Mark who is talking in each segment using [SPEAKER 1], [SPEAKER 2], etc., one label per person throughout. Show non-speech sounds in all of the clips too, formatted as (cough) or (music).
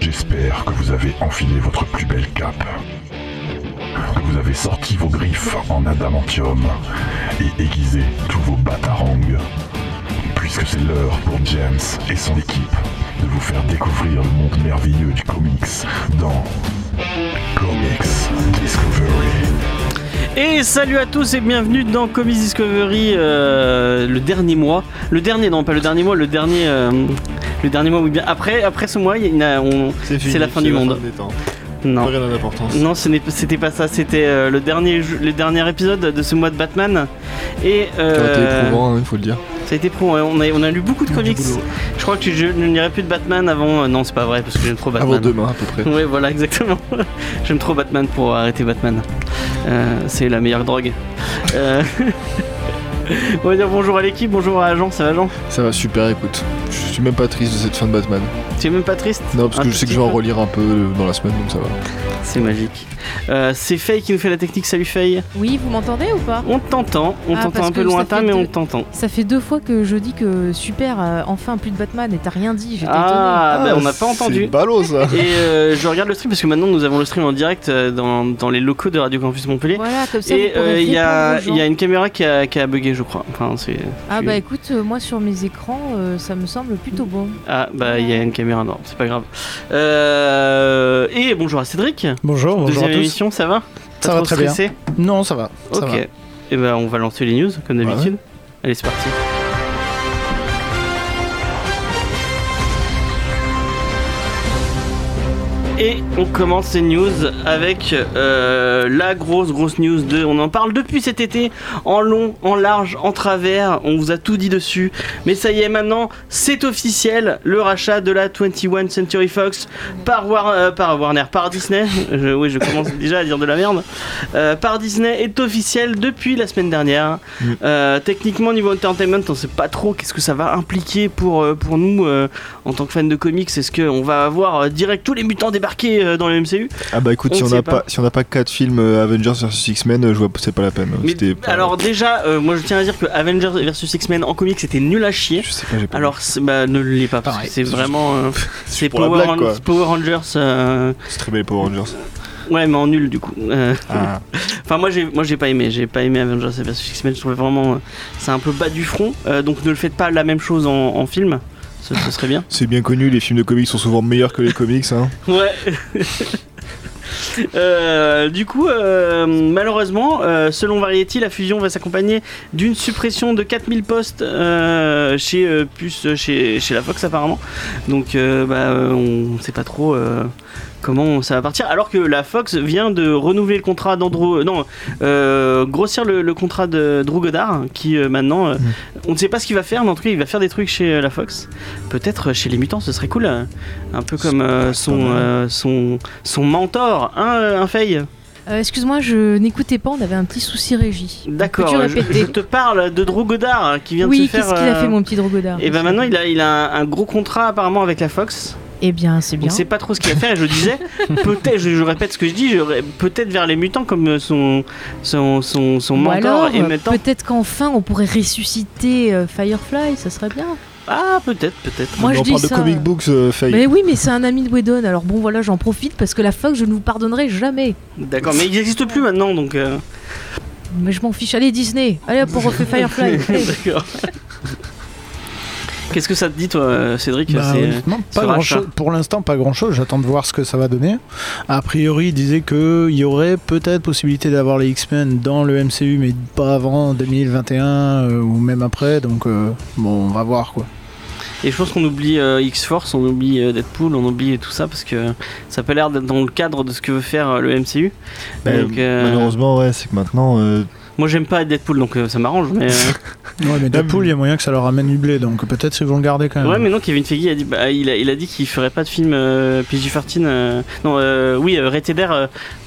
[SPEAKER 1] J'espère que vous avez enfilé votre plus belle cape, que vous avez sorti vos griffes en adamantium et aiguisé tous vos batarangs, puisque c'est l'heure pour James et son équipe de vous faire découvrir le monde merveilleux du comics dans Comics Discovery.
[SPEAKER 2] Et salut à tous et bienvenue dans Comics Discovery, euh, le dernier mois, le dernier non pas le dernier mois, le dernier, euh, le dernier mois oui bien après après ce mois il y en a- euh, on-
[SPEAKER 3] fini,
[SPEAKER 2] c'est la fin du monde.
[SPEAKER 3] des temps.
[SPEAKER 2] Non. Euh,
[SPEAKER 3] Rien d'importance.
[SPEAKER 2] Non, ce n'est- c'était pas ça, c'était euh, le, dernier, ju- le dernier épisode de ce mois de Batman. Et
[SPEAKER 3] Ça a été
[SPEAKER 2] euh,
[SPEAKER 3] éprouvant, hein, il faut le dire.
[SPEAKER 2] ça a été éprouvant. On a, on a lu beaucoup de comics. Je crois que je, je n'irai plus de Batman avant. euh, non, c'est pas vrai parce que j'aime trop Batman.
[SPEAKER 3] Avant demain à peu près.
[SPEAKER 2] (laughs) Ouais, voilà, exactement. J'aime trop Batman pour arrêter Batman. Euh, c'est la meilleure drogue. Euh, (laughs) On va dire bonjour à l'équipe, bonjour à Jean, ça va Jean
[SPEAKER 3] Ça va super, écoute. Je suis même pas triste de cette fin de Batman.
[SPEAKER 2] Tu es même pas triste
[SPEAKER 3] Non, parce
[SPEAKER 2] Un
[SPEAKER 3] que je sais
[SPEAKER 2] petit
[SPEAKER 3] que je vais en
[SPEAKER 2] peu.
[SPEAKER 3] relire un peu euh, dans la semaine, donc ça va.
[SPEAKER 2] C'est magique. Euh, c'est Faye qui nous fait la technique, salut Faye.
[SPEAKER 4] Oui, vous m'entendez ou pas
[SPEAKER 2] On t'entend, on
[SPEAKER 4] Ah,
[SPEAKER 2] t'entend
[SPEAKER 4] parce
[SPEAKER 2] un peu
[SPEAKER 4] que ça
[SPEAKER 2] lointain,
[SPEAKER 4] fait
[SPEAKER 2] mais on
[SPEAKER 4] deux-
[SPEAKER 2] t'entend.
[SPEAKER 4] Ça fait deux fois que je dis que super, euh, enfin plus de Batman et t'as rien dit, j'étais
[SPEAKER 2] Ah, bah on n'a pas
[SPEAKER 3] C'est
[SPEAKER 2] entendu.
[SPEAKER 3] ballot ça
[SPEAKER 2] Et euh, je regarde le stream parce que maintenant nous avons le stream en direct euh, dans, dans les locaux de Radio Campus Montpellier.
[SPEAKER 4] étonnée. Voilà, comme ça
[SPEAKER 2] Et
[SPEAKER 4] vous pourrez
[SPEAKER 2] euh, il y, a-
[SPEAKER 4] répondre aux
[SPEAKER 2] il y a
[SPEAKER 4] gens.
[SPEAKER 2] une caméra qui a, qui a bugué, je crois. Enfin, c'est-
[SPEAKER 4] Ah
[SPEAKER 2] tu-
[SPEAKER 4] bah écoute, euh, moi sur mes écrans, euh, ça me semble plutôt bon.
[SPEAKER 2] Ah, bah il y a une caméra, non, c'est pas grave. Euh, et bonjour à Cédric.
[SPEAKER 5] Bonjour, bonjour
[SPEAKER 2] Deuxième
[SPEAKER 5] à tous.
[SPEAKER 2] émission, ça va Pas
[SPEAKER 5] Ça va
[SPEAKER 2] trop
[SPEAKER 5] très bien.
[SPEAKER 2] stressé
[SPEAKER 5] Non, ça va. ça
[SPEAKER 2] Ok.
[SPEAKER 5] va.
[SPEAKER 2] Et ben on va lancer les news comme d'habitude. Allez, c'est parti. Et on commence ces news avec euh, la grosse grosse news de. On en parle depuis cet été, en long, en large, en travers. On vous a tout dit dessus. Mais ça y est, maintenant, c'est officiel. Le rachat de la 21 Century Fox par, War- euh, par Warner, par Disney. (laughs) Je- oui, je commence (laughs) déjà à dire de la merde. Euh, par Disney est officiel depuis la semaine dernière. Euh, techniquement, niveau entertainment, on sait pas trop qu'est-ce que ça va impliquer pour, euh, pour nous euh, en tant que fans de comics. Est-ce qu'on va avoir euh, direct tous les mutants débarqués euh, dans le MCU
[SPEAKER 3] (laughs) Ah bah écoute,
[SPEAKER 2] On
[SPEAKER 3] si on
[SPEAKER 2] sait
[SPEAKER 3] n'a
[SPEAKER 2] pas.
[SPEAKER 3] pas. si on n'a pas 4 films euh, Avengers vs X-Men, euh, je vois c'est pas la peine.
[SPEAKER 2] Mais
[SPEAKER 3] C'était pas-
[SPEAKER 2] Alors, déjà, euh, moi je tiens à dire que Avengers vs X-Men en comics c'était nul à chier.
[SPEAKER 3] Je sais pas, j'ai pas.
[SPEAKER 2] Alors, c'est- bah, ne le lis pas parce que
[SPEAKER 5] Pareil.
[SPEAKER 2] c'est vraiment.
[SPEAKER 3] (laughs)
[SPEAKER 2] euh, c'est
[SPEAKER 3] pour la
[SPEAKER 2] Power,
[SPEAKER 3] blague,
[SPEAKER 2] Ran-
[SPEAKER 3] quoi.
[SPEAKER 2] Power Rangers. euh,
[SPEAKER 3] C'est très belle Power Rangers.
[SPEAKER 2] ouais, mais en nul du coup. Euh,
[SPEAKER 3] Ah.
[SPEAKER 2] Enfin, moi, j'ai, moi, j'ai pas aimé. J'ai pas aimé Avengers vs X-Men. Je trouvais vraiment, euh, c'est un peu bas du front. Euh, donc, ne le faites pas la même chose en, en film. Ce, ce serait bien.
[SPEAKER 3] C'est bien connu, les films de comics sont souvent meilleurs que les comics. Hein.
[SPEAKER 2] Ouais. Euh, du coup, euh, malheureusement, euh, selon Variety, la fusion va s'accompagner d'une suppression de 4000 postes euh, chez euh, Puce, euh, chez, chez la Fox apparemment. Donc, euh, bah, euh, on sait pas trop euh, comment ça va partir. Alors que la Fox vient de renouveler le contrat d'Andrew, euh, non, euh, grossir le, le contrat de Drew Goddard, qui euh, maintenant, euh, on ne sait pas ce qu'il va faire, mais en tout cas, il va faire des trucs chez euh, la Fox. Peut-être euh, chez les mutants, ce serait cool. euh, un peu comme euh, son, euh, son, son mentor, hein, euh, un fail.
[SPEAKER 4] Euh, Excuse-moi, je n'écoutais pas, on avait un petit souci régie.
[SPEAKER 2] D'accord,
[SPEAKER 4] Peux-tu
[SPEAKER 2] euh, je,
[SPEAKER 4] répéter
[SPEAKER 2] je te parle de Drew Goddard hein, qui vient de
[SPEAKER 4] Oui,
[SPEAKER 2] se faire.
[SPEAKER 4] qu'est-ce qu'il a
[SPEAKER 2] euh,
[SPEAKER 4] fait mon petit Drogodard
[SPEAKER 2] Et ben maintenant il a, il a un, un gros contrat apparemment avec la Fox.
[SPEAKER 4] Eh bien, c'est
[SPEAKER 2] On
[SPEAKER 4] bien.
[SPEAKER 2] sait pas trop ce qu'il va faire et je
[SPEAKER 4] (laughs)
[SPEAKER 2] disais, peut-être, je, je répète ce que je dis, je ré- peut-être vers les mutants comme euh, son, son, son, son
[SPEAKER 4] Ou
[SPEAKER 2] mentor
[SPEAKER 4] alors,
[SPEAKER 2] et
[SPEAKER 4] euh,
[SPEAKER 2] maintenant.
[SPEAKER 4] peut-être qu'enfin on pourrait ressusciter euh, Firefly, ça serait bien.
[SPEAKER 2] Ah peut-être, peut-être.
[SPEAKER 4] Moi
[SPEAKER 3] on
[SPEAKER 4] je
[SPEAKER 3] en
[SPEAKER 4] dis
[SPEAKER 3] parle
[SPEAKER 4] ça.
[SPEAKER 3] de comic books, euh, Faye.
[SPEAKER 4] Mais oui, mais c'est un ami de Whedon, alors bon voilà, j'en profite parce que la Fox, je ne vous pardonnerai jamais.
[SPEAKER 2] D'accord, mais il n'existe plus maintenant donc. euh,
[SPEAKER 4] Mais je m'en fiche, allez Disney, allez hop, on
[SPEAKER 2] (laughs)
[SPEAKER 4] refait Firefly. Allez.
[SPEAKER 2] D'accord. (laughs) Qu'est-ce que ça te dit toi, euh, Cédric
[SPEAKER 5] Bah,
[SPEAKER 2] C'est-
[SPEAKER 5] honnêtement,
[SPEAKER 2] ce
[SPEAKER 5] pas grand
[SPEAKER 2] rachat.
[SPEAKER 5] chose. Pour l'instant, pas grand chose. J'attends de voir ce que ça va donner. A priori, il disait qu'il y aurait peut-être possibilité d'avoir les X-Men dans le MCU, mais pas avant 2021 euh, ou même après. Donc, euh, bon, on va voir quoi.
[SPEAKER 2] Et je pense qu'on oublie euh, X-Force, on oublie euh, Deadpool, on oublie tout ça parce que ça a pas l'air d'être dans le cadre de ce que veut faire euh, le MCU.
[SPEAKER 3] Bah,
[SPEAKER 2] Donc, euh,
[SPEAKER 3] Malheureusement, ouais, c'est que maintenant. euh,
[SPEAKER 2] Moi j'aime pas Deadpool donc euh, ça m'arrange. Mais, euh,
[SPEAKER 5] Ouais, mais Deadpool, il y a moyen que ça leur amène du blé. Donc, peut-être qu'ils vont le garder quand même.
[SPEAKER 2] ouais, mais non, Kevin Feige a dit, bah, il, a, il a dit qu'il ferait pas de film euh, PG-13. euh, Non, euh, oui, euh, rated R euh,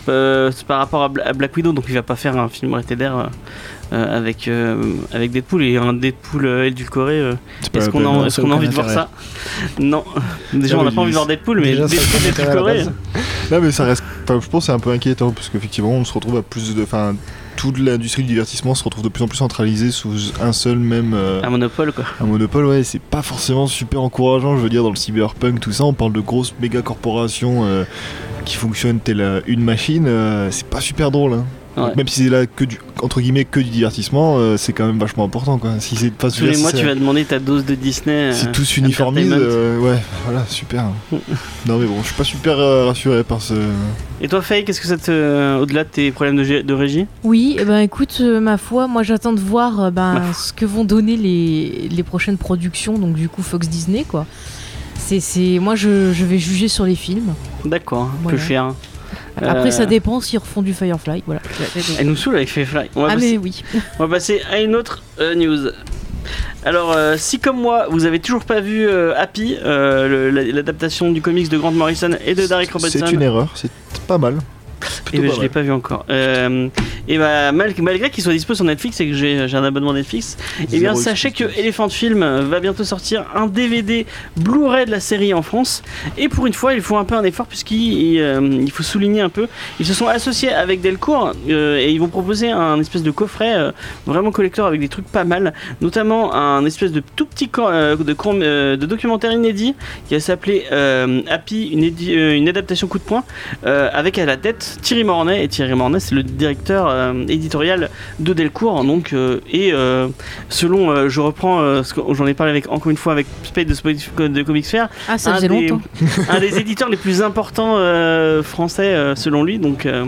[SPEAKER 2] euh, c'est par rapport à, Bla- à Black Widow, donc il va pas faire un film rated R. euh, euh, avec, euh, avec Deadpool et un Deadpool euh, édulcoré, euh,
[SPEAKER 3] c'est pas
[SPEAKER 2] est-ce
[SPEAKER 3] la
[SPEAKER 2] qu'on
[SPEAKER 3] peine. hein.
[SPEAKER 2] a,
[SPEAKER 5] non,
[SPEAKER 2] est-ce
[SPEAKER 5] ça a
[SPEAKER 2] qu'on a
[SPEAKER 5] aucun
[SPEAKER 2] envie de voir
[SPEAKER 5] intérêt.
[SPEAKER 2] ça Non, (laughs) déjà
[SPEAKER 3] Ah,
[SPEAKER 2] on
[SPEAKER 3] mais
[SPEAKER 2] n'a pas envie de voir Deadpool, mais
[SPEAKER 5] Déjà, ça a
[SPEAKER 2] Deadpool
[SPEAKER 5] aucun intérêt à la
[SPEAKER 2] édulcoré,
[SPEAKER 5] base.
[SPEAKER 3] Non mais ça reste. Enfin, je pense que c'est un peu inquiétant parce qu'effectivement on se retrouve à plus de. Enfin, toute l'industrie du divertissement se retrouve de plus en plus centralisée sous un seul même euh,
[SPEAKER 2] Un monopole, quoi.
[SPEAKER 3] un monopole. Ouais, c'est pas forcément super encourageant. Je veux dire, dans le cyberpunk, tout ça, on parle de grosses méga corporations euh, qui fonctionnent telle euh, une machine. euh, c'est pas super drôle. hein.
[SPEAKER 2] Ouais.
[SPEAKER 3] Donc, Même si c'est là que du entre guillemets que du divertissement, euh, c'est quand même vachement important quoi. Si c'est pas
[SPEAKER 2] Tous les mois, tu vas demander ta dose de Disney.
[SPEAKER 3] Si
[SPEAKER 2] euh,
[SPEAKER 3] tous uniformisent,
[SPEAKER 2] Entertainment.
[SPEAKER 3] euh, ouais, voilà, super. hein.
[SPEAKER 2] (laughs)
[SPEAKER 3] non mais bon, je suis pas super euh, rassuré par ce.
[SPEAKER 2] Et toi, Faye, qu'est-ce que ça te. euh, Au-delà de tes problèmes de, gé- de régie
[SPEAKER 4] Oui, eh ben écoute, euh, ma foi, moi j'attends de voir euh, ben,
[SPEAKER 2] Ma
[SPEAKER 4] ce que vont donner les, les prochaines productions, donc du coup Fox Disney quoi. C'est, c'est, moi je, je vais juger sur les films.
[SPEAKER 2] D'accord,
[SPEAKER 4] Voilà.
[SPEAKER 2] peu cher.
[SPEAKER 4] Après
[SPEAKER 2] Euh.
[SPEAKER 4] ça dépend s'ils refont du Firefly, voilà.
[SPEAKER 2] Elle nous saoule avec Fayfly. On va
[SPEAKER 4] Ah
[SPEAKER 2] passer-
[SPEAKER 4] mais oui.
[SPEAKER 2] On va passer à une autre euh, news. Alors, euh, si comme moi, vous avez toujours pas vu euh, Happy, euh, le- la- l'adaptation du comics de Grant Morrison et de Derek Robertson,
[SPEAKER 3] C'est une erreur, c'est pas mal.
[SPEAKER 2] eh
[SPEAKER 3] Plutôt
[SPEAKER 2] ben,
[SPEAKER 3] pas
[SPEAKER 2] je l'ai
[SPEAKER 3] mal.
[SPEAKER 2] pas vu encore. Euh, et bah, mal- malgré qu'il soit dispo sur Netflix et que j'ai j'ai un abonnement Netflix, eh bien
[SPEAKER 3] Zéro
[SPEAKER 2] sachez que
[SPEAKER 3] excuse.
[SPEAKER 2] Elephant Film euh, va bientôt sortir un DVD Blu-ray de la série en France. Et pour une fois, ils font un peu un effort puisqu'il il, euh, il faut souligner un peu. Ils se sont associés avec Delcourt euh, et ils vont proposer un espèce de coffret euh, vraiment collector avec des trucs pas mal, notamment un espèce de tout petit cor- euh, de, cor- euh, de documentaire inédit qui va s'appeler euh, Happy, une, édi- euh, une adaptation coup de poing euh, avec à la tête Thierry Mornay. Et Thierry Mornay, c'est le directeur euh, éditorial de Delcourt. Donc, euh, et euh, selon, euh, je reprends euh, ce que j'en ai parlé avec, encore une fois avec Spade de, Spotify- de Comics Fair,
[SPEAKER 4] Ah ça
[SPEAKER 2] un
[SPEAKER 4] faisait
[SPEAKER 2] des-
[SPEAKER 4] longtemps.
[SPEAKER 2] (laughs) un des éditeurs les plus importants euh, français euh, selon lui. Donc, euh,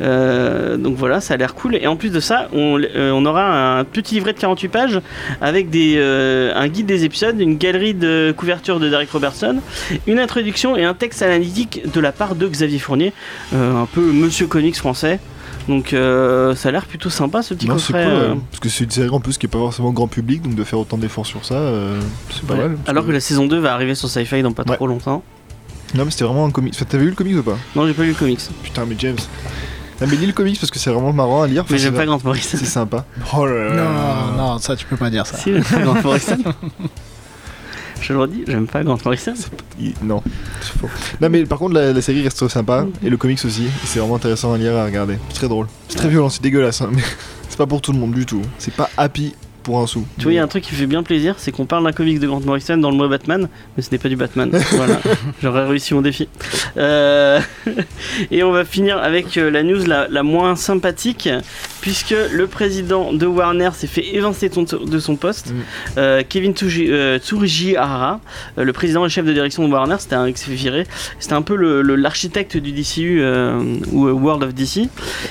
[SPEAKER 2] euh, donc voilà, ça a l'air cool. Et en plus de ça, on, euh, on aura un petit livret de 48 pages avec des, euh, un guide des épisodes, une galerie de couverture de Derek Robertson, une introduction et un texte analytique de la part de Xavier Fournier, euh, un peu Monsieur Comics français. Donc euh, ça a l'air plutôt sympa ce petit
[SPEAKER 3] Non, c'est
[SPEAKER 2] coffret.
[SPEAKER 3] cool,
[SPEAKER 2] euh,
[SPEAKER 3] euh, parce que c'est une série en plus qui est pas forcément grand public, donc de faire autant d'efforts sur ça, euh, c'est pas
[SPEAKER 2] ouais.
[SPEAKER 3] mal. parce
[SPEAKER 2] Alors que la saison 2 va arriver sur sci dans pas
[SPEAKER 3] Ouais.
[SPEAKER 2] trop longtemps.
[SPEAKER 3] Non, mais c'était vraiment un comics. Enfin, t'avais lu le comics ou pas
[SPEAKER 2] Non, j'ai pas lu le comics.
[SPEAKER 3] Putain, mais James. Non, mais lis le comics parce que c'est vraiment marrant à lire.
[SPEAKER 2] Mais
[SPEAKER 3] Enfin,
[SPEAKER 2] j'aime
[SPEAKER 3] c'est-
[SPEAKER 2] pas Grant Morrison.
[SPEAKER 3] C'est sympa. Oh là là
[SPEAKER 5] Euh, Non,
[SPEAKER 3] là.
[SPEAKER 5] non, ça tu peux pas dire ça.
[SPEAKER 2] Si, j'aime (laughs) pas Grant Morrison. Je le redis, j'aime pas Grant Morrison.
[SPEAKER 3] Il- Non, c'est faux. Non, mais par contre, la, la série reste sympa et le comics aussi. Et C'est vraiment intéressant à lire, à regarder. C'est très drôle. C'est très violent, c'est dégueulasse, hein, (laughs) mais c'est pas pour tout le monde du tout. C'est pas happy pour un sou.
[SPEAKER 2] Tu vois, il y a un truc qui fait bien plaisir, c'est qu'on parle d'un comic de Grant Morrison dans le mois Batman, mais ce n'est pas du (laughs) Batman. voilà, j'aurais réussi mon défi. Euh, (laughs) Et on va finir avec euh, la news la, la moins sympathique, puisque le président de Warner s'est fait évincer ton- de son poste.
[SPEAKER 3] Mm.
[SPEAKER 2] Euh, Kevin Tsuji- euh, Tsurujihara, euh, le président et chef de direction de Warner, c'était un qui s'est fait virer. C'était un peu le- le- l'architecte du DCU euh, ou euh, World of DC.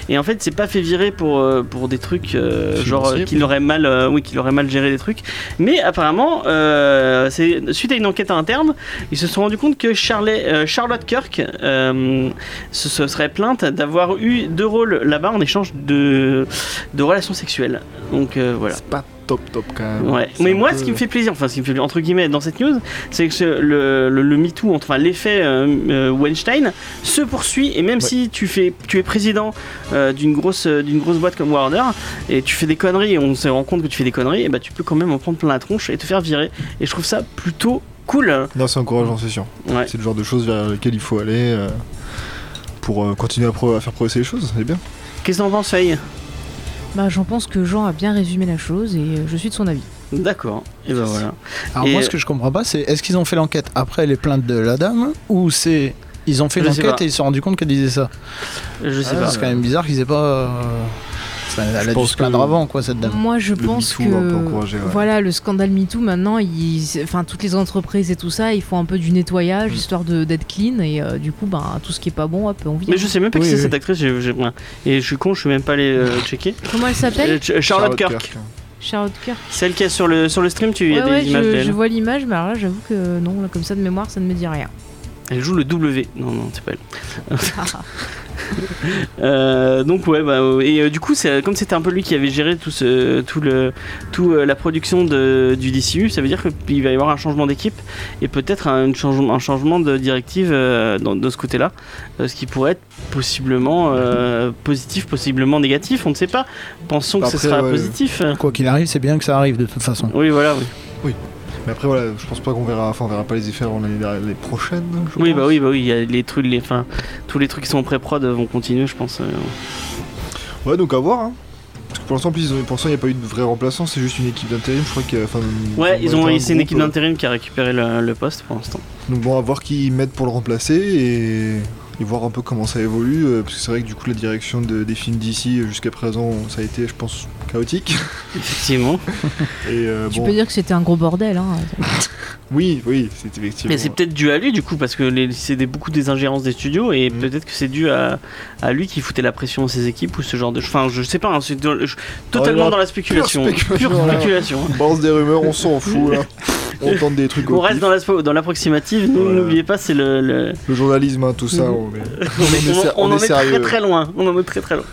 [SPEAKER 2] Et en fait, c'est pas fait virer pour, euh, pour des trucs euh,
[SPEAKER 3] Financier,
[SPEAKER 2] genre euh, qu'il aurait mal, euh, oui, qu'il aurait mal géré les trucs. Mais apparemment, euh, c'est suite à une enquête interne, ils se sont rendu compte que Charlet- euh, Charlotte Kirk euh, se, se serait plainte d'avoir eu deux rôles là-bas en échange de, de relations sexuelles. Donc euh, voilà.
[SPEAKER 3] C'est pas top top quand même.
[SPEAKER 2] Ouais.
[SPEAKER 3] C'est
[SPEAKER 2] Mais
[SPEAKER 3] un
[SPEAKER 2] moi,
[SPEAKER 3] peu-
[SPEAKER 2] ce qui me fait plaisir, enfin, ce qui me fait plaisir, entre guillemets dans cette news, c'est que ce- le, le, le MeToo, enfin l'effet euh, euh, Weinstein, se poursuit et même si tu fais, tu es président euh, d'une grosse, euh, d'une grosse boîte comme Warner et tu fais des conneries et on se rend compte que tu fais des conneries, et bah tu peux quand même en prendre plein la tronche et te faire virer. Et je trouve ça plutôt cool.
[SPEAKER 3] Non, c'est encourageant, c'est sûr.
[SPEAKER 2] Ouais.
[SPEAKER 3] C'est le genre de choses vers lesquelles il faut aller euh, pour euh, continuer à, pro- à faire progresser les choses. C'est bien.
[SPEAKER 2] Qu'est-ce que t'en penses, Faye
[SPEAKER 4] Bah j'en pense que Jean a bien résumé la chose et euh, je suis de son avis.
[SPEAKER 2] D'accord. Et ben voilà.
[SPEAKER 5] Alors
[SPEAKER 2] Et-
[SPEAKER 5] moi ce que je comprends pas c'est est-ce qu'ils ont fait l'enquête après les plaintes de la dame ou c'est ils ont fait
[SPEAKER 2] Je sais
[SPEAKER 5] l'enquête
[SPEAKER 2] pas.
[SPEAKER 5] et ils se sont rendus compte qu'elle disait ça.
[SPEAKER 2] Je sais
[SPEAKER 5] Ah,
[SPEAKER 2] pas.
[SPEAKER 5] c'est quand même bizarre qu'ils aient pas. euh, ça- elle a dû
[SPEAKER 3] pense
[SPEAKER 5] se plaindre
[SPEAKER 3] que-
[SPEAKER 5] avant quoi cette dame.
[SPEAKER 4] Moi je
[SPEAKER 3] Bah, Le
[SPEAKER 4] pense
[SPEAKER 3] MeToo va un peu
[SPEAKER 4] que
[SPEAKER 3] encourager, ouais.
[SPEAKER 4] voilà le scandale MeToo maintenant, il... enfin toutes les entreprises et tout ça, ils font un peu du
[SPEAKER 3] Mm.
[SPEAKER 4] nettoyage histoire de d'être clean et euh, du coup ben tout ce qui est pas bon hop on vient.
[SPEAKER 2] Mais je sais même pas
[SPEAKER 3] Oui,
[SPEAKER 2] qui c'est
[SPEAKER 3] oui.
[SPEAKER 2] cette actrice, j'ai- j'ai- et je suis con, je suis même pas allé euh, checker.
[SPEAKER 4] Comment elle
[SPEAKER 2] Euh,
[SPEAKER 4] s'appelle
[SPEAKER 2] Ch- Charlotte Kirk,
[SPEAKER 4] Charlotte Kirk.
[SPEAKER 2] celle qui est sur le, sur le stream, tu y
[SPEAKER 4] Ouais,
[SPEAKER 2] a des
[SPEAKER 4] ouais,
[SPEAKER 2] images
[SPEAKER 4] je,
[SPEAKER 2] d'elle.
[SPEAKER 4] je vois l'image, mais alors là, j'avoue que non, là, comme ça de mémoire, ça ne me dit
[SPEAKER 3] (laughs)
[SPEAKER 4] rien.
[SPEAKER 2] Elle joue le W. Non, non, c'est pas elle. Euh, donc ouais, bah, et euh, du coup, c'est, comme c'était un peu lui qui avait géré tout ce, tout le, tout euh, la production de, du DCU, ça veut dire qu'il va y avoir un changement d'équipe et peut-être un, une change- un changement de directive euh, dans- de ce côté-là, euh, ce qui pourrait être possiblement euh, positif, possiblement négatif, on ne sait pas. Pensons que ce
[SPEAKER 3] Après,
[SPEAKER 2] sera
[SPEAKER 3] ouais.
[SPEAKER 2] positif.
[SPEAKER 5] Quoi qu'il arrive c'est bien que ça arrive de toute façon.
[SPEAKER 2] Oui, voilà. Oui,
[SPEAKER 3] Mais après, voilà, je pense pas qu'on verra, enfin, on verra pas les effets avant l'année dernière- les prochaines. je
[SPEAKER 2] Oui,
[SPEAKER 3] pense.
[SPEAKER 2] bah oui, bah oui. Il y a les trucs, les, enfin, tous les trucs qui sont en pré-prod vont continuer, je pense. euh,
[SPEAKER 3] Ouais, donc à voir. Hein. Parce que pour l'instant, en plus, ils ont- pour l'instant, il n'y a pas eu de vrai remplaçant, c'est juste une équipe d'intérim, je crois que. enfin,
[SPEAKER 2] Ouais, ils
[SPEAKER 3] été
[SPEAKER 2] ont,
[SPEAKER 3] un
[SPEAKER 2] c'est une
[SPEAKER 3] groupe, euh.
[SPEAKER 2] équipe d'intérim qui a récupéré le, le poste pour l'instant.
[SPEAKER 3] Donc bon, à voir qui ils mettent pour le remplacer et, et voir un peu comment ça évolue, euh, parce que c'est vrai que du coup la direction de- des films d'ici euh, jusqu'à présent, ça a été, je pense, chaotique. (laughs)
[SPEAKER 2] Effectivement.
[SPEAKER 3] Et euh,
[SPEAKER 4] Tu
[SPEAKER 3] bon,
[SPEAKER 4] peux dire que c'était un gros bordel.
[SPEAKER 2] Ah,
[SPEAKER 4] Hein.
[SPEAKER 3] oui, oui, c'est effectivement.
[SPEAKER 2] Mais c'est peut-être dû à lui du coup parce que les- c'est des- beaucoup des ingérences des studios et
[SPEAKER 3] Mm.
[SPEAKER 2] peut-être que c'est dû à, à lui qui foutait la pression à ses équipes ou ce genre de. Enfin, je sais pas. hein, c'est dans- je- totalement
[SPEAKER 3] là,
[SPEAKER 2] dans la spéculation. hein. Pure
[SPEAKER 3] spéculation, là.
[SPEAKER 2] spéculation. hein.
[SPEAKER 3] On balance des rumeurs, on s'en
[SPEAKER 2] (laughs)
[SPEAKER 3] fout là. On tente des trucs.
[SPEAKER 2] On
[SPEAKER 3] au
[SPEAKER 2] reste
[SPEAKER 3] pif.
[SPEAKER 2] dans la- dans l'approximative.
[SPEAKER 3] Ouais.
[SPEAKER 2] nous, N'oubliez pas, c'est le. le-
[SPEAKER 3] Le journalisme, hein, tout ça.
[SPEAKER 2] Mhm.
[SPEAKER 3] (laughs) On, est-
[SPEAKER 2] On,
[SPEAKER 3] on est ser- on
[SPEAKER 2] en
[SPEAKER 3] est
[SPEAKER 2] est très
[SPEAKER 3] sérieux.
[SPEAKER 2] très loin. On en est très très loin.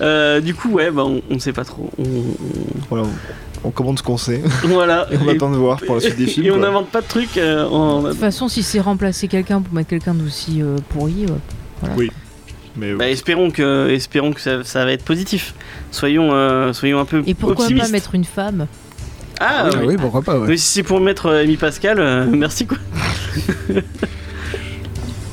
[SPEAKER 2] Euh, du coup, ouais, bah, on, on sait pas trop. On- on-
[SPEAKER 3] Voilà, on- on commande ce
[SPEAKER 2] (laughs)
[SPEAKER 3] qu'on sait
[SPEAKER 2] Voilà.
[SPEAKER 3] (laughs) et on
[SPEAKER 2] Et-
[SPEAKER 3] attend de voir pour la suite des films.
[SPEAKER 2] Et on
[SPEAKER 3] quoi.
[SPEAKER 2] n'invente pas de trucs. euh, en-
[SPEAKER 4] De toute façon, si c'est remplacer quelqu'un pour mettre quelqu'un d'aussi euh, pourri, ouais.
[SPEAKER 3] Mais,
[SPEAKER 2] Bah, espérons que, espérons que ça, ça va être positif. Soyons, euh, soyons un peu
[SPEAKER 4] et pourquoi
[SPEAKER 2] optimistes.
[SPEAKER 4] pas mettre une femme
[SPEAKER 2] (laughs) Ah,
[SPEAKER 5] Ah
[SPEAKER 2] oui.
[SPEAKER 5] oui, pourquoi pas, ouais.
[SPEAKER 2] Mais si c'est pour mettre euh, Amy Pascal, euh, (laughs) merci quoi.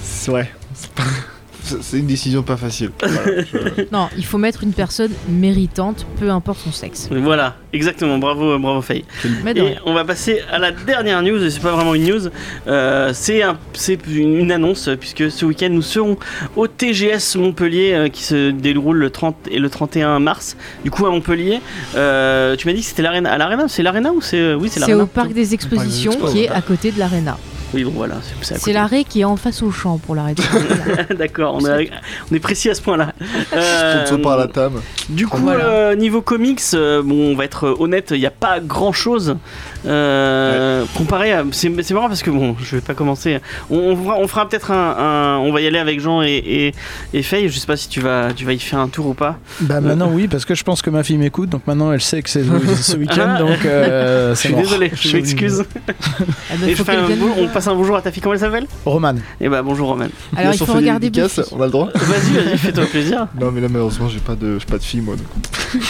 [SPEAKER 3] c'est vrai. C'est pas- (laughs) c'est- C'est une décision pas facile. Voilà, je-
[SPEAKER 4] Non, il faut mettre une personne méritante, peu importe son sexe.
[SPEAKER 2] Voilà, exactement. Bravo, euh, bravo Faye.
[SPEAKER 4] Mais de
[SPEAKER 2] Et
[SPEAKER 4] rien.
[SPEAKER 2] on va passer à la dernière news, et c'est pas vraiment une news, euh, c'est un- c'est une une annonce, euh, puisque ce week-end nous serons au TGS Montpellier euh, qui se déroule le 30 et le 31 mars, du coup à Montpellier. Euh, tu m'as dit que c'était l'arena. À l'arena C'est l'arena ou c'est. euh, Oui, c'est
[SPEAKER 4] C'est
[SPEAKER 2] l'arena.
[SPEAKER 4] au parc des expositions
[SPEAKER 3] Expos,
[SPEAKER 4] qui est
[SPEAKER 3] voilà.
[SPEAKER 4] à côté de l'aréna.
[SPEAKER 2] Oui, bon voilà, c'est- c'est à
[SPEAKER 4] C'est
[SPEAKER 2] côté.
[SPEAKER 4] l'arrêt qui est en face au champ pour l'arrêt. de
[SPEAKER 2] (laughs)
[SPEAKER 4] Saint-Denis.
[SPEAKER 2] D'accord, on, est avec- on est précis à ce point-là. Euh,
[SPEAKER 3] Sponsor par la TAM.
[SPEAKER 2] Du coup,
[SPEAKER 4] Voilà.
[SPEAKER 2] euh, niveau comics, euh, bon, on va être euh, honnête, il n'y a pas grand chose. Comparé à. C'est c'est marrant parce que, bon, je vais pas commencer. On, on fera, on fera peut-être un, un- On va y aller avec Jean et, et, et Faye. Je sais pas si tu vas, tu vas y faire un tour ou pas.
[SPEAKER 5] Bah maintenant oui, parce que je pense que ma fille m'écoute, donc maintenant elle sait que c'est ce week-end,
[SPEAKER 2] Ah.
[SPEAKER 5] donc euh,
[SPEAKER 2] Je
[SPEAKER 5] c'est
[SPEAKER 2] suis
[SPEAKER 5] mort.
[SPEAKER 2] désolé,
[SPEAKER 5] (laughs)
[SPEAKER 2] je m'excuse.
[SPEAKER 4] Ah ben,
[SPEAKER 2] Et je
[SPEAKER 4] faut
[SPEAKER 2] fais un
[SPEAKER 4] qu'elle
[SPEAKER 2] beau-
[SPEAKER 4] vienne
[SPEAKER 2] on
[SPEAKER 4] voir.
[SPEAKER 2] passe un bonjour à ta fille, comment elle s'appelle
[SPEAKER 5] Roman.
[SPEAKER 2] Eh ben bonjour Roman.
[SPEAKER 3] Bien
[SPEAKER 4] Alors il
[SPEAKER 3] sûr,
[SPEAKER 4] faut
[SPEAKER 3] on fait des
[SPEAKER 4] regarder
[SPEAKER 3] dédicaces,
[SPEAKER 4] Buffy.
[SPEAKER 3] on a le droit
[SPEAKER 2] Vas-y, vas-y, fais-toi plaisir.
[SPEAKER 3] Non, mais là, malheureusement, j'ai pas de, j'ai pas de fille, moi. donc.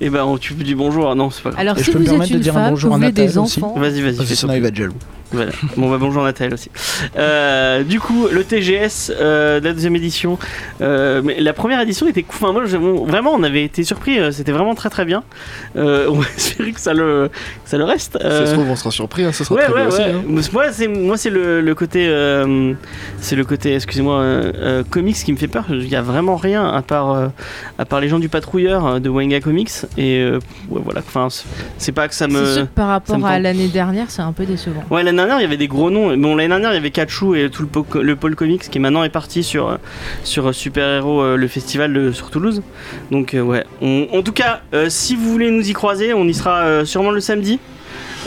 [SPEAKER 2] Et ben on- tu dis bonjour, non, c'est pas grave.
[SPEAKER 4] Alors
[SPEAKER 5] Et
[SPEAKER 4] si
[SPEAKER 5] je peux me
[SPEAKER 4] vous êtes
[SPEAKER 5] permettre de
[SPEAKER 4] une
[SPEAKER 5] dire un
[SPEAKER 4] femme, que
[SPEAKER 5] bonjour
[SPEAKER 4] vous
[SPEAKER 5] à
[SPEAKER 4] voulez
[SPEAKER 5] Nathalie
[SPEAKER 4] des
[SPEAKER 5] aussi
[SPEAKER 4] enfants,
[SPEAKER 2] Vas-y, vas-y,
[SPEAKER 5] Parce que
[SPEAKER 2] fais-toi
[SPEAKER 5] sinon il va être jaloux.
[SPEAKER 2] Voilà. Bon bah bonjour Nathalie aussi. Euh, du coup, le TGS, euh, de la deuxième édition. euh, mais la première édition était cool. Enfin, moi, j'ai- bon, vraiment, on avait été surpris. euh, C'était vraiment très très bien. Euh, (laughs) on va espérer que ça le, que ça le reste.
[SPEAKER 3] Ça se
[SPEAKER 2] Euh,
[SPEAKER 3] trouve, on sera surpris, hein, ça sera
[SPEAKER 2] Ouais,
[SPEAKER 3] très
[SPEAKER 2] ouais,
[SPEAKER 3] bien aussi.
[SPEAKER 2] ouais.
[SPEAKER 3] hein.
[SPEAKER 2] Moi, c'est- Moi, c'est moi, c'est le, le côté, euh, c'est le côté, excusez-moi, euh, euh, comics qui me fait peur. Il y a vraiment rien à part, euh, à part les gens du patrouilleur euh, de Wenga Comics. Et euh, ouais, voilà. Enfin, c'est- c'est pas que ça me.
[SPEAKER 4] c'est sûr que par rapport
[SPEAKER 2] me
[SPEAKER 4] à
[SPEAKER 2] tente.
[SPEAKER 4] l'année dernière, c'est un peu décevant.
[SPEAKER 2] Ouais, l'année dernière, il y avait des gros noms. Bon, l'année dernière, il y avait Kachou et tout le, po- le pôle comics qui maintenant est parti sur, euh, sur euh, Super Héros, euh, le festival de- sur Toulouse. Donc, euh, ouais. On- en tout cas, euh, si vous voulez nous y croiser, on y sera euh, sûrement le samedi.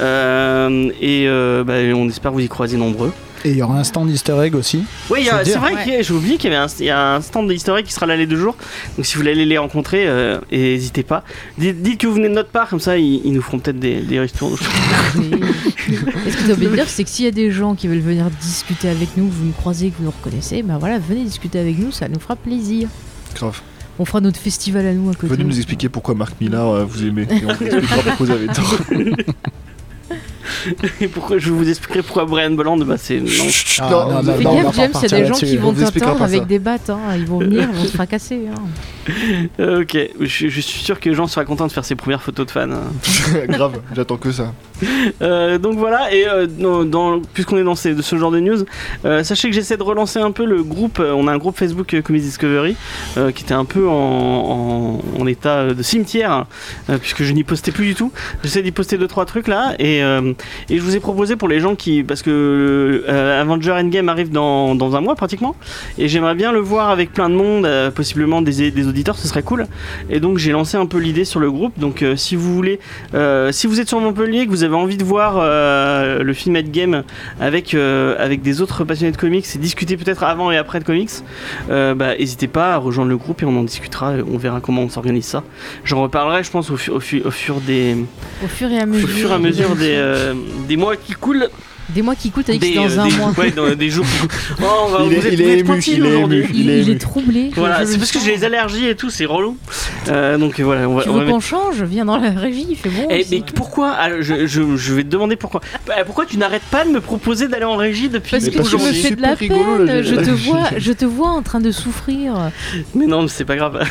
[SPEAKER 2] Euh, et euh, bah, on espère vous y croiser nombreux.
[SPEAKER 5] Et il y aura un stand Easter egg aussi.
[SPEAKER 2] Oui, il y a-
[SPEAKER 5] Faut
[SPEAKER 2] c'est
[SPEAKER 5] dire.
[SPEAKER 2] vrai
[SPEAKER 4] Ouais.
[SPEAKER 2] que j'ai oublié qu'il y avait un, il y a un stand historique qui sera là les deux jours. Donc si vous voulez aller les rencontrer, euh, et n'hésitez pas. Dites, dites que vous venez de notre part, comme ça ils, ils nous feront peut-être des, des ristournes.
[SPEAKER 4] Et Ce que t'as oublié de dire, c'est que s'il y a des gens qui veulent venir discuter avec nous, vous nous croisez, que vous nous reconnaissez, ben voilà, venez discuter avec nous, ça nous fera plaisir.
[SPEAKER 3] Grave.
[SPEAKER 4] On fera notre festival à nous à côté.
[SPEAKER 3] Venez nous expliquer pourquoi Marc Millard euh, vous aimez. Et on vous
[SPEAKER 2] (laughs)
[SPEAKER 3] expliquera pourquoi vous avez tort. (laughs)
[SPEAKER 2] Et (laughs) pourquoi je vous expliquerai pourquoi Brian Bolland, bah c'est non.
[SPEAKER 5] Ah,
[SPEAKER 3] Non,
[SPEAKER 5] non,
[SPEAKER 3] vous-
[SPEAKER 5] non,
[SPEAKER 4] Fais
[SPEAKER 5] non, on va
[SPEAKER 4] gaffe, James, il
[SPEAKER 5] pas
[SPEAKER 4] y a
[SPEAKER 5] repartir
[SPEAKER 4] des gens
[SPEAKER 5] là-dessus.
[SPEAKER 4] qui
[SPEAKER 3] On
[SPEAKER 4] vont
[SPEAKER 3] vous expliquera
[SPEAKER 4] t'attendre
[SPEAKER 3] pas ça.
[SPEAKER 4] avec des battes, hein, ils vont venir, ils vont se fracasser. hein.
[SPEAKER 2] Euh, ok, je, je suis sûr que Jean sera content de faire ses premières photos de fans.
[SPEAKER 3] Grave, j'attends que ça.
[SPEAKER 2] Euh, donc voilà, et euh, dans, dans- puisqu'on est dans ces- de ce genre de news, euh, sachez que j'essaie de relancer un peu le groupe. euh, On a un groupe Facebook euh, Comics Discovery euh, qui était un peu en, en- en état euh, de cimetière, hein, euh, puisque je n'y postais plus du tout. J'essaie d'y poster deux trois trucs là, et, euh, et je vous ai proposé pour les gens qui, parce que euh, Avenger Endgame arrive dans, dans un mois pratiquement, et j'aimerais bien le voir avec plein de monde, euh, possiblement des, des auditeurs, ce serait cool. Et donc j'ai lancé un peu l'idée sur le groupe. Donc euh, si vous voulez euh, si vous êtes sur Montpellier, que vous avez envie de voir euh, le film Endgame avec, euh, avec des autres passionnés de comics et discuter peut-être avant et après de comics, euh, bah, n'hésitez pas à rejoindre le groupe et on en discutera. et On verra comment on s'organise ça. J'en reparlerai, je pense, au, fu- au, fu- au fur des,
[SPEAKER 4] Au fur et à
[SPEAKER 2] au
[SPEAKER 4] mesure.
[SPEAKER 2] fur et à mesure des, euh, des mois qui coulent.
[SPEAKER 4] Des mois qui coûtent, t'as dit que
[SPEAKER 2] euh, Des,
[SPEAKER 4] c'est dans
[SPEAKER 2] euh,
[SPEAKER 4] un
[SPEAKER 2] des-
[SPEAKER 4] mois.
[SPEAKER 2] ouais, dans- des
[SPEAKER 4] (laughs)
[SPEAKER 2] jours qui coûtent. Oh, on va-
[SPEAKER 3] Il est-
[SPEAKER 2] vous êtes,
[SPEAKER 3] il
[SPEAKER 2] vous
[SPEAKER 3] est
[SPEAKER 2] êtes
[SPEAKER 3] ému,
[SPEAKER 2] tranquille
[SPEAKER 3] il est ému.
[SPEAKER 2] aujourd'hui.
[SPEAKER 4] Il,
[SPEAKER 3] Il est
[SPEAKER 4] il
[SPEAKER 3] ému.
[SPEAKER 4] est troublé. je-
[SPEAKER 2] Voilà,
[SPEAKER 4] je
[SPEAKER 2] c'est
[SPEAKER 4] le
[SPEAKER 2] parce que
[SPEAKER 4] sens.
[SPEAKER 2] j'ai les allergies et tout, c'est relou. Euh, donc voilà, on va,
[SPEAKER 4] Tu
[SPEAKER 2] on va
[SPEAKER 4] veux qu'on change Viens dans la régie, il fait bon.
[SPEAKER 2] Eh,
[SPEAKER 4] aussi.
[SPEAKER 2] mais pourquoi Ah, je, je- je vais te demander pourquoi. Bah, Pourquoi tu n'arrêtes pas de me proposer d'aller en régie depuis
[SPEAKER 4] Parce
[SPEAKER 3] Mais
[SPEAKER 4] que
[SPEAKER 3] parce
[SPEAKER 4] tu
[SPEAKER 3] que
[SPEAKER 4] me
[SPEAKER 3] c'est
[SPEAKER 2] aujourd'hui
[SPEAKER 4] fais de
[SPEAKER 3] super
[SPEAKER 4] la
[SPEAKER 3] rigolo,
[SPEAKER 4] peine,
[SPEAKER 3] la
[SPEAKER 4] je
[SPEAKER 3] vie.
[SPEAKER 4] te vois,
[SPEAKER 2] (laughs)
[SPEAKER 4] je te vois en train de souffrir.
[SPEAKER 2] Mais non, mais c'est pas grave.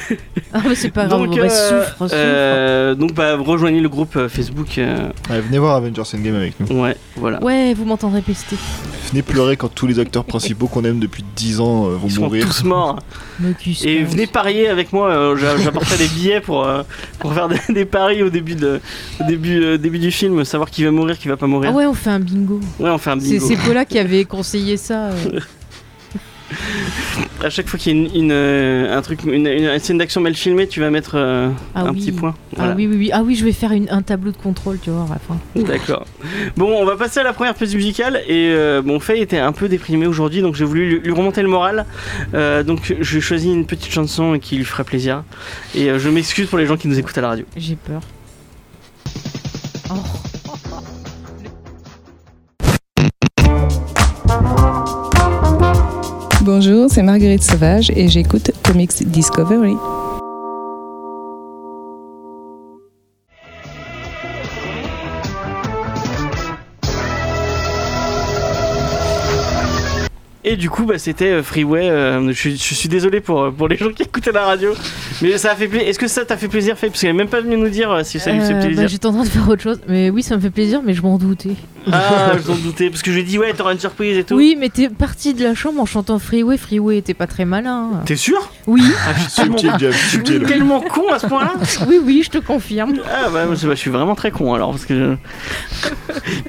[SPEAKER 4] Ah mais c'est pas grave,
[SPEAKER 2] donc,
[SPEAKER 4] bah,
[SPEAKER 2] euh,
[SPEAKER 4] souffre, souffre.
[SPEAKER 2] euh, donc bah, rejoignez le groupe euh, Facebook. euh,
[SPEAKER 3] Ouais, venez voir Avengers Endgame avec nous.
[SPEAKER 2] ouais, voilà.
[SPEAKER 4] Ouais, vous m'entendrez pester.
[SPEAKER 3] Venez pleurer quand tous les acteurs principaux qu'on aime depuis 10 ans euh, vont
[SPEAKER 2] Ils sont
[SPEAKER 3] mourir.
[SPEAKER 2] tous morts.
[SPEAKER 4] Me cusse,
[SPEAKER 2] Et
[SPEAKER 4] quoi.
[SPEAKER 2] venez parier avec moi. euh, j'a- J'apporterai des billets pour, euh, pour faire des, des paris au début, de, au début, euh, début du film, savoir qui va mourir, qui va pas mourir.
[SPEAKER 4] Ah ouais, on fait un bingo.
[SPEAKER 2] ouais. on fait un
[SPEAKER 4] C'est
[SPEAKER 2] bingo.
[SPEAKER 4] c'est Paula qui avait conseillé ça. euh.
[SPEAKER 2] À chaque fois qu'il y a une, une, euh, un truc, une, une scène d'action mal filmée, tu vas mettre euh, (laughs)
[SPEAKER 4] Ah
[SPEAKER 2] un
[SPEAKER 4] oui.
[SPEAKER 2] petit point.
[SPEAKER 4] Ah oui, oui, oui. Ah oui, je vais faire une- un tableau de contrôle, tu vois, à la fin.
[SPEAKER 2] D'accord. Bon, on va passer à la première pause musicale. Et euh, bon, Faye était un peu déprimée aujourd'hui, donc j'ai voulu lui, lui remonter le moral. Euh, donc, j'ai choisi une petite chanson qui lui fera plaisir. Et euh, je m'excuse pour les gens qui nous écoutent à la radio.
[SPEAKER 4] J'ai peur. Oh.
[SPEAKER 6] Bonjour, c'est Marguerite Sauvage et j'écoute Comics Discovery.
[SPEAKER 2] Et du coup, bah, c'était euh, Freeway. euh, je, suis- je suis désolé pour, euh, pour les gens qui écoutent à la radio. Mais ça a fait plaisir. Est-ce que ça t'a fait plaisir, Faye Parce qu'elle est même pas venue nous dire euh, si ça lui fait
[SPEAKER 4] Euh,
[SPEAKER 2] plaisir.
[SPEAKER 4] bah, J'étais en train de faire autre chose. Mais oui, ça me fait plaisir, mais je m'en doutais.
[SPEAKER 2] Ah, je m'en doutais. Parce que je lui ai dit, ouais, t'auras une surprise et tout.
[SPEAKER 4] Oui, mais t'es parti de la chambre en chantant Freeway, Freeway, t'es pas très malin. hein.
[SPEAKER 2] T'es sûr
[SPEAKER 4] (laughs) Oui,
[SPEAKER 2] ah, je, suis tellement, hein,
[SPEAKER 3] Subtil, Jeff,
[SPEAKER 2] je suis
[SPEAKER 3] subtil.
[SPEAKER 2] tellement con à ce point-là
[SPEAKER 4] oui, oui, je te confirme.
[SPEAKER 2] Ah bah, je, bah, je suis vraiment très con alors parce que je...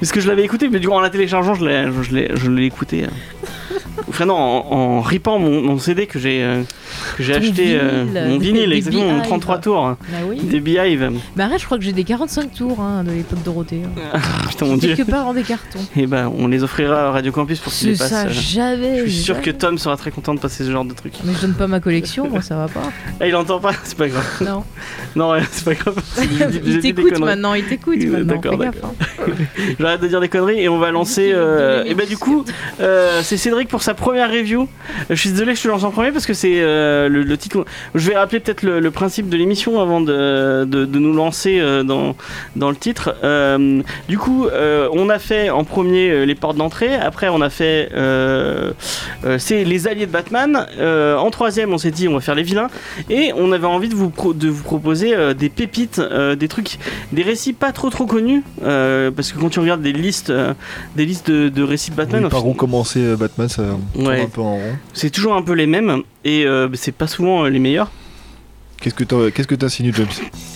[SPEAKER 2] parce que je l'avais écouté mais du coup en la téléchargeant je l'ai je l'ai je l'ai écouté. euh. Enfin non en, en ripant mon, mon CD que j'ai euh, que j'ai
[SPEAKER 4] Ton
[SPEAKER 2] acheté euh,
[SPEAKER 4] vinyle,
[SPEAKER 2] mon
[SPEAKER 4] des-
[SPEAKER 2] vinyle
[SPEAKER 4] des
[SPEAKER 2] exactement mon
[SPEAKER 4] Beehive.
[SPEAKER 2] 33 tours hein,
[SPEAKER 4] Bah oui.
[SPEAKER 2] des Beehive.
[SPEAKER 4] Mais Bah arrête, je crois que j'ai des 45 tours hein, de l'époque Dorothée. hein.
[SPEAKER 2] Ah, Putain mon dieu.
[SPEAKER 4] Quelque part dans des cartons.
[SPEAKER 2] Et bah on les offrira à Radio Campus pour qu'ils
[SPEAKER 4] C'est
[SPEAKER 2] les passent.
[SPEAKER 4] ça,
[SPEAKER 2] euh.
[SPEAKER 4] j'avais.
[SPEAKER 2] Je suis sûr que Tom sera très content de passer ce genre de truc.
[SPEAKER 4] Mais je donne pas ma collection, moi ça va pas.
[SPEAKER 2] Ah il entend pas c'est pas grave.
[SPEAKER 4] Non.
[SPEAKER 2] (laughs) Non ouais, c'est pas grave. J'ai dit- j'ai dit
[SPEAKER 4] (laughs) il
[SPEAKER 2] des
[SPEAKER 4] t'écoute
[SPEAKER 2] conneries.
[SPEAKER 4] maintenant, il t'écoute
[SPEAKER 2] Oui,
[SPEAKER 4] maintenant.
[SPEAKER 2] d'accord,
[SPEAKER 4] fais gaffe, hein.
[SPEAKER 2] J'arrête de dire des conneries et on va lancer. euh, Et bah du coup, euh, c'est Cédric pour sa première review. Euh, Je suis désolé, je te lance en premier parce que c'est euh, le, le titre. Je vais rappeler peut-être le, le principe de l'émission avant de, de, de nous lancer euh, dans, dans le titre. Euh, du coup, euh, on a fait en premier euh, les portes d'entrée. Après, on a fait euh, euh, c'est les alliés de Batman. Euh, en troisième, on s'est dit on va faire les vilains et on avait envie de vous pro- de vous proposer euh, des pépites, euh, des trucs des récits pas trop trop connus euh, parce que quand tu regardes des listes euh, des listes de, de récits de Batman
[SPEAKER 3] Oui, par
[SPEAKER 2] en
[SPEAKER 3] où commencer euh, Batman, ça tourne
[SPEAKER 2] Ouais.
[SPEAKER 3] un peu en rond.
[SPEAKER 2] fait, c'est toujours un peu les mêmes et euh, c'est pas souvent euh, les meilleurs
[SPEAKER 3] Qu'est-ce que t'as qu'est-ce que t'insinues, James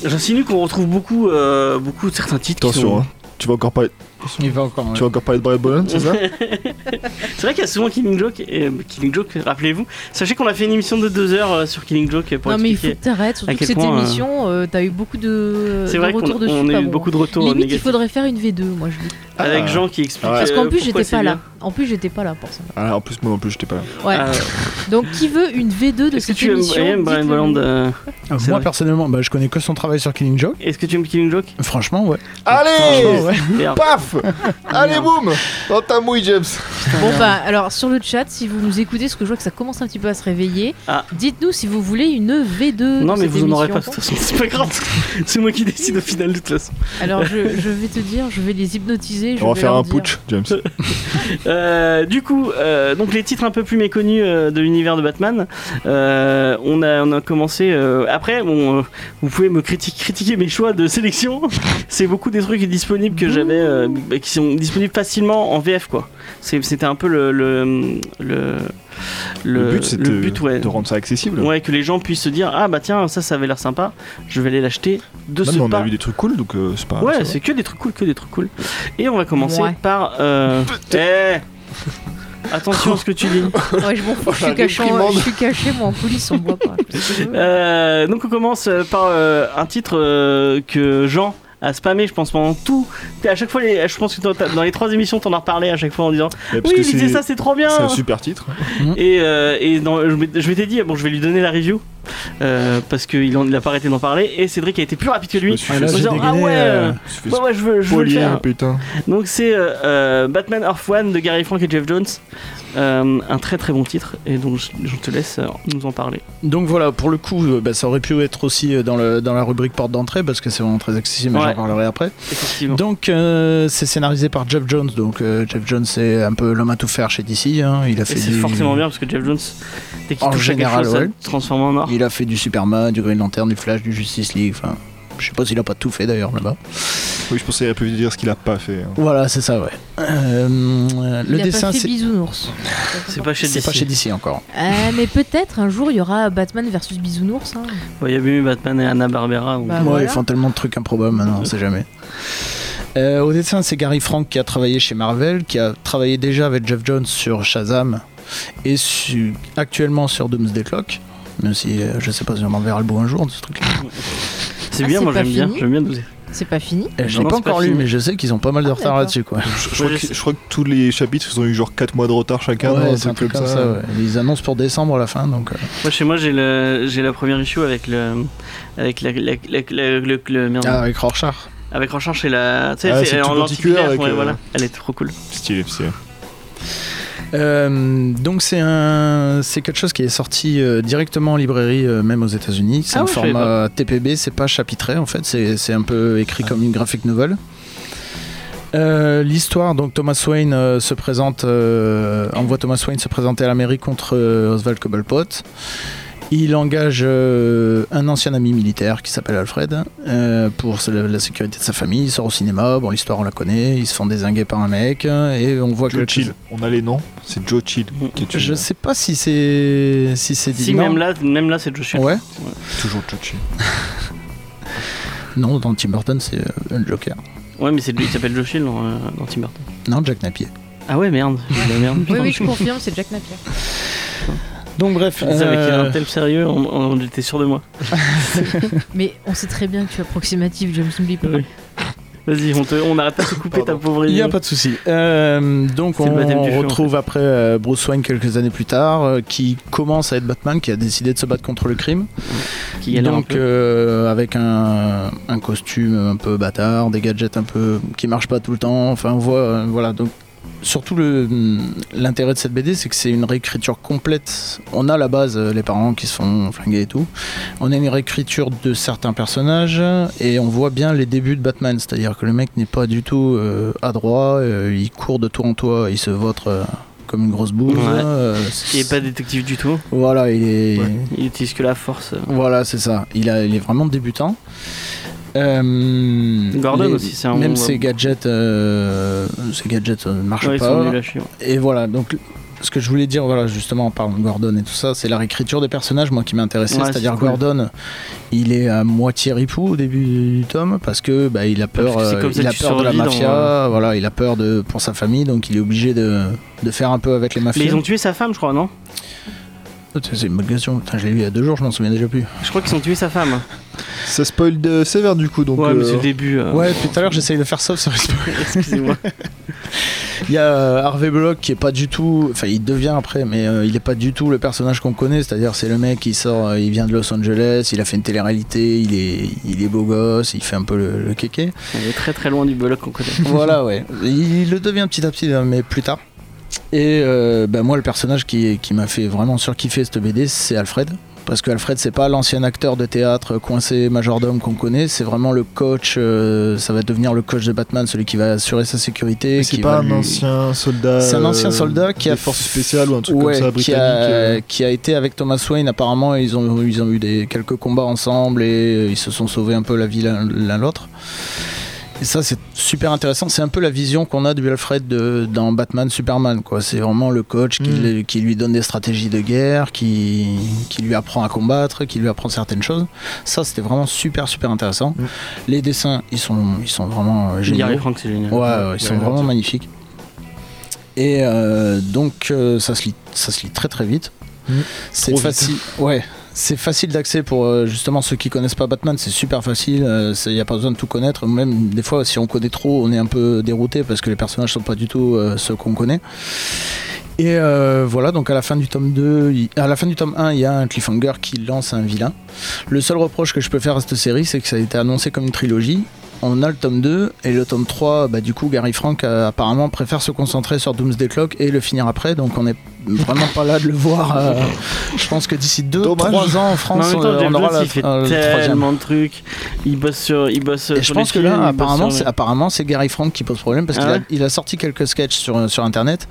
[SPEAKER 2] j'insinue qu'on retrouve beaucoup euh, beaucoup de certains titres qui
[SPEAKER 3] Attention,
[SPEAKER 2] sont-
[SPEAKER 3] hein. Tu vas encore parler,
[SPEAKER 5] Il va encore.
[SPEAKER 3] tu vas encore parler de Brian Bolland, c'est ça
[SPEAKER 2] c'est vrai qu'il y a souvent Killing Joke et euh, Killing Joke rappelez-vous sachez qu'on a fait une émission de deux heures euh, sur Killing Joke pour
[SPEAKER 4] Non, mais il faut
[SPEAKER 2] expliquer
[SPEAKER 4] que t'arrêtes.
[SPEAKER 2] à
[SPEAKER 4] Surtout que
[SPEAKER 2] quel
[SPEAKER 4] cette
[SPEAKER 2] point, euh,
[SPEAKER 4] émission, euh, t'as eu beaucoup de,
[SPEAKER 2] c'est
[SPEAKER 4] de
[SPEAKER 2] vrai qu'on
[SPEAKER 4] retours dessus.
[SPEAKER 2] on a
[SPEAKER 4] pas
[SPEAKER 2] eu
[SPEAKER 4] bon.
[SPEAKER 2] beaucoup de retours
[SPEAKER 4] Limite, il
[SPEAKER 2] négatifs
[SPEAKER 4] faudrait faire une V2, moi je dis.
[SPEAKER 2] avec
[SPEAKER 3] Ah.
[SPEAKER 2] Jean qui explique
[SPEAKER 3] Ouais.
[SPEAKER 4] Parce qu'en
[SPEAKER 2] euh,
[SPEAKER 4] plus,
[SPEAKER 2] pourquoi
[SPEAKER 4] j'étais
[SPEAKER 2] c'est
[SPEAKER 4] pas
[SPEAKER 2] bien.
[SPEAKER 4] là. En plus, j'étais pas là pour ça.
[SPEAKER 3] Ah, en plus, moi non plus, j'étais pas là.
[SPEAKER 4] Ouais.
[SPEAKER 2] Ah,
[SPEAKER 4] Donc, qui veut une V2 de
[SPEAKER 2] Est-ce que
[SPEAKER 4] cette
[SPEAKER 2] tu aimes,
[SPEAKER 4] émission
[SPEAKER 2] aimes Brian
[SPEAKER 4] Dites-le
[SPEAKER 2] Bolland
[SPEAKER 4] nous.
[SPEAKER 2] euh, c'est
[SPEAKER 5] Ah, moi
[SPEAKER 2] vrai.
[SPEAKER 5] personnellement, bah, je connais que son travail sur Killing Joke.
[SPEAKER 2] Est-ce que tu aimes Killing Joke
[SPEAKER 5] Franchement, ouais.
[SPEAKER 3] Allez
[SPEAKER 5] Franchement, ouais.
[SPEAKER 2] Merde.
[SPEAKER 3] Paf Allez, boum Dans ta mouille, James
[SPEAKER 4] Bon bah alors sur le chat si vous nous écoutez parce que je vois que ça commence un petit peu à se réveiller
[SPEAKER 2] Ah.
[SPEAKER 4] dites-nous si vous voulez une V2
[SPEAKER 2] Non mais
[SPEAKER 4] de cette
[SPEAKER 2] vous en aurez pas de
[SPEAKER 4] émission.
[SPEAKER 2] toute façon, c'est pas grave. (laughs) C'est moi qui décide au final de toute façon.
[SPEAKER 4] alors je, je vais te dire je vais les hypnotiser je
[SPEAKER 3] On va
[SPEAKER 4] vais
[SPEAKER 3] faire
[SPEAKER 4] leur
[SPEAKER 3] un
[SPEAKER 4] dire-
[SPEAKER 3] putsch, James.
[SPEAKER 2] Euh, du coup, euh, donc les titres un peu plus méconnus euh, de l'univers de Batman. Euh, on, a, on a commencé. euh, après, bon, euh, vous pouvez me criti- critiquer mes choix de sélection. (laughs) C'est beaucoup des trucs disponibles que j'avais, euh, bah, qui sont disponibles facilement en VF quoi. C'est- C'était un peu le le le,
[SPEAKER 3] Le but, c'est
[SPEAKER 2] le
[SPEAKER 3] de,
[SPEAKER 2] but, ouais.
[SPEAKER 3] de rendre ça accessible.
[SPEAKER 2] Ouais, que les gens puissent se dire ah bah tiens ça ça avait l'air sympa, je vais aller l'acheter de
[SPEAKER 3] Non,
[SPEAKER 2] ce
[SPEAKER 3] mais on
[SPEAKER 2] pas.
[SPEAKER 3] a vu des trucs cool, donc euh, c'est pas. ça
[SPEAKER 2] Ouais,
[SPEAKER 3] va.
[SPEAKER 2] c'est que des trucs cool, que des trucs cool. Et on va commencer
[SPEAKER 4] Ouais.
[SPEAKER 2] par. Euh... eh Attention à ce que tu
[SPEAKER 3] (laughs)
[SPEAKER 2] dis.
[SPEAKER 4] ouais je m'en fous
[SPEAKER 3] Voilà,
[SPEAKER 4] je suis caché en-
[SPEAKER 3] réprimande.
[SPEAKER 4] je suis caché moi en coulisses on me
[SPEAKER 2] (laughs)
[SPEAKER 4] voit pas
[SPEAKER 2] Euh, donc on commence euh, par euh, un titre euh, que Jean a spammé, je pense, pendant tout. À chaque fois, les- je pense que toi, t'as- dans les trois émissions, t'en as reparlé à chaque fois en disant
[SPEAKER 3] Ouais, parce
[SPEAKER 2] Oui,
[SPEAKER 3] que
[SPEAKER 2] il disait
[SPEAKER 3] c'est
[SPEAKER 2] ça, c'est trop bien
[SPEAKER 3] c'est un super titre.
[SPEAKER 2] Et, euh, et dans- je m'étais je m'étais dit, ah, bon, je vais lui donner la review. euh, parce qu'il en- il a pas arrêté d'en parler. Et Cédric a été plus rapide que lui.
[SPEAKER 5] Ah, là,
[SPEAKER 2] en
[SPEAKER 5] j'ai
[SPEAKER 2] disant, ah
[SPEAKER 5] dégainé,
[SPEAKER 2] ouais,
[SPEAKER 5] euh,
[SPEAKER 2] euh, ouais, ouais, je veux, je veux le
[SPEAKER 3] Polier,
[SPEAKER 2] faire.
[SPEAKER 3] putain.
[SPEAKER 2] Donc c'est euh, euh, Batman Earth One de Gary Frank et Jeff Jones. Euh, un très très bon titre et donc je, je te laisse euh, nous en parler.
[SPEAKER 5] Donc voilà, pour le coup, euh, bah, ça aurait pu être aussi euh, dans, le, dans la rubrique porte d'entrée parce que c'est vraiment très accessible, mais
[SPEAKER 2] Ouais.
[SPEAKER 5] j'en parlerai après.
[SPEAKER 2] Effectivement.
[SPEAKER 5] Donc euh, c'est scénarisé par Jeff Jones. Donc euh, Jeff Jones, c'est un peu l'homme à tout faire chez DC. hein. Il a
[SPEAKER 2] et
[SPEAKER 5] fait
[SPEAKER 2] c'est
[SPEAKER 5] du...
[SPEAKER 2] forcément bien parce que Jeff Jones, dès qu'il
[SPEAKER 5] En
[SPEAKER 2] touche à quelque
[SPEAKER 5] général,
[SPEAKER 2] chose, ça
[SPEAKER 5] ouais.
[SPEAKER 2] le transforme en or.
[SPEAKER 5] Il a fait du Superman, du Green Lantern, du Flash, du Justice League. Enfin, je sais pas s'il a pas tout fait d'ailleurs là-bas.
[SPEAKER 3] Oui, je pensais qu'il aurait pu dire ce qu'il a pas fait. hein.
[SPEAKER 5] Voilà, c'est ça, ouais. Euh, euh, le
[SPEAKER 4] Il a
[SPEAKER 5] dessin,
[SPEAKER 4] pas fait
[SPEAKER 5] c'est
[SPEAKER 4] Bisounours.
[SPEAKER 2] C'est pas chez
[SPEAKER 5] c'est
[SPEAKER 2] DC.
[SPEAKER 5] pas chez DC encore.
[SPEAKER 4] Euh, mais peut-être un jour il y aura Batman versus Bisounours. hein.
[SPEAKER 2] Ouais, Il y a bien eu Batman et Anna Barbera.
[SPEAKER 4] Bah,
[SPEAKER 5] ouais,
[SPEAKER 4] voilà.
[SPEAKER 5] ils font tellement de trucs improbables maintenant, on sait jamais. Euh, au dessin, c'est Gary Frank qui a travaillé chez Marvel, qui a travaillé déjà avec Jeff Jones sur Shazam et su- actuellement sur Doomsday Clock. Même si euh, je sais pas si on en verra le bout un jour de ce truc.
[SPEAKER 2] C'est
[SPEAKER 4] Ah,
[SPEAKER 2] bien,
[SPEAKER 4] c'est
[SPEAKER 2] moi
[SPEAKER 4] pas
[SPEAKER 2] j'aime bien.
[SPEAKER 4] fini
[SPEAKER 2] J'aime bien doser.
[SPEAKER 4] C'est pas fini.
[SPEAKER 5] Euh, Je
[SPEAKER 2] Non,
[SPEAKER 5] l'ai pas
[SPEAKER 2] c'est pas
[SPEAKER 5] encore lu,
[SPEAKER 2] fini.
[SPEAKER 5] mais je sais qu'ils ont pas mal de
[SPEAKER 4] Ah,
[SPEAKER 5] retard
[SPEAKER 4] d'accord.
[SPEAKER 5] là-dessus, quoi.
[SPEAKER 3] Je, je crois
[SPEAKER 2] Ouais,
[SPEAKER 3] que, je crois que tous les chapitres, ils ont eu genre 4 mois de retard chacun.
[SPEAKER 5] Ouais,
[SPEAKER 3] non,
[SPEAKER 5] c'est un truc comme ça. ouais. Ils annoncent pour décembre à la fin, donc. euh,
[SPEAKER 2] Moi chez moi j'ai le j'ai la première issue avec le avec la, la- la- la- le, le- merde.
[SPEAKER 5] Ah, avec Rorschach.
[SPEAKER 2] avec Rorschach chez la tu sais
[SPEAKER 3] Ah,
[SPEAKER 2] c'est
[SPEAKER 3] c'est
[SPEAKER 2] en
[SPEAKER 3] tout
[SPEAKER 2] lenticulaire,
[SPEAKER 3] lenticulaire avec,
[SPEAKER 2] ouais,
[SPEAKER 3] euh,
[SPEAKER 2] voilà elle est trop cool.
[SPEAKER 3] Stylé, stylé.
[SPEAKER 5] Euh, donc c'est un, c'est quelque chose qui est sorti euh, directement en librairie, euh, même aux États-Unis. C'est
[SPEAKER 2] Ah
[SPEAKER 5] un
[SPEAKER 2] ouais, je savais
[SPEAKER 5] format TPB, c'est pas chapitré en fait, c'est c'est un peu écrit
[SPEAKER 2] Ah.
[SPEAKER 5] comme une graphic novel. Euh, L'histoire, donc Thomas Wayne euh, se présente, euh, envoie Thomas Wayne se présenter à la mairie contre euh, Oswald Cobblepot. Il engage euh, un ancien ami militaire qui s'appelle Alfred euh, pour la, la sécurité de sa famille. Il sort au cinéma, bon l'histoire on la connaît, ils se font désinguer par un mec et on voit que
[SPEAKER 3] Joe Chill. On a les noms. C'est Joe Chill qui est tué.
[SPEAKER 5] Mm, je sais pas si c'est si c'est dit.
[SPEAKER 2] Si
[SPEAKER 5] non.
[SPEAKER 2] même là même là c'est Josh.
[SPEAKER 5] Ouais.
[SPEAKER 3] Toujours Joe Chill.
[SPEAKER 5] Non, dans Tim Burton c'est un Joker.
[SPEAKER 2] Ouais mais c'est lui il s'appelle Josh Hill dans, euh, dans Tim Burton.
[SPEAKER 5] Non, Jack Napier.
[SPEAKER 2] Ah ouais merde. J'ai dit la merde.
[SPEAKER 4] Oui, oui, je confirme, c'est (laughs) Jack Napier.
[SPEAKER 5] Donc bref,
[SPEAKER 2] Je disais avec
[SPEAKER 5] euh,
[SPEAKER 2] un tel sérieux on, on était sûr de moi.
[SPEAKER 4] Mais on sait très bien que tu es approximatif, James Blip.
[SPEAKER 2] Oui. Vas-y on te on arrête pas de te couper ta pauvre
[SPEAKER 5] il n'y a
[SPEAKER 2] idée.
[SPEAKER 5] pas de souci. Euh, donc
[SPEAKER 2] C'est le
[SPEAKER 5] on
[SPEAKER 2] baptême du feu, en
[SPEAKER 5] retrouve après euh, Bruce Wayne quelques années plus tard, euh, qui commence à être Batman, qui a décidé de se battre contre le crime.
[SPEAKER 2] Qui galère un
[SPEAKER 5] donc
[SPEAKER 2] peu.
[SPEAKER 5] euh, avec un, un costume un peu bâtard, des gadgets un peu qui marchent pas tout le temps. Enfin, on voit, euh, voilà. Donc surtout le mm, l'intérêt de cette BD, c'est que c'est une réécriture complète. On a à la base euh, les parents qui se font flinguer et tout. On a une réécriture de certains personnages et on voit bien les débuts de Batman, c'est-à-dire que le mec n'est pas du tout euh, adroit. euh, il court de tour en toit, il se vautre. euh, comme une grosse boule. euh,
[SPEAKER 2] Ouais. Qui est pas détective du tout.
[SPEAKER 5] Voilà, il est,
[SPEAKER 3] Ouais.
[SPEAKER 2] Il utilise que la force.
[SPEAKER 5] voilà, c'est ça. Il, a, il est vraiment débutant. Euh,
[SPEAKER 2] Gordon
[SPEAKER 5] les-
[SPEAKER 2] aussi, c'est un
[SPEAKER 5] Même
[SPEAKER 2] bon-
[SPEAKER 5] ses gadgets, euh, ses gadgets euh, ne marchent
[SPEAKER 2] Ouais, ils sont
[SPEAKER 5] pas. Ah,
[SPEAKER 2] nuls à chier. ouais.
[SPEAKER 5] Et voilà, donc ce que je voulais dire, voilà, justement, en parlant de Gordon et tout ça, c'est la réécriture des personnages, moi, qui m'intéressait.
[SPEAKER 2] Ouais,
[SPEAKER 5] C'est-à-dire
[SPEAKER 2] c'est cool.
[SPEAKER 5] Gordon, il est à moitié ripou au début du tome parce que bah, il a
[SPEAKER 2] Parce
[SPEAKER 5] peur,
[SPEAKER 2] que c'est
[SPEAKER 5] euh,
[SPEAKER 2] comme ça
[SPEAKER 5] il
[SPEAKER 2] que
[SPEAKER 5] a
[SPEAKER 2] tu
[SPEAKER 5] peur de la
[SPEAKER 2] survis dans- euh,
[SPEAKER 5] mafia, voilà, il a peur de pour sa famille, donc il est obligé de, de faire un peu avec les
[SPEAKER 2] Mais
[SPEAKER 5] mafias.
[SPEAKER 2] ils ont tué sa femme je crois non
[SPEAKER 5] C'est une bonne question. Putain, je l'ai lu il y a deux jours, je m'en souviens déjà plus.
[SPEAKER 2] Je crois qu'ils ont tué sa femme.
[SPEAKER 3] Ça spoil de sévère du coup. Donc,
[SPEAKER 2] ouais mais
[SPEAKER 3] euh,
[SPEAKER 2] c'est le début. euh,
[SPEAKER 5] Ouais, depuis tout à l'heure, j'essaye de faire ça sur Xbox.
[SPEAKER 2] (laughs) Excusez-moi.
[SPEAKER 5] Il y a euh, Harvey Bullock qui est pas du tout, enfin il devient après, mais euh, il est pas du tout le personnage qu'on connaît. C'est-à-dire c'est le mec qui sort, euh, il vient de Los Angeles, il a fait une télé-réalité, il est, il est beau gosse, il fait un peu le,
[SPEAKER 3] (laughs)
[SPEAKER 5] le kéké.
[SPEAKER 2] On est très très loin du Bullock qu'on connaît.
[SPEAKER 5] voilà ouais, il le devient petit à petit, hein, mais plus tard. Et euh, ben, moi le personnage qui, qui m'a fait vraiment surkiffer cette BD, c'est Alfred. Parce que Alfred, c'est pas l'ancien acteur de théâtre coincé majordome qu'on connaît, c'est vraiment le coach, euh, ça va devenir le coach de Batman, celui qui va assurer sa sécurité.
[SPEAKER 3] mais
[SPEAKER 5] qui
[SPEAKER 3] c'est
[SPEAKER 5] va
[SPEAKER 3] pas un
[SPEAKER 5] lui-
[SPEAKER 3] ancien soldat.
[SPEAKER 5] C'est un ancien
[SPEAKER 3] euh,
[SPEAKER 5] soldat qui a
[SPEAKER 3] des forces spéciales ou un truc
[SPEAKER 5] Ouais,
[SPEAKER 3] comme ça
[SPEAKER 5] qui
[SPEAKER 3] britannique.
[SPEAKER 5] a,
[SPEAKER 3] euh,
[SPEAKER 5] qui a été avec Thomas Wayne. Apparemment, ils ont, ils ont eu des, quelques combats ensemble et euh, ils se sont sauvés un peu la vie l'un l'un l'autre. Et ça, c'est super intéressant. C'est un peu la vision qu'on a du Alfred de- dans Batman Superman. quoi. C'est vraiment le coach qui,
[SPEAKER 3] Mm.
[SPEAKER 5] le- qui lui donne des stratégies de guerre, qui, qui lui apprend à combattre, qui lui apprend certaines choses. Ça, c'était vraiment super, super intéressant.
[SPEAKER 3] Mm.
[SPEAKER 5] Les dessins, ils sont, ils sont vraiment euh, géniaux.
[SPEAKER 2] Gary Frank c'est génial.
[SPEAKER 5] Ouais, ouais, ils sont
[SPEAKER 3] ouais,
[SPEAKER 5] vraiment
[SPEAKER 3] ouais.
[SPEAKER 5] magnifiques. Et euh, donc euh, ça, se lit, ça se lit très très vite.
[SPEAKER 3] Mhm.
[SPEAKER 5] C'est
[SPEAKER 3] Trop vite.
[SPEAKER 5] facile. Ouais. C'est facile d'accès pour euh, justement ceux qui connaissent pas Batman, c'est super facile, il n'y a pas besoin de tout connaître, même des fois si on connaît trop on est un peu dérouté parce que les personnages sont pas du tout euh, ceux qu'on connaît. Et euh, voilà, donc à la fin du tome 2, il- à la fin du tome 1, il y a un cliffhanger qui lance un vilain. Le seul reproche que je peux faire à cette série, c'est que ça a été annoncé comme une trilogie. On a le tome 2 et le tome 3, bah, du coup, Gary Frank euh, apparemment préfère se concentrer sur Doomsday Clock et le finir après, donc on n'est vraiment pas là de le voir. euh,
[SPEAKER 3] (laughs)
[SPEAKER 5] je pense que d'ici 2-3
[SPEAKER 3] Dommage.
[SPEAKER 5] ans en
[SPEAKER 2] Mais
[SPEAKER 5] France,
[SPEAKER 2] en même temps,
[SPEAKER 5] euh,
[SPEAKER 2] Jeff
[SPEAKER 5] on aura
[SPEAKER 2] Jones,
[SPEAKER 5] la,
[SPEAKER 2] il fait
[SPEAKER 5] euh, le troisième.
[SPEAKER 2] tellement de trucs. Il bosse sur. Il bosse
[SPEAKER 5] Et
[SPEAKER 2] sur
[SPEAKER 5] je
[SPEAKER 2] les
[SPEAKER 5] pense que
[SPEAKER 2] films, il
[SPEAKER 5] là,
[SPEAKER 2] bosse
[SPEAKER 5] apparemment,
[SPEAKER 2] sur
[SPEAKER 5] c'est
[SPEAKER 2] les-
[SPEAKER 5] apparemment c'est Gary Frank qui pose problème parce
[SPEAKER 2] Ah
[SPEAKER 5] qu'il a-
[SPEAKER 2] ouais
[SPEAKER 5] il a, sorti quelques sketchs sur, sur internet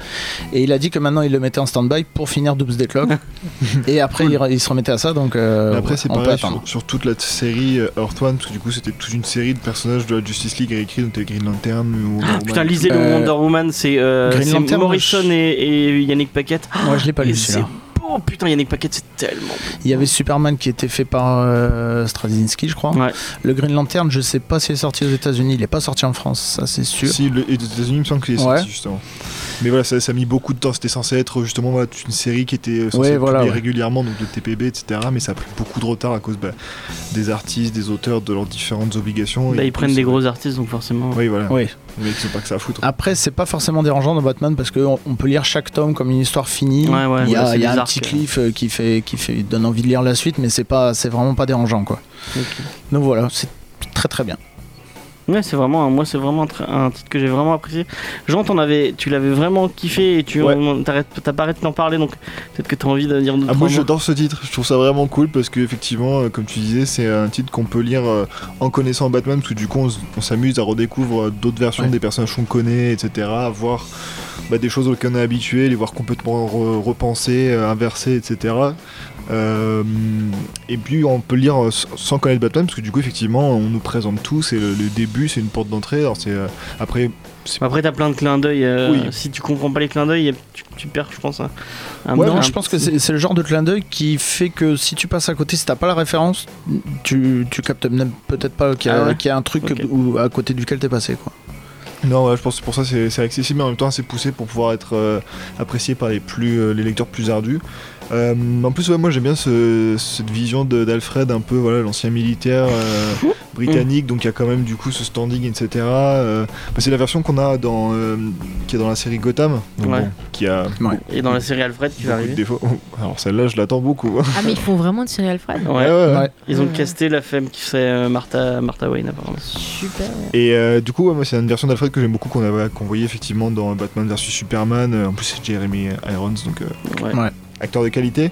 [SPEAKER 5] et il a dit que maintenant il le mettait en stand-by pour finir
[SPEAKER 3] (laughs)
[SPEAKER 5] Doomsday Clock et après il, re- il se remettait à ça donc euh,
[SPEAKER 3] Mais après, c'est
[SPEAKER 5] on peut
[SPEAKER 3] pareil
[SPEAKER 5] attendre.
[SPEAKER 3] sur, sur toute la t- série euh, Earth One, parce que du coup, c'était toute une série de personnages de la Justice League réécrits, donc t'avais Green Lantern ou. Wonder
[SPEAKER 2] Putain,
[SPEAKER 3] Woman.
[SPEAKER 2] lisez le
[SPEAKER 5] Euh,
[SPEAKER 2] Wonder Woman, c'est euh,
[SPEAKER 5] Green
[SPEAKER 2] c'est
[SPEAKER 5] Lantern,
[SPEAKER 2] Morrison
[SPEAKER 5] je-
[SPEAKER 2] et, et Yannick Paquette.
[SPEAKER 5] Moi je l'ai pas
[SPEAKER 2] Et
[SPEAKER 5] lu
[SPEAKER 2] c'est
[SPEAKER 5] celui-là.
[SPEAKER 2] beau, putain, Yannick Paquette, c'est tellement.
[SPEAKER 5] Il y avait Superman qui était fait par euh, Straczynski je crois.
[SPEAKER 2] Ouais.
[SPEAKER 5] Le Green Lantern je sais pas s'il est sorti aux États-Unis, il est pas sorti en France, ça c'est sûr.
[SPEAKER 3] Si, le, et des États-Unis, il me semble qu'il est
[SPEAKER 5] Ouais.
[SPEAKER 3] sorti justement. Mais voilà, ça, ça a mis beaucoup de temps. C'était censé être justement voilà, toute une série qui était euh, censée
[SPEAKER 5] Ouais,
[SPEAKER 3] être
[SPEAKER 5] voilà,
[SPEAKER 3] publiée
[SPEAKER 5] ouais.
[SPEAKER 3] régulièrement, donc de TPB, etc. Mais ça a pris beaucoup de retard à cause bah, des artistes, des auteurs, de leurs différentes obligations.
[SPEAKER 2] Bah,
[SPEAKER 3] Et
[SPEAKER 2] ils
[SPEAKER 3] du coup,
[SPEAKER 2] prennent
[SPEAKER 3] c'est-
[SPEAKER 2] des gros artistes, donc forcément.
[SPEAKER 3] Oui, voilà.
[SPEAKER 5] Oui.
[SPEAKER 3] Les mecs, ils ont pas que ça à foutre.
[SPEAKER 5] Après, c'est pas forcément dérangeant dans Batman parce qu'on on peut lire chaque tome comme une histoire finie.
[SPEAKER 2] Ouais, ouais,
[SPEAKER 5] il y a,
[SPEAKER 2] ouais, c'est
[SPEAKER 5] il y a
[SPEAKER 2] des
[SPEAKER 5] un
[SPEAKER 2] arcs,
[SPEAKER 5] petit
[SPEAKER 2] euh.
[SPEAKER 5] cliff euh, qui fait, qui fait, donne envie de lire la suite, mais c'est pas, c'est vraiment pas dérangeant quoi.
[SPEAKER 2] Ok.
[SPEAKER 5] Donc voilà, c'est très très bien.
[SPEAKER 2] Ouais, c'est vraiment, un- moi, c'est vraiment un, tr- un titre que j'ai vraiment apprécié. Jean, t'en avais, tu l'avais vraiment kiffé et tu
[SPEAKER 3] Ouais.
[SPEAKER 2] on- t'arrêtes, t'as pas arrêté d'en parler, donc peut-être que t'as envie de dire d'autres
[SPEAKER 3] Ah, moi
[SPEAKER 2] mots.
[SPEAKER 3] j'adore ce titre, je trouve ça vraiment cool parce que effectivement euh, comme tu disais c'est un titre qu'on peut lire euh, en connaissant Batman parce que du coup on, s- on s'amuse à redécouvrir euh, d'autres versions
[SPEAKER 5] Ouais.
[SPEAKER 3] des personnages qu'on connaît etc. à voir bah, des choses auxquelles on est habitué, les voir complètement re- repensées, euh, inversées etc. Euh, et puis on peut lire euh, s- sans connaître Batman parce que du coup effectivement on nous présente tout, c'est le, le début, c'est une porte d'entrée, alors c'est euh, après
[SPEAKER 2] Après, t'as plein de clins d'œil. euh,
[SPEAKER 3] Oui.
[SPEAKER 2] Si tu comprends pas les clins d'œil, tu, tu perds, je pense. un- un-
[SPEAKER 5] Ouais,
[SPEAKER 2] un-
[SPEAKER 5] non, je pense que c'est c'est le genre de clin d'œil qui fait que si tu passes à côté, si t'as pas la référence, tu, tu captes même peut-être pas qu'il y, a-
[SPEAKER 2] Ah ouais
[SPEAKER 5] qu'il y a un truc
[SPEAKER 2] Ok.
[SPEAKER 5] où- à côté duquel t'es passé quoi.
[SPEAKER 3] Non, ouais, je pense que pour ça c'est c'est accessible, mais en même temps assez poussé pour pouvoir être euh, apprécié par les plus euh, les lecteurs plus ardus. Euh, en plus, ouais, moi j'aime bien ce- cette vision de- d'Alfred, un peu voilà l'ancien militaire euh, britannique, donc il y a quand même du coup ce standing, etc. Euh, bah, c'est la version qu'on a dans euh, qui est dans la série Gotham, donc,
[SPEAKER 2] Ouais.
[SPEAKER 3] bon, qui a
[SPEAKER 2] Et dans la série Alfred, qui va
[SPEAKER 3] beaucoup de
[SPEAKER 2] arriver.
[SPEAKER 3] défauts. (laughs) Alors celle-là, je l'attends (laughs) beaucoup.
[SPEAKER 4] Ah, mais ils font vraiment de Cyril Alfred
[SPEAKER 2] Ouais.
[SPEAKER 5] Ouais.
[SPEAKER 2] Ils ont
[SPEAKER 4] Ouais.
[SPEAKER 2] casté la femme qui serait euh, Martha, Martha Wayne, apparemment.
[SPEAKER 4] Super.
[SPEAKER 3] Et euh, du coup, ouais, moi, c'est une version d'Alfred que j'aime beaucoup, qu'on avait- qu'on voyait effectivement dans Batman vs Superman. Euh, En plus, c'est Jeremy Irons, donc euh,
[SPEAKER 2] Ouais.
[SPEAKER 5] Ouais.
[SPEAKER 3] acteur de qualité.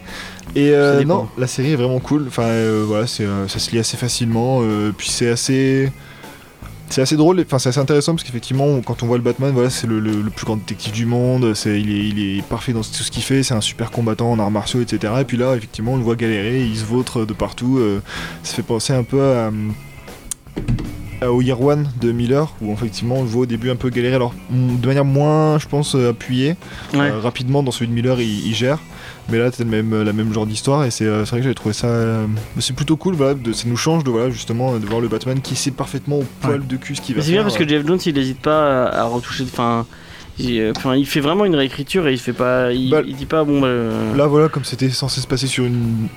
[SPEAKER 3] Et euh,
[SPEAKER 2] Ça dépend.
[SPEAKER 3] non, la série est vraiment cool. Enfin, euh, voilà, c'est, euh, ça se lit assez facilement. euh, puis c'est assez. C'est assez drôle, et- enfin c'est assez intéressant parce qu'effectivement on- quand on voit le Batman, voilà c'est le, le- le plus grand détective du monde, c'est, il, est, il est parfait dans tout ce qu'il fait, c'est un super combattant en arts martiaux, etc. Et puis là effectivement on le voit galérer, il se vautre de partout, euh, ça fait penser un peu à, hum, à- euh, au Year One de Miller, où effectivement on le voit au début un peu galérer, alors mm, de manière moins je pense euh, appuyée,
[SPEAKER 2] Ouais.
[SPEAKER 3] euh, rapidement dans celui de Miller il, il gère mais là c'est le même la même genre d'histoire et c'est euh, c'est vrai que j'avais trouvé ça euh, c'est plutôt cool voilà de, ça nous change de voilà justement de voir le Batman qui sait parfaitement au poil de cul ce qu'il va
[SPEAKER 2] Mais c'est
[SPEAKER 3] faire euh,
[SPEAKER 2] bien parce que Jeff Jones, il n'hésite pas à à retoucher. Enfin, il, euh, enfin, il fait vraiment une réécriture et il fait pas. Il,
[SPEAKER 3] Bah,
[SPEAKER 2] il dit pas bon. bah, euh,
[SPEAKER 3] là voilà comme c'était censé se passer sur une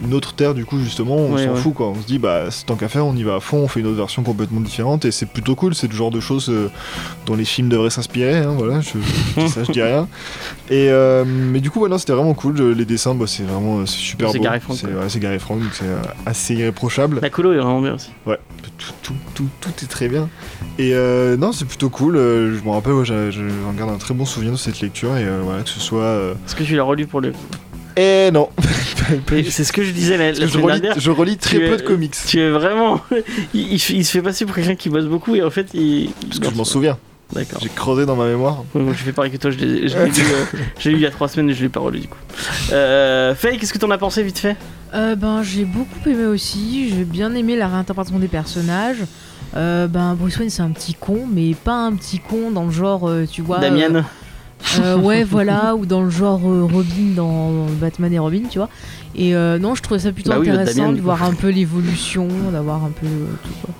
[SPEAKER 3] une autre terre du coup justement on
[SPEAKER 2] Ouais,
[SPEAKER 3] s'en
[SPEAKER 2] ouais.
[SPEAKER 3] fout quoi on se dit bah c'est tant qu'à faire on y va à fond on fait une autre version complètement différente et c'est plutôt cool c'est le genre de choses euh, dont les films devraient s'inspirer hein, voilà je, je dis ça je dis rien
[SPEAKER 2] (laughs)
[SPEAKER 3] et euh, mais du coup voilà c'était vraiment cool euh, les dessins bah, c'est vraiment euh, c'est super
[SPEAKER 2] C'est
[SPEAKER 3] beau
[SPEAKER 2] Gary Frank,
[SPEAKER 3] c'est
[SPEAKER 2] quoi.
[SPEAKER 3] ouais, c'est Gary Frank donc c'est euh, assez irréprochable
[SPEAKER 2] La colo est vraiment bien aussi.
[SPEAKER 3] tout, tout, tout, tout est très bien. Et euh, non, c'est plutôt cool. euh, je me rappelle, ouais, j'a- je- j'en garde un très bon souvenir de cette lecture. Et euh, voilà, que ce soit. euh,
[SPEAKER 2] Est-ce que tu l'as relu
[SPEAKER 3] (laughs)
[SPEAKER 2] pour le.
[SPEAKER 3] Eh (laughs) non
[SPEAKER 2] Et C'est ce que je disais la, la
[SPEAKER 3] Parce que je
[SPEAKER 2] semaine
[SPEAKER 3] relis,
[SPEAKER 2] dernière.
[SPEAKER 3] je relis très
[SPEAKER 2] tu
[SPEAKER 3] peu
[SPEAKER 2] es-
[SPEAKER 3] de comics.
[SPEAKER 2] Tu es vraiment. (laughs) il, il- il se fait passer pour quelqu'un qui bosse beaucoup et en fait il.
[SPEAKER 3] Parce que je m'en souviens.
[SPEAKER 2] D'accord.
[SPEAKER 3] J'ai creusé dans ma mémoire.
[SPEAKER 2] Ouais, moi, je fais pareil que toi, je l'ai- je l'ai lu,
[SPEAKER 3] (laughs)
[SPEAKER 2] euh, j'ai lu il y a trois semaines et je l'ai pas relu du coup. Euh, Faye, qu'est-ce que t'en as pensé vite fait
[SPEAKER 4] Euh, ben, j'ai beaucoup aimé aussi. J'ai bien aimé la réinterprétation des personnages. Euh, ben, Bruce Wayne, c'est un petit con, mais pas un petit con dans le genre, euh, tu vois.
[SPEAKER 2] Damien
[SPEAKER 4] euh, euh, Ouais, voilà, (laughs) ou dans le genre euh, Robin dans Batman et Robin, tu vois. Et euh, non, je trouvais ça plutôt
[SPEAKER 2] Bah oui, le
[SPEAKER 4] intéressant
[SPEAKER 2] Damien,
[SPEAKER 4] de
[SPEAKER 2] du
[SPEAKER 4] voir un peu l'évolution, d'avoir un peu euh, tout quoi.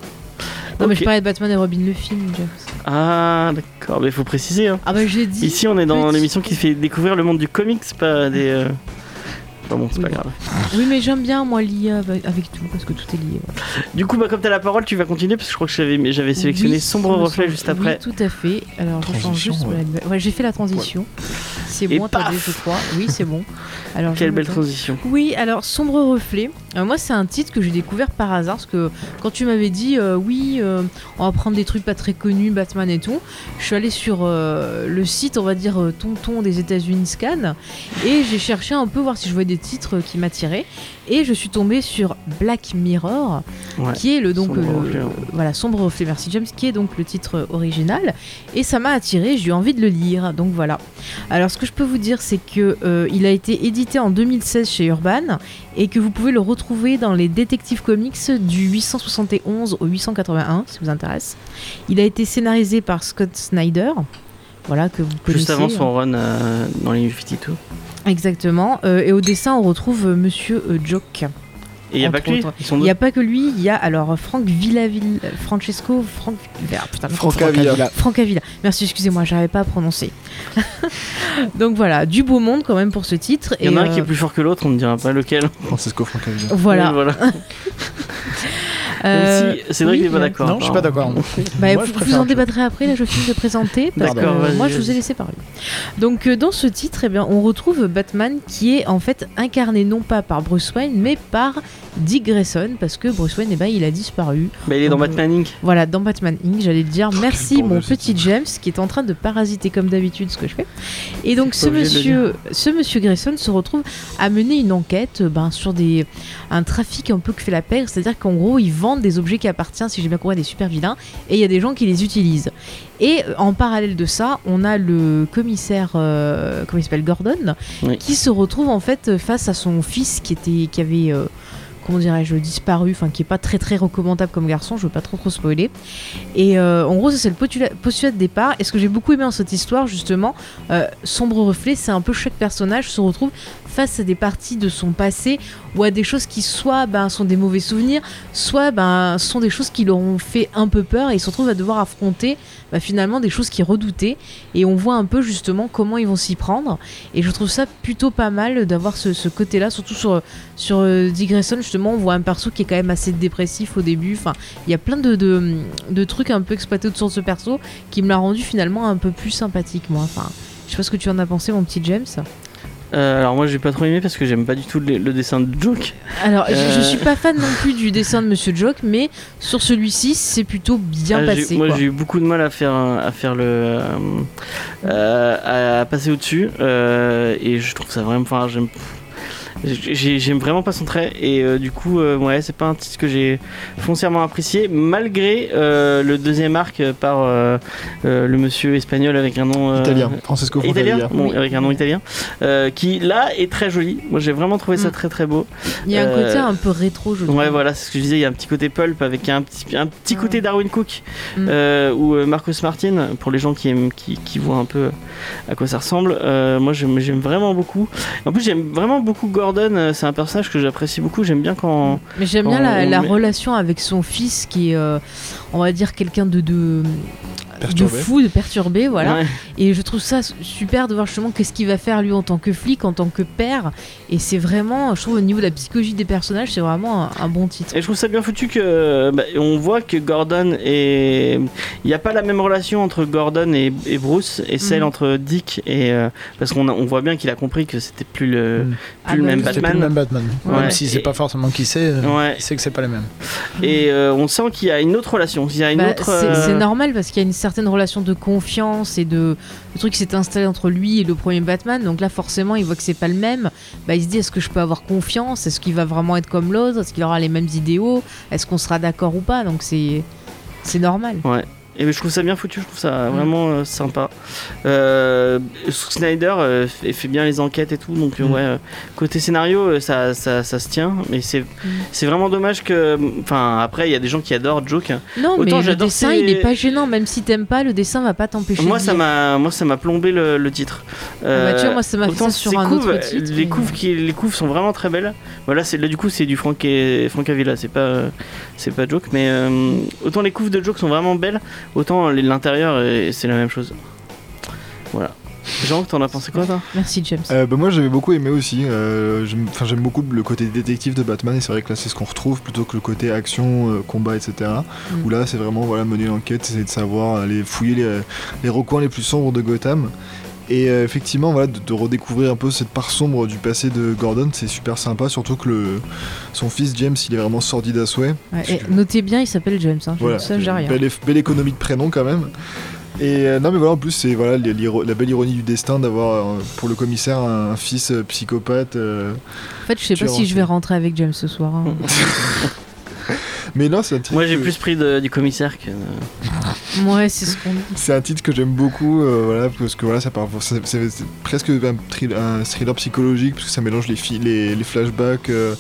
[SPEAKER 4] Non, mais
[SPEAKER 2] Ok.
[SPEAKER 4] je parlais de Batman et Robin, le film, James.
[SPEAKER 2] Ah, d'accord, mais faut préciser. Hein.
[SPEAKER 4] Ah, bah, j'ai dit.
[SPEAKER 2] Ici, on est dans
[SPEAKER 4] Petit
[SPEAKER 2] l'émission qui fait découvrir le monde du comics, pas des. euh, Enfin bon, c'est pas
[SPEAKER 4] Oui.
[SPEAKER 2] grave.
[SPEAKER 4] Oui, mais j'aime bien, moi, l'IA avec avec tout, parce que tout est lié. voilà.
[SPEAKER 2] Du coup, bah, comme t'as la parole, tu vas continuer parce que je crois que j'avais, mais j'avais sélectionné
[SPEAKER 4] Oui,
[SPEAKER 2] Sombre
[SPEAKER 4] il me
[SPEAKER 2] Reflet
[SPEAKER 4] semble-
[SPEAKER 2] juste après.
[SPEAKER 4] Oui, tout à fait. Alors, je change
[SPEAKER 3] Transition,
[SPEAKER 4] juste.
[SPEAKER 3] ouais.
[SPEAKER 4] ma- Ouais, j'ai fait la transition. C'est
[SPEAKER 2] Et
[SPEAKER 4] bon, attendez,
[SPEAKER 2] paf
[SPEAKER 4] je crois. Oui, c'est bon. Alors, je
[SPEAKER 2] Quelle
[SPEAKER 4] me
[SPEAKER 2] belle
[SPEAKER 4] tente.
[SPEAKER 2] transition.
[SPEAKER 4] Oui, alors Sombre Reflet, euh, moi c'est un titre que j'ai découvert par hasard parce que quand tu m'avais dit euh, oui, euh, on va prendre des trucs pas très connus, Batman et tout, je suis allée sur euh, le site, on va dire euh, Tonton des États-Unis Scan et j'ai cherché un peu voir si je voyais des titres euh, qui m'attiraient et je suis tombée sur Black Mirror
[SPEAKER 2] Ouais.
[SPEAKER 4] qui est le donc
[SPEAKER 2] Sombre
[SPEAKER 4] le-
[SPEAKER 2] Reflet, ouais.
[SPEAKER 4] voilà Sombre Reflet, merci James, qui est donc le titre euh, original et ça m'a attiré, j'ai eu envie de le lire, donc voilà. Alors ce que je peux vous dire, c'est que euh, il a été édité en 2016 chez Urban et que vous pouvez le retrouver dans les Detective Comics du 871 au 881, si vous intéresse. Il a été scénarisé par Scott Snyder. Voilà, que vous
[SPEAKER 2] Juste
[SPEAKER 4] connaissez. hein.
[SPEAKER 2] avant son run euh, dans les New 52.
[SPEAKER 4] Exactement. Euh, et au dessin, on retrouve euh, Monsieur euh, Jock.
[SPEAKER 2] Et y a
[SPEAKER 4] Entre
[SPEAKER 2] pas que lui.
[SPEAKER 4] autres.
[SPEAKER 2] Ils sont
[SPEAKER 4] Il
[SPEAKER 2] deux.
[SPEAKER 4] n'y a pas que lui, il y a alors Franck Villaville, Francesco, Franck... ah, putain,
[SPEAKER 3] Franck
[SPEAKER 4] Franck
[SPEAKER 3] Avila.
[SPEAKER 4] Avila. Franck Avila. Merci, excusez-moi, j'arrivais pas à prononcer. (laughs) Donc voilà, du beau monde quand même pour ce titre.
[SPEAKER 2] Il y en a
[SPEAKER 4] et,
[SPEAKER 2] un qui est
[SPEAKER 4] euh,
[SPEAKER 2] plus fort que l'autre, on ne dira pas lequel. (laughs)
[SPEAKER 3] Francesco Francavilla.
[SPEAKER 2] Oui,
[SPEAKER 4] Voilà. Euh,
[SPEAKER 2] Même si Cédric
[SPEAKER 4] oui,
[SPEAKER 2] n'est pas
[SPEAKER 4] euh,
[SPEAKER 2] d'accord.
[SPEAKER 5] Non, je suis pas d'accord.
[SPEAKER 4] Bah,
[SPEAKER 5] Moi, je
[SPEAKER 4] vous,
[SPEAKER 5] préfère
[SPEAKER 4] vous en
[SPEAKER 5] autre chose.
[SPEAKER 4] débattrez après, là je finis de présenter parce que
[SPEAKER 2] D'accord,
[SPEAKER 4] euh,
[SPEAKER 2] vas-y,
[SPEAKER 4] moi je vous ai
[SPEAKER 2] vas-y.
[SPEAKER 4] laissé parler. Donc euh, dans ce titre, eh bien, on retrouve Batman qui est en fait incarné non pas par Bruce Wayne mais par Dick Grayson parce que Bruce Wayne eh ben, il a disparu.
[SPEAKER 2] Mais il est dans
[SPEAKER 4] Donc,
[SPEAKER 2] Batman Inc.
[SPEAKER 4] Voilà, dans Batman Inc, j'allais te dire merci
[SPEAKER 3] bordel,
[SPEAKER 4] mon
[SPEAKER 3] ce
[SPEAKER 4] petit James qui est en train de parasiter comme d'habitude ce que je fais. Et donc
[SPEAKER 2] C'est
[SPEAKER 4] ce
[SPEAKER 2] pas obligé de le
[SPEAKER 4] monsieur, ce monsieur Grayson se retrouve à mener une enquête euh, ben, sur des, un trafic un peu que fait la pègre, c'est-à-dire qu'en gros ils vendent des objets qui appartiennent, si j'ai bien compris, à des super vilains et il y a des gens qui les utilisent. Et euh, en parallèle de ça, on a le commissaire, euh, comment il s'appelle, Gordon,
[SPEAKER 2] Oui.
[SPEAKER 4] qui se retrouve en fait euh, face à son fils qui était, qui avait, euh, comment dirais-je, disparu, enfin qui est pas très très recommandable comme garçon. Je veux pas trop trop spoiler. Et euh, en gros, ça, c'est le postula- postulat de départ. Et ce que j'ai beaucoup aimé dans cette histoire, justement, euh, sombre reflet, c'est un peu chaque personnage se retrouve face à des parties de son passé ou à des choses qui soit ben, sont des mauvais souvenirs, soit ben, sont des choses qui leur ont fait un peu peur et ils se retrouvent à devoir affronter bah, finalement des choses qu'ils redoutaient et on voit un peu justement comment ils vont s'y prendre et je trouve ça plutôt pas mal d'avoir ce, ce côté là surtout sur, sur euh, Dick Grayson justement on voit un perso qui est quand même assez dépressif au début enfin il y a plein de, de, de trucs un peu exploités autour de ce perso qui me l'a rendu finalement un peu plus sympathique moi enfin je sais pas ce que tu en as pensé mon petit James
[SPEAKER 2] Euh, alors moi j'ai pas trop aimé parce que j'aime pas du tout le, le dessin de Joke.
[SPEAKER 4] alors je- je,
[SPEAKER 2] Euh.
[SPEAKER 4] suis pas fan non plus du dessin de Monsieur Jock mais sur celui-ci c'est plutôt bien
[SPEAKER 2] Ah, j'ai-
[SPEAKER 4] passé
[SPEAKER 2] moi
[SPEAKER 4] quoi.
[SPEAKER 2] j'ai eu beaucoup de mal à faire un- à faire le euh, euh, à passer au dessus et je trouve ça vraiment. Enfin j'aime j'ai- j'aime vraiment pas son trait et euh, du coup euh, ouais c'est pas un titre que j'ai foncièrement apprécié malgré euh, le deuxième arc euh, par euh, euh, le monsieur espagnol avec un nom euh,
[SPEAKER 3] Italien, Francesco
[SPEAKER 2] Italien,
[SPEAKER 3] Francavilla.
[SPEAKER 2] bon,
[SPEAKER 4] Oui.
[SPEAKER 2] avec un nom italien, euh, qui là est très joli. Moi j'ai vraiment trouvé ça
[SPEAKER 4] Mm.
[SPEAKER 2] très très beau.
[SPEAKER 4] il y a un
[SPEAKER 2] euh,
[SPEAKER 4] côté un peu rétro je trouve
[SPEAKER 2] Ouais, voilà, c'est ce que je disais. Il y a un petit côté pulp avec un petit, un petit
[SPEAKER 4] Mm-hmm. Mm.
[SPEAKER 2] côté Darwin Cook
[SPEAKER 4] Mm.
[SPEAKER 2] euh, ou euh, Marcus Martin pour les gens qui aiment, qui, qui voient un peu à quoi ça ressemble. Euh, moi j'aime j'aime vraiment beaucoup. En plus, j'aime vraiment beaucoup Gordon. euh, C'est un personnage que j'apprécie beaucoup. J'aime bien quand.
[SPEAKER 4] Mais j'aime
[SPEAKER 2] Quand
[SPEAKER 4] bien la,
[SPEAKER 2] on
[SPEAKER 4] la
[SPEAKER 2] met-
[SPEAKER 4] relation avec son fils qui est, euh, on va dire, quelqu'un de, de, de
[SPEAKER 3] Perturbé.
[SPEAKER 4] fou, de perturbé, voilà.
[SPEAKER 2] Ouais.
[SPEAKER 4] Et je trouve ça su- super de voir justement qu'est-ce qu'il va faire lui en tant que flic, en tant que père. Et c'est vraiment, je trouve, au niveau de la psychologie des personnages, c'est vraiment un, un bon titre.
[SPEAKER 2] Et je trouve ça bien foutu que bah, on voit que Gordon et il n'y a pas la même relation entre Gordon et, et Bruce et celle
[SPEAKER 4] Mhm.
[SPEAKER 2] entre Dick et euh, parce qu'on a- on voit bien qu'il a compris que c'était plus le
[SPEAKER 5] Mhm.
[SPEAKER 2] plus le
[SPEAKER 4] Ah,
[SPEAKER 2] même
[SPEAKER 4] bah,
[SPEAKER 5] C'est plus
[SPEAKER 2] Batman.
[SPEAKER 5] le même Batman.
[SPEAKER 4] Ouais.
[SPEAKER 5] Même si c'est
[SPEAKER 2] Et-
[SPEAKER 5] pas forcément qui c'est, euh,
[SPEAKER 2] Ouais.
[SPEAKER 5] il sait que c'est pas les mêmes.
[SPEAKER 2] Et euh, on sent qu'il y a une autre relation, il y a une
[SPEAKER 4] Bah,
[SPEAKER 2] autre.
[SPEAKER 4] c'est
[SPEAKER 2] euh,
[SPEAKER 4] c'est normal parce qu'il y a une certaine relation de confiance et de le truc qui s'est installé entre lui et le premier Batman. Donc là, forcément, il voit que c'est pas le même. Bah, il se dit est-ce que je peux avoir confiance Est-ce qu'il va vraiment être comme l'autre Est-ce qu'il aura les mêmes idéaux Est-ce qu'on sera d'accord ou pas Donc c'est c'est normal.
[SPEAKER 2] Et ben, je trouve ça bien foutu, je trouve ça
[SPEAKER 4] Mm.
[SPEAKER 2] vraiment euh, sympa. Euh, Snyder euh, fait fait bien les enquêtes et tout, donc euh,
[SPEAKER 5] Mm.
[SPEAKER 2] ouais, euh, côté scénario, euh, ça, ça, ça se tient, mais c'est
[SPEAKER 4] Mm.
[SPEAKER 2] c'est vraiment dommage que. mm, Enfin, après, il y a des gens qui adorent Joke.
[SPEAKER 4] Non,
[SPEAKER 2] Autant
[SPEAKER 4] mais le
[SPEAKER 2] j'adore
[SPEAKER 4] dessin,
[SPEAKER 2] ces-
[SPEAKER 4] il est pas gênant. Même si t'aimes pas, le dessin va pas t'empêcher.
[SPEAKER 2] Moi
[SPEAKER 4] de
[SPEAKER 2] ça
[SPEAKER 4] lire.
[SPEAKER 2] m'a moi ça m'a plombé le, le titre.
[SPEAKER 4] Ah bah, tu vois, moi, ça m'a fait
[SPEAKER 2] Euh, autant
[SPEAKER 4] ça sur
[SPEAKER 2] ces
[SPEAKER 4] un
[SPEAKER 2] couves, euh,
[SPEAKER 4] autre titre,
[SPEAKER 2] Les
[SPEAKER 4] mais-
[SPEAKER 2] couves qui les couves sont vraiment très belles. Voilà, c'est là du coup c'est du Franck et Franck Avila, c'est pas euh, c'est pas Joke mais euh, autant les couves de Joke sont vraiment belles, autant les- l'intérieur euh, c'est la même chose. Voilà. Jean, t'en as pensé quoi, Ah, toi
[SPEAKER 4] Merci James.
[SPEAKER 3] Euh, bah, moi j'avais beaucoup aimé aussi. euh, j'aime enfin, j'aime beaucoup le côté détective de Batman et c'est vrai que là c'est ce qu'on retrouve plutôt que le côté action, euh, combat, etc.
[SPEAKER 4] Mm.
[SPEAKER 3] Où là c'est vraiment voilà, mener l'enquête, essayer de savoir, aller fouiller les, les recoins les plus sombres de Gotham. Et euh, effectivement, voilà, de, de redécouvrir un peu cette part sombre du passé de Gordon, c'est super sympa, surtout que le, son fils James, il est vraiment sordide à souhait.
[SPEAKER 4] Ouais, et notez bien, il s'appelle James. Hein.
[SPEAKER 3] Voilà,
[SPEAKER 4] ça, j'ai rien.
[SPEAKER 3] Belle, eff- belle économie de prénom quand même. Et euh, non mais voilà, en plus c'est voilà les- l'iro- la belle ironie du destin d'avoir euh, pour le commissaire un, un fils euh, psychopathe. euh.
[SPEAKER 4] En fait, je sais
[SPEAKER 3] Tu
[SPEAKER 4] pas si
[SPEAKER 3] rentres.
[SPEAKER 4] je vais rentrer avec James ce soir. hein.
[SPEAKER 2] (laughs)
[SPEAKER 3] Mais non, c'est un titre.
[SPEAKER 2] Moi, j'ai
[SPEAKER 3] que-
[SPEAKER 2] plus pris de- du commissaire que.
[SPEAKER 4] ouais, c'est ce qu'on dit.
[SPEAKER 3] C'est un titre que j'aime beaucoup, euh, voilà, parce que voilà, ça part, c'est, c'est- c'est presque un, thrill- un thriller psychologique, parce que ça mélange les, fi- les, les flashbacks euh,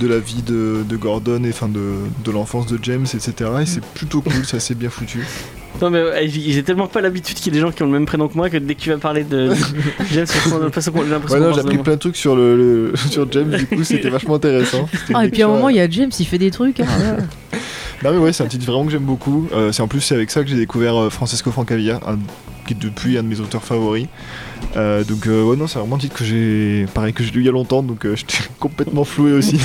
[SPEAKER 3] de la vie de, de Gordon et enfin de, de l'enfance de James, etc. Et c'est plutôt cool, c'est assez bien foutu.
[SPEAKER 2] Non, mais euh, j'ai j'ai tellement pas l'habitude qu'il y ait des gens qui ont le même prénom que moi que dès que tu vas parler de. (laughs) de James, j'ai l'impression qu'on j'ai l'impression
[SPEAKER 3] Ouais, non,
[SPEAKER 2] qu'on parle
[SPEAKER 3] j'ai
[SPEAKER 2] de
[SPEAKER 3] appris
[SPEAKER 2] moi.
[SPEAKER 3] plein de trucs sur le, le- (laughs) sur James, du coup, c'était vachement intéressant. C'était
[SPEAKER 4] Ah, et
[SPEAKER 3] une
[SPEAKER 4] puis à
[SPEAKER 3] lecture,
[SPEAKER 4] un moment, il y a James, il fait des trucs. hein.
[SPEAKER 3] Non mais Bah ouais, c'est un titre vraiment que j'aime beaucoup. Euh, c'est en plus c'est avec ça que j'ai découvert euh, Francesco Francavilla, un- qui est depuis un de mes auteurs favoris. Euh, donc euh, ouais non, c'est vraiment un titre que j'ai, pareil que j'ai lu il y a longtemps, donc euh, (laughs) j'étais complètement
[SPEAKER 2] (laughs)
[SPEAKER 3] floué aussi.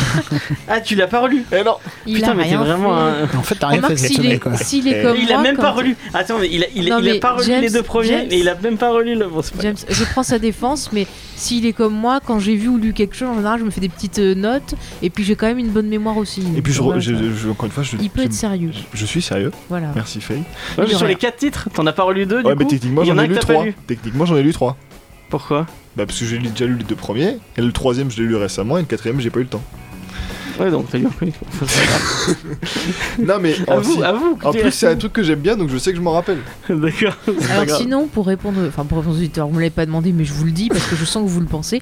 [SPEAKER 2] Ah, tu l'as pas relu
[SPEAKER 3] Eh non,
[SPEAKER 4] Il
[SPEAKER 2] Putain,
[SPEAKER 4] a
[SPEAKER 2] mais t'es
[SPEAKER 4] rien
[SPEAKER 2] vraiment
[SPEAKER 4] fait. hein.
[SPEAKER 2] un.
[SPEAKER 5] En fait, t'as rien fait
[SPEAKER 4] Remarque,
[SPEAKER 5] cette
[SPEAKER 4] s'il
[SPEAKER 5] semaine,
[SPEAKER 4] est,
[SPEAKER 5] quoi.
[SPEAKER 4] s'il est
[SPEAKER 3] Eh,
[SPEAKER 4] comme
[SPEAKER 2] Il
[SPEAKER 4] moi,
[SPEAKER 2] a même pas
[SPEAKER 4] quand-
[SPEAKER 2] relu. Attends, mais il a, il a-
[SPEAKER 4] Non,
[SPEAKER 2] il a
[SPEAKER 4] mais
[SPEAKER 2] pas relu
[SPEAKER 4] James-
[SPEAKER 2] les deux premiers
[SPEAKER 4] James-
[SPEAKER 2] et il a même pas relu le. Bon, c'est pas
[SPEAKER 4] James, je prends sa défense, mais s'il est comme moi, quand j'ai vu ou lu quelque chose, en général, je me fais des petites euh, notes, et puis j'ai quand même une bonne mémoire aussi.
[SPEAKER 3] Et puis je, re-
[SPEAKER 4] Voilà,
[SPEAKER 3] je-
[SPEAKER 4] quoi.
[SPEAKER 3] je- encore une fois, je,
[SPEAKER 4] Il peut
[SPEAKER 3] je-
[SPEAKER 4] être sérieux,
[SPEAKER 3] je- je suis sérieux.
[SPEAKER 4] voilà.
[SPEAKER 3] Merci Faye.
[SPEAKER 2] Ouais, mais
[SPEAKER 4] de
[SPEAKER 2] sur
[SPEAKER 4] rien.
[SPEAKER 2] les quatre titres, t'en as pas relu deux du
[SPEAKER 3] Ouais, mais
[SPEAKER 2] coup
[SPEAKER 3] techniquement
[SPEAKER 2] il y en
[SPEAKER 3] j'en
[SPEAKER 2] a
[SPEAKER 3] ai
[SPEAKER 2] que
[SPEAKER 3] lu
[SPEAKER 2] t'as pas
[SPEAKER 3] trois.
[SPEAKER 2] lu.
[SPEAKER 3] Techniquement j'en ai lu trois.
[SPEAKER 2] Pourquoi
[SPEAKER 3] Bah parce que j'ai déjà lu les deux premiers, et le troisième je l'ai lu récemment, et le quatrième j'ai pas eu le temps.
[SPEAKER 2] Ouais, donc t'as bien relu.
[SPEAKER 3] non mais en,
[SPEAKER 2] À vous,
[SPEAKER 3] si-
[SPEAKER 2] à vous.
[SPEAKER 3] en plus Ah, c'est un truc que j'aime bien, donc je sais que je m'en rappelle.
[SPEAKER 2] (laughs) D'accord.
[SPEAKER 4] Alors sinon, pour répondre, enfin pour répondre aux auditeurs, vous me l'avez pas demandé, mais je vous le dis parce que je sens que vous le pensez.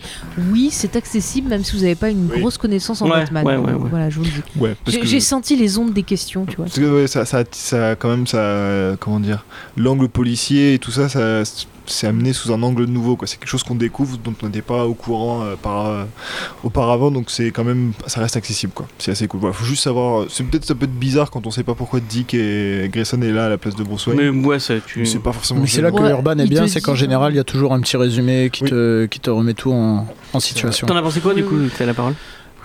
[SPEAKER 4] Oui, c'est accessible, même si vous n'avez pas une
[SPEAKER 3] Oui.
[SPEAKER 4] grosse connaissance en
[SPEAKER 2] Ouais,
[SPEAKER 4] Batman.
[SPEAKER 2] ouais, ouais, ouais.
[SPEAKER 4] Voilà, je vous le dis.
[SPEAKER 3] Ouais,
[SPEAKER 4] J'ai j'ai senti les ondes des questions, tu vois.
[SPEAKER 3] Parce que ouais, ça, ça, ça- quand même, ça, euh, comment dire, l'angle policier et tout ça, ça c'est amené sous un angle nouveau. quoi. C'est quelque chose qu'on découvre dont on n'était pas au courant euh, par, euh, auparavant, donc c'est quand même, ça reste accessible. quoi. C'est assez cool. Voilà, faut juste savoir. C'est peut-être ça peut être bizarre quand on sait pas pourquoi Dick et Grayson est là à la place de Bruce Wayne.
[SPEAKER 2] Mais ouais, ça, tu.
[SPEAKER 3] Mais c'est pas forcément.
[SPEAKER 5] Mais c'est là que
[SPEAKER 4] Ouais,
[SPEAKER 5] l'urban est
[SPEAKER 4] il te
[SPEAKER 5] bien, c'est qu'en
[SPEAKER 4] dit-
[SPEAKER 5] général, il y a toujours un petit résumé qui,
[SPEAKER 3] Oui.
[SPEAKER 5] te, qui te remet tout en, en situation.
[SPEAKER 2] T'en as pensé quoi du coup
[SPEAKER 4] Euh,
[SPEAKER 2] T'as la parole.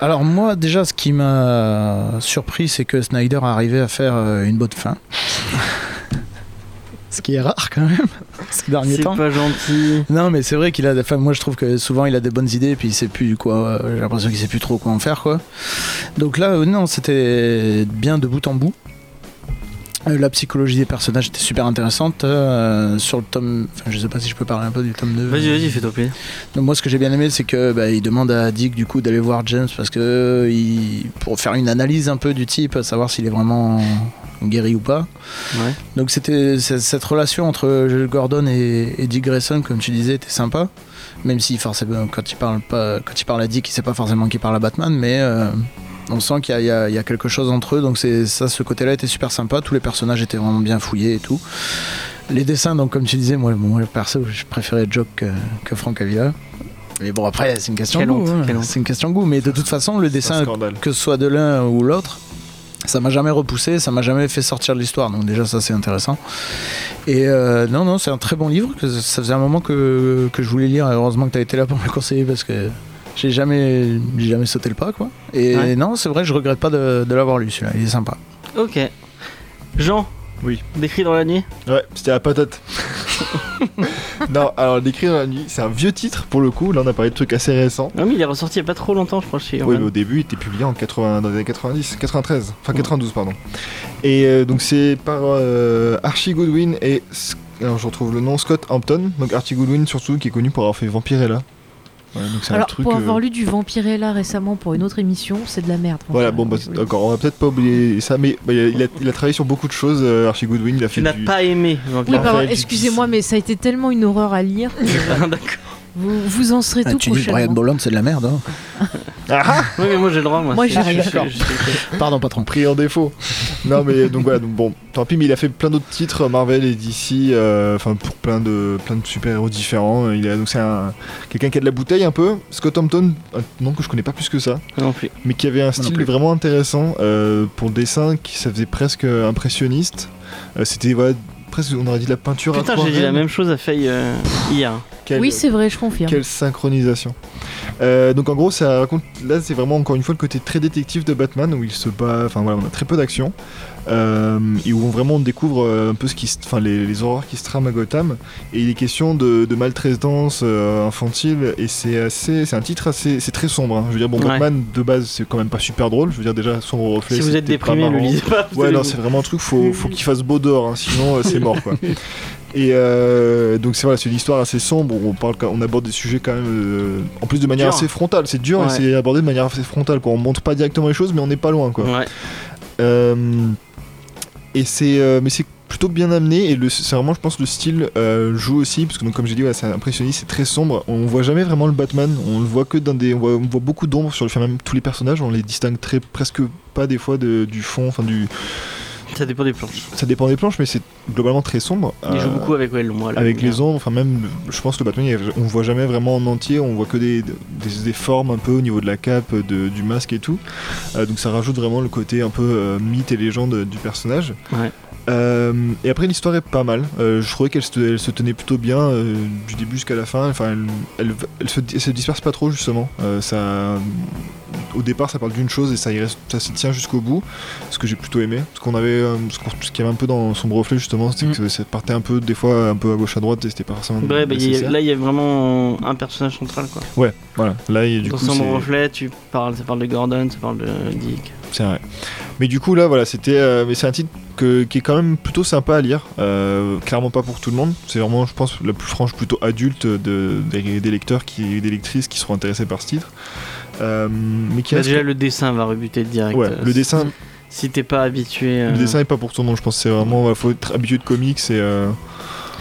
[SPEAKER 5] Alors moi, déjà, ce qui m'a surpris, c'est que Snyder arrivait à faire euh, une bonne fin. (laughs) ce qui est rare quand même, (laughs) ces derniers
[SPEAKER 2] C'est
[SPEAKER 5] temps.
[SPEAKER 2] pas gentil.
[SPEAKER 5] Non, mais c'est vrai qu'il a. Enfin, moi, je trouve que souvent, il a des bonnes idées, et puis il sait plus quoi. euh, J'ai l'impression qu'il sait plus trop quoi en faire, quoi. Donc là, euh, non, c'était bien de bout en bout. Euh, La psychologie des personnages était super intéressante. euh, sur le tome. Enfin, je sais pas si je peux parler un peu du tome 2.
[SPEAKER 2] Vas-y, vas-y, fais-toi plaisir.
[SPEAKER 5] Donc moi ce que j'ai bien aimé c'est que bah, il demande à Dick du coup d'aller voir James parce que euh, il- pour faire une analyse un peu du type, savoir s'il est vraiment guéri ou pas.
[SPEAKER 2] Ouais.
[SPEAKER 5] Donc c'était c'est- cette relation entre Gordon et, et Dick Grayson comme tu disais était sympa, même si forcément quand il parle pas quand il parle à Dick il sait pas forcément qu'il parle à Batman mais euh, on sent qu'il y a- il y, a- il y a quelque chose entre eux, donc c'est ça, ce côté-là était super sympa. Tous les personnages étaient vraiment bien fouillés et tout. Les dessins, donc comme tu disais, moi, moi perso, je préférais Jock que, que Frank Avila. Mais bon, après, c'est une question
[SPEAKER 2] Quelle
[SPEAKER 5] de goût.
[SPEAKER 2] honte,
[SPEAKER 5] hein.
[SPEAKER 2] quelle honte.
[SPEAKER 5] C'est une question de goût, mais de toute façon, le
[SPEAKER 3] C'est un
[SPEAKER 5] dessin,
[SPEAKER 3] scandale.
[SPEAKER 5] que ce soit de l'un ou l'autre, ça m'a jamais repoussé, ça m'a jamais fait sortir de l'histoire. Donc déjà, ça, c'est intéressant. Et euh, non, non, c'est un très bon livre. Que ça faisait un moment que, que je voulais lire. et Heureusement que tu as été là pour me le conseiller parce que j'ai jamais, j'ai jamais sauté le pas, quoi. Et
[SPEAKER 2] Ouais.
[SPEAKER 5] non, c'est vrai, je regrette pas de, de l'avoir lu, celui-là. Il est sympa.
[SPEAKER 2] Ok. Jean
[SPEAKER 3] Oui.
[SPEAKER 2] Décrit dans la nuit
[SPEAKER 3] Ouais, c'était la (laughs) patate. non, alors l'écrit dans la nuit, c'est un vieux titre pour le coup. Là, on a parlé de trucs assez récents.
[SPEAKER 2] Non, mais Ah il est ressorti il y a pas trop longtemps, je crois, chez
[SPEAKER 3] Oui,
[SPEAKER 2] Urban.
[SPEAKER 3] mais au début, il était publié en 80, dans les années 90, 93, enfin 92, pardon. Et euh, donc, c'est par euh, Archie Goodwin et. S- Alors, je retrouve le nom, Scott Hampton. Donc, Archie Goodwin, surtout, qui est connu pour avoir fait Vampirella. Voilà, donc, c'est un
[SPEAKER 4] Alors
[SPEAKER 3] truc.
[SPEAKER 4] pour
[SPEAKER 3] euh,
[SPEAKER 4] avoir lu du Vampirella récemment pour une autre émission, c'est de la merde.
[SPEAKER 3] Voilà,
[SPEAKER 4] franchement.
[SPEAKER 3] bon, bah,
[SPEAKER 2] euh,
[SPEAKER 4] Désolé.
[SPEAKER 3] d'accord, on va peut-être pas oublier ça, mais bah, il, a, il a- il a travaillé sur beaucoup de choses, euh, Archie Goodwin. Il a
[SPEAKER 2] Tu
[SPEAKER 3] fait
[SPEAKER 2] n'as
[SPEAKER 3] du.
[SPEAKER 2] pas aimé,
[SPEAKER 4] Oui,
[SPEAKER 2] Vampire.
[SPEAKER 4] pardon,
[SPEAKER 3] Raphaël
[SPEAKER 4] excusez-moi, mais ça a été tellement une horreur à lire.
[SPEAKER 2] (laughs) D'accord.
[SPEAKER 4] Vous, vous en serez
[SPEAKER 5] Ah,
[SPEAKER 4] tout
[SPEAKER 5] tu dis Brian
[SPEAKER 4] prochainement.
[SPEAKER 5] Bolland, c'est de la merde. hein.
[SPEAKER 2] Oui, mais moi j'ai le droit, moi.
[SPEAKER 4] Moi,
[SPEAKER 2] C'est-
[SPEAKER 4] j'ai-
[SPEAKER 2] je- je-
[SPEAKER 5] d'accord.
[SPEAKER 2] je- je-
[SPEAKER 5] Pardon, patron.
[SPEAKER 3] Pris en défaut. non, mais donc voilà, donc, bon, tant pis, mais il a fait plein d'autres titres, Marvel et DC, euh, enfin pour plein de, plein de super-héros différents. Il a, donc c'est un, quelqu'un qui a de la bouteille un peu. Scott Hampton, un nom que je connais pas plus que ça,
[SPEAKER 2] Non plus.
[SPEAKER 3] mais qui avait un style
[SPEAKER 5] plus.
[SPEAKER 3] vraiment intéressant euh, pour le dessin, qui ça faisait presque impressionniste. Euh, c'était voilà, presque, on aurait dit de la peinture
[SPEAKER 2] Putain, j'ai
[SPEAKER 3] aquarelle.
[SPEAKER 2] dit la même chose à Faye euh, hier.
[SPEAKER 3] Quelle-
[SPEAKER 5] euh,
[SPEAKER 4] Oui, c'est vrai, je confirme.
[SPEAKER 3] Quelle synchronisation. Euh, donc en gros, ça raconte. Là, c'est vraiment encore une fois le côté très détective de Batman où il se bat. Enfin voilà, on a très peu d'action euh, et où on vraiment on découvre euh, un peu ce qui, se- enfin les, les horreurs qui se trament à Gotham. Et il est question de, de maltraitance euh, infantile et c'est assez. C'est un titre assez. C'est très sombre. hein. Je veux dire, bon,
[SPEAKER 2] Ouais.
[SPEAKER 3] Batman de base, c'est quand même pas super drôle. Je veux dire déjà sombre au reflet.
[SPEAKER 2] Si vous êtes
[SPEAKER 3] c'était pas
[SPEAKER 2] déprimé, ne
[SPEAKER 3] marrant.
[SPEAKER 2] lisez pas.
[SPEAKER 3] Ouais, non, c'est vraiment un truc, faut, faut qu'il fasse beau dehors, hein, sinon euh, c'est mort
[SPEAKER 2] (laughs)
[SPEAKER 3] quoi. Et euh, donc c'est voilà, c'est une histoire assez sombre, où on, parle, quand- on aborde des sujets quand même, euh, en plus de manière
[SPEAKER 2] Dur.
[SPEAKER 3] assez frontale, c'est dur, et
[SPEAKER 2] Ouais.
[SPEAKER 3] c'est abordé de manière assez frontale quoi. On montre pas directement les choses, mais on n'est pas loin quoi.
[SPEAKER 2] Ouais.
[SPEAKER 3] Euh, et c'est, euh, mais c'est plutôt bien amené et le, c'est vraiment, je pense, le style euh, joue aussi parce que donc, comme j'ai dit, voilà, c'est impressionniste, c'est très sombre. On voit jamais vraiment le Batman. On le voit que dans des, on voit, on voit beaucoup d'ombre sur le, enfin, même tous les personnages. On les distingue très presque pas des fois de- du fond, enfin du,
[SPEAKER 2] Ça dépend des planches.
[SPEAKER 3] ça dépend des planches, mais c'est globalement très sombre.
[SPEAKER 2] Il joue
[SPEAKER 3] Euh,
[SPEAKER 2] beaucoup avec ouais, l'ombre. là.
[SPEAKER 3] avec les ombres, enfin même, je pense que le Batman, il- on le voit jamais vraiment en entier, on voit que des, des, des formes un peu au niveau de la cape, de- du masque et tout. Euh, donc ça rajoute vraiment le côté un peu euh, mythe et légende du personnage.
[SPEAKER 2] Ouais.
[SPEAKER 3] Euh, et après l'histoire est pas mal. Euh, je trouvais qu'elle se, elle se tenait plutôt bien euh, du début jusqu'à la fin. Enfin, elle, elle, elle se, elle se disperse pas trop justement. Euh, ça, au départ, ça parle d'une chose et ça, y reste, ça se tient jusqu'au bout. Ce que j'ai plutôt aimé. Ce qu'on avait, euh, ce qu'on- ce qu'il y avait un peu dans son reflet justement, c'était
[SPEAKER 2] Mm.
[SPEAKER 3] que ça partait un peu des fois un peu à gauche à droite et c'était pas forcément.
[SPEAKER 2] Ouais, bah, il y a-
[SPEAKER 3] nécessaire.
[SPEAKER 2] là, il y a vraiment un personnage central. quoi.
[SPEAKER 3] Ouais, voilà. Là, il y a du
[SPEAKER 2] Dans
[SPEAKER 3] coup,
[SPEAKER 2] son
[SPEAKER 3] c'est-
[SPEAKER 2] reflet, tu parles, ça parle de Gordon, ça parle de Dick.
[SPEAKER 3] C'est vrai. Mais du coup, là, voilà, c'était. euh, mais c'est un titre que- qui est quand même plutôt sympa à lire. Euh, clairement pas pour tout le monde. C'est vraiment, je pense, la plus franche, plutôt adulte de, des, des lecteurs qui, des lectrices qui seront intéressés par ce titre. Euh, mais qui
[SPEAKER 2] Bah,
[SPEAKER 3] reste-
[SPEAKER 2] déjà, le dessin va rebuter direct.
[SPEAKER 3] Ouais,
[SPEAKER 2] euh,
[SPEAKER 3] le
[SPEAKER 2] si-
[SPEAKER 3] dessin,
[SPEAKER 2] Si t'es pas habitué. euh,
[SPEAKER 3] le dessin est pas pour tout le monde. Je pense que c'est vraiment, il faut être habitué de comics et euh,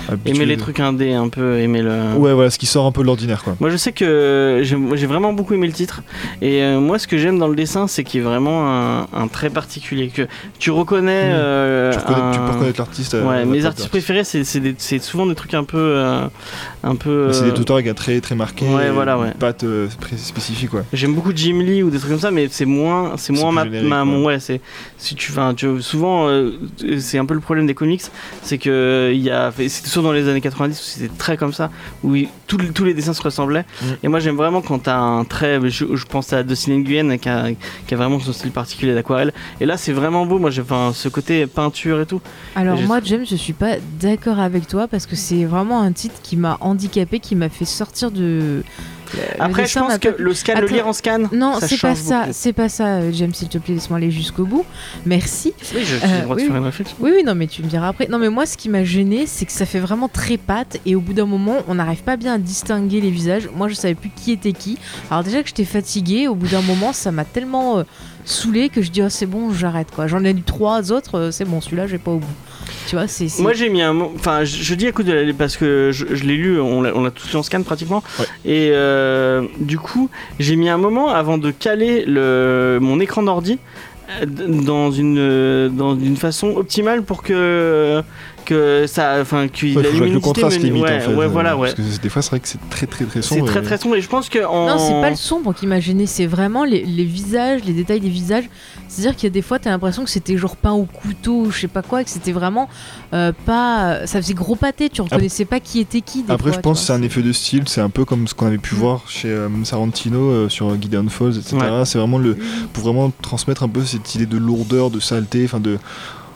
[SPEAKER 3] habitué
[SPEAKER 2] Aimer les
[SPEAKER 3] de-
[SPEAKER 2] trucs hein. indés un peu, aimer le.
[SPEAKER 3] Ouais, voilà, ce qui sort un peu de l'ordinaire, quoi.
[SPEAKER 2] Moi je sais que j'ai j'ai vraiment beaucoup aimé le titre et euh, moi ce que j'aime dans le dessin c'est qu'il est vraiment un, un trait particulier que tu reconnais.
[SPEAKER 3] Mhm.
[SPEAKER 2] euh,
[SPEAKER 3] Tu, reconnais- tu
[SPEAKER 2] un-
[SPEAKER 3] peux reconnaître l'artiste. euh,
[SPEAKER 2] Ouais,
[SPEAKER 3] la
[SPEAKER 2] mes artistes
[SPEAKER 3] patte d'artiste.
[SPEAKER 2] préférés c'est- c'est des- c'est souvent des trucs un peu euh, un peu.
[SPEAKER 3] Mais C'est
[SPEAKER 2] euh,
[SPEAKER 3] des auteurs avec un trait très marqué,
[SPEAKER 2] Ouais,
[SPEAKER 3] et
[SPEAKER 2] voilà,
[SPEAKER 3] une
[SPEAKER 2] ouais.
[SPEAKER 3] patte euh, très spécifique, ouais.
[SPEAKER 2] J'aime beaucoup Jim Lee ou des trucs comme ça, mais c'est moins, c'est
[SPEAKER 3] C'est
[SPEAKER 2] moins
[SPEAKER 3] plus
[SPEAKER 2] ma,
[SPEAKER 3] générique,
[SPEAKER 2] ma-
[SPEAKER 3] ouais.
[SPEAKER 2] mon- ouais. c'est si tu, enfin, tu- souvent euh, c'est un peu le problème des comics, c'est que euh, il y a, fait- c'était surtout dans les années 90 où c'était très comme ça, où il- tous les- tous les dessins se ressemblaient.
[SPEAKER 3] Mm.
[SPEAKER 2] Et moi j'aime vraiment quand t'as un trait, je, je pense à Dustin Nguyen qui a, qui a vraiment son style particulier d'aquarelle. Et là c'est vraiment beau, moi j'ai, enfin, ce côté peinture et tout.
[SPEAKER 4] Alors
[SPEAKER 2] Et je-
[SPEAKER 4] moi, James, je suis pas d'accord avec toi parce que c'est vraiment un titre qui m'a handicapé, qui m'a fait sortir de. le- le
[SPEAKER 2] Après je
[SPEAKER 4] dessin
[SPEAKER 2] pense
[SPEAKER 4] m'a
[SPEAKER 2] que
[SPEAKER 4] pas-
[SPEAKER 2] le scan, le
[SPEAKER 4] Attends.
[SPEAKER 2] lire en scan,
[SPEAKER 4] Non,
[SPEAKER 2] ça
[SPEAKER 4] c'est pas
[SPEAKER 2] change
[SPEAKER 4] ça,
[SPEAKER 2] beaucoup.
[SPEAKER 4] c'est pas ça, euh, James, s'il te plaît, laisse-moi aller jusqu'au bout. Merci.
[SPEAKER 2] Oui, je suis
[SPEAKER 4] Euh,
[SPEAKER 2] droit de
[SPEAKER 4] oui,
[SPEAKER 2] faire une réflexion.
[SPEAKER 4] Oui, oui, non, mais tu me diras après. Non, mais moi, ce qui m'a gêné, c'est que ça fait vraiment très pâte et au bout d'un moment, on n'arrive pas bien à distinguer les visages. Moi, je savais plus qui était qui. Alors, déjà que j'étais fatiguée, au bout d'un moment, ça m'a tellement euh, saoulée que je dis, oh, c'est bon, j'arrête quoi. J'en ai lu trois autres, euh, c'est bon, celui-là, j'ai pas au bout. Tu vois, c'est. c'est-
[SPEAKER 2] Moi j'ai mis un mot, enfin je, je dis à coup de la- parce que je, je l'ai lu, on l'a on l'a tous lu en scan pratiquement,
[SPEAKER 3] Ouais.
[SPEAKER 2] et euh, du coup j'ai mis un moment avant de caler le, mon écran d'ordi euh, d- dans une euh, dans une façon optimale pour que que ça enfin qu'il
[SPEAKER 3] Ouais,
[SPEAKER 2] la
[SPEAKER 3] faut jouer avec le
[SPEAKER 2] luminosité
[SPEAKER 3] contraste
[SPEAKER 2] me-
[SPEAKER 3] limite
[SPEAKER 2] ouais,
[SPEAKER 3] en fait.
[SPEAKER 2] ouais
[SPEAKER 3] euh,
[SPEAKER 2] voilà ouais
[SPEAKER 3] Parce que c'est- des fois c'est vrai que c'est très très très
[SPEAKER 2] c'est
[SPEAKER 3] sombre. euh.
[SPEAKER 2] très
[SPEAKER 3] et-
[SPEAKER 2] très sombre et je pense que en
[SPEAKER 4] Non, c'est
[SPEAKER 3] Oh.
[SPEAKER 4] pas le sombre qui m'a gêné, c'est vraiment les, les visages, les détails des visages. C'est-à-dire qu'il y a des fois, t'as l'impression que c'était genre peint au couteau, ou je sais pas quoi, et que c'était vraiment euh, pas. Ça faisait gros pâté, tu reconnaissais pas qui était qui. Des
[SPEAKER 3] Après
[SPEAKER 4] fois,
[SPEAKER 3] je pense
[SPEAKER 4] tu
[SPEAKER 3] que c'est
[SPEAKER 4] vois.
[SPEAKER 3] un effet de style, c'est un peu comme ce qu'on avait pu voir chez euh, Sarantino euh, sur euh, Guy Down Falls, etc.
[SPEAKER 2] Ouais.
[SPEAKER 3] C'est vraiment le pour vraiment transmettre un peu cette idée de lourdeur, de saleté, enfin de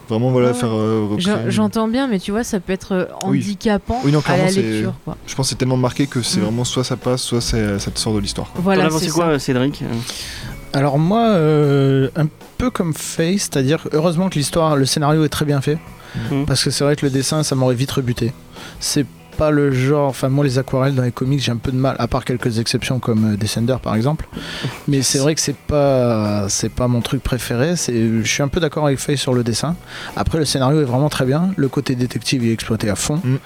[SPEAKER 3] vraiment voilà
[SPEAKER 4] Ouais, ouais.
[SPEAKER 3] faire. euh,
[SPEAKER 4] J'en-
[SPEAKER 3] recréer-
[SPEAKER 4] J'entends bien, mais tu vois, ça peut être euh,
[SPEAKER 3] Oui.
[SPEAKER 4] handicapant
[SPEAKER 3] Oui, non,
[SPEAKER 4] à la
[SPEAKER 3] clairement, c'est-
[SPEAKER 4] lecture. Quoi.
[SPEAKER 3] Je pense que c'est tellement marqué que c'est
[SPEAKER 4] Mm.
[SPEAKER 3] vraiment soit ça passe, soit c'est- euh, ça te sort de l'histoire.
[SPEAKER 2] T'en
[SPEAKER 3] quoi.
[SPEAKER 2] as
[SPEAKER 4] Voilà,
[SPEAKER 2] pensé
[SPEAKER 4] c'est
[SPEAKER 2] quoi
[SPEAKER 4] ça.
[SPEAKER 2] euh, Cédric
[SPEAKER 5] Alors moi, euh, un peu comme Face, c'est-à-dire que heureusement que l'histoire, le scénario est très bien fait,
[SPEAKER 2] Mhm.
[SPEAKER 5] parce que c'est vrai que le dessin, ça m'aurait vite rebuté. C'est pas le genre, enfin moi les aquarelles dans les comics, j'ai un peu de mal, à part quelques exceptions comme euh, Descender par exemple. Mais c'est vrai que c'est pas, c'est pas mon truc préféré. C'est, je suis un peu d'accord avec Face sur le dessin. Après le scénario est vraiment très bien, le côté détective il est exploité à fond.
[SPEAKER 3] Mhm.